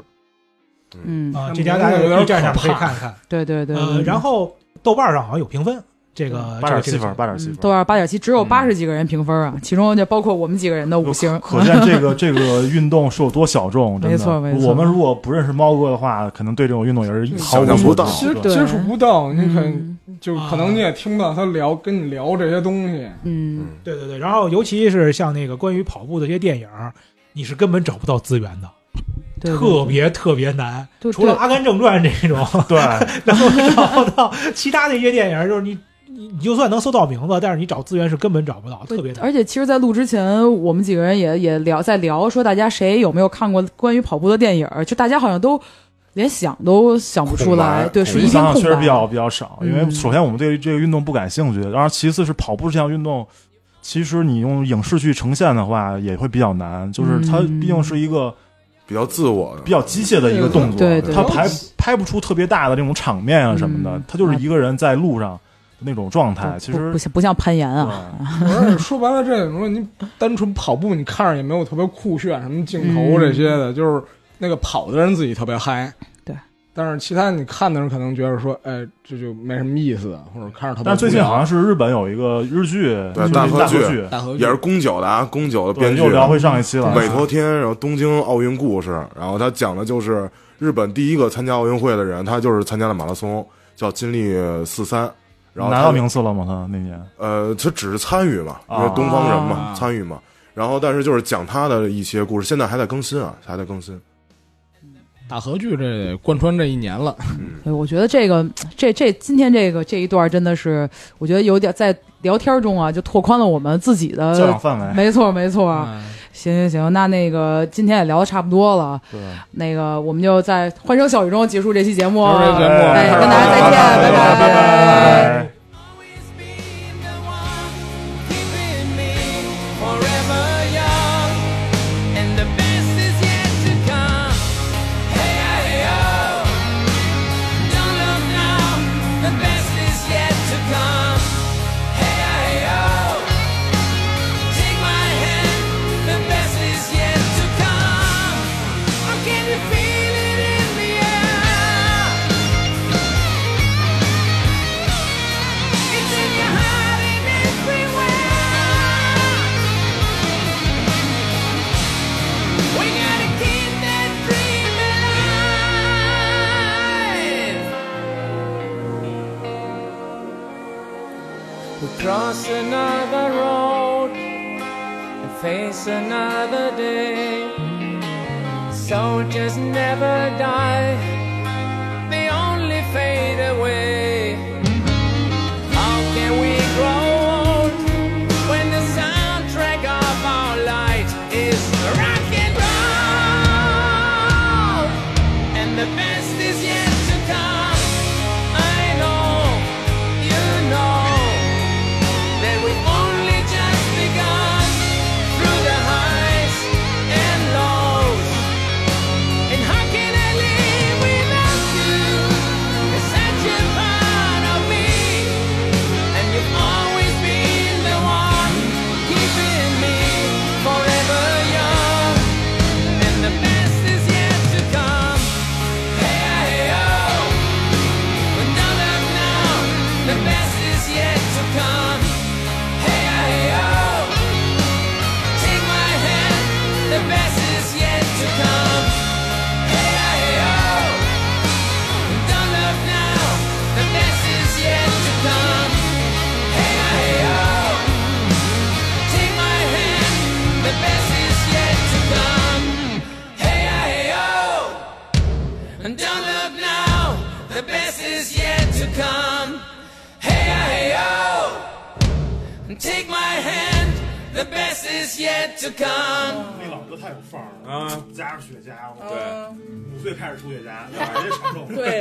Speaker 1: 嗯，
Speaker 2: 啊、
Speaker 6: 嗯
Speaker 2: 这家大家
Speaker 6: 有点
Speaker 2: B 站上
Speaker 6: 可
Speaker 2: 可以
Speaker 6: 怕
Speaker 2: 看看。
Speaker 1: 对对对。
Speaker 2: 呃，
Speaker 1: 对
Speaker 2: 然后豆瓣上好像有评分，这个
Speaker 4: 嗯八点
Speaker 2: 这
Speaker 4: 七
Speaker 2: 个
Speaker 4: 分，八点
Speaker 1: 嗯
Speaker 4: 七分，
Speaker 1: 豆瓣八点七，只有
Speaker 4: 嗯
Speaker 1: 八十几个人评分啊，其中就包括我们几个人的五星。
Speaker 4: 可见这个这个运动是有多小众，真
Speaker 1: 没
Speaker 4: 的
Speaker 1: 错没错
Speaker 4: 我们如果不认识猫哥的话，可能对这种运动也是毫无
Speaker 5: 想象不到
Speaker 4: 所
Speaker 6: 接
Speaker 4: 知对
Speaker 6: 啊接触不到，你看
Speaker 1: 嗯
Speaker 6: 就可能你也听到他聊跟你聊这些东西，
Speaker 1: 嗯，
Speaker 5: 嗯，
Speaker 2: 对对对，然后尤其是像那个关于跑步的一些电影儿，你是根本找不到资源的，
Speaker 1: 对，对
Speaker 2: 特别特别难。
Speaker 1: 对
Speaker 2: 除了《
Speaker 1: 对
Speaker 2: 阿甘正传》这种，
Speaker 4: 对，
Speaker 2: 然后找不到 其他的一些电影儿，就是你你你就算能搜到名字，但是你找资源是根本找不到，特别难。
Speaker 1: 而且其实，在录之前，我们几个人也也聊，在聊说大家谁有没有看过关于跑步的电影儿？就大家好像都连想都想不出
Speaker 5: 空
Speaker 1: 来，
Speaker 5: 白
Speaker 1: 对，
Speaker 5: 空
Speaker 1: 是
Speaker 4: 我
Speaker 1: 一
Speaker 4: 们
Speaker 1: 片
Speaker 4: 想
Speaker 1: 空
Speaker 4: 法
Speaker 1: 白。
Speaker 4: 确实比较比较少，因为
Speaker 1: 嗯
Speaker 4: 首先我们对于这个运动不感兴趣，然后其次是跑步这项运动，其实你用影视去呈现的话也会比较难，就是它
Speaker 1: 嗯
Speaker 4: 毕竟是一个
Speaker 5: 比较自我的，
Speaker 4: 比较机械的一个动作，
Speaker 1: 对对
Speaker 4: 它拍拍不出特别大的这种场面啊什么的
Speaker 1: 嗯，
Speaker 4: 它就是一个人在路上的那种状态，
Speaker 1: 不
Speaker 4: 啊其
Speaker 1: 不
Speaker 4: 实
Speaker 1: 不。像不像攀岩
Speaker 4: 对
Speaker 1: 啊，
Speaker 6: 不 是说白了这怎么说？你单纯跑步，你看着也
Speaker 4: 嗯
Speaker 6: 没有特别酷炫，什么镜头这些的，就是那个跑的人自己特别嗨。
Speaker 1: 对，
Speaker 6: 但是其他你看的人可能觉得说，哎，这就没什么意思，或者看着他。
Speaker 4: 但是最近好像是日本有一个日剧，
Speaker 5: 对
Speaker 4: 就是大
Speaker 5: 大河剧
Speaker 4: 剧，
Speaker 6: 大合
Speaker 5: 也是宫九的啊，宫九的
Speaker 4: 对
Speaker 5: 编剧
Speaker 4: 又聊回上一期了。
Speaker 5: 委托天，然后东京奥运故事，然后他讲的就是日本第一个参加奥运会的人，他就是参加了马拉松，叫金立四三，然后
Speaker 4: 拿
Speaker 5: 他
Speaker 4: 到名次了吗？他那年
Speaker 5: 呃，他只是参与嘛，因
Speaker 4: 啊
Speaker 5: 为东方人嘛，
Speaker 6: 啊
Speaker 5: 参与嘛。然后，但是就是讲他的一些故事，现在还在更新啊，还在更新。
Speaker 6: 大合剧这贯穿这一年了，
Speaker 5: 嗯，
Speaker 1: 对，哎我觉得这个这这今天这个这一段真的是，我觉得有点在聊天中啊，就拓宽了我们自己
Speaker 4: 教养
Speaker 1: 的。
Speaker 4: 范围，
Speaker 1: 呃没错，没错。
Speaker 4: 啊
Speaker 6: 嗯
Speaker 1: 行行行，那那个今天也聊的差不多了，
Speaker 4: 对，
Speaker 1: 那个我们就在欢声笑语中结束这期节目
Speaker 6: 今
Speaker 1: 啊。
Speaker 6: 儿这节目
Speaker 1: 哎跟大家再见拜拜
Speaker 4: 拜拜。
Speaker 7: Always been the one keeping me forever young, and the best is yet to come. Hey hey oh, don't look now, the best is yet to come. Hey hey oh, take my hand, the best is yet to come. Oh, can you feel it in the air? It's in your heart and everywhere. We gotta keep that dream alive. We cross another road and face another day. Soldiers never die; they only fade away. How can we grow old when the soundtrack of our life is rock and roll? And the best is yet to come. I know, you know, that we've only just begun through the highs and lows. And how can I live without you? You're such a part of me. And you've always been the one keeping me forever young. And the best is yet to come. Hey, oh. But none of now, the best is yet to come. Hey, oh. Take my hand, the best is yet to come. Hey, oh. Don't look now, the best is yet to come. Take my hand, the best is yet to come. Hey, hey, oh! And don't look now, the best is yet to come. Hey, hey, oh! And take my hand, the best is yet to come.
Speaker 8: 那老哥太有范儿了啊！加上雪茄，对，五岁开始出雪茄，这享受。
Speaker 9: 对呀、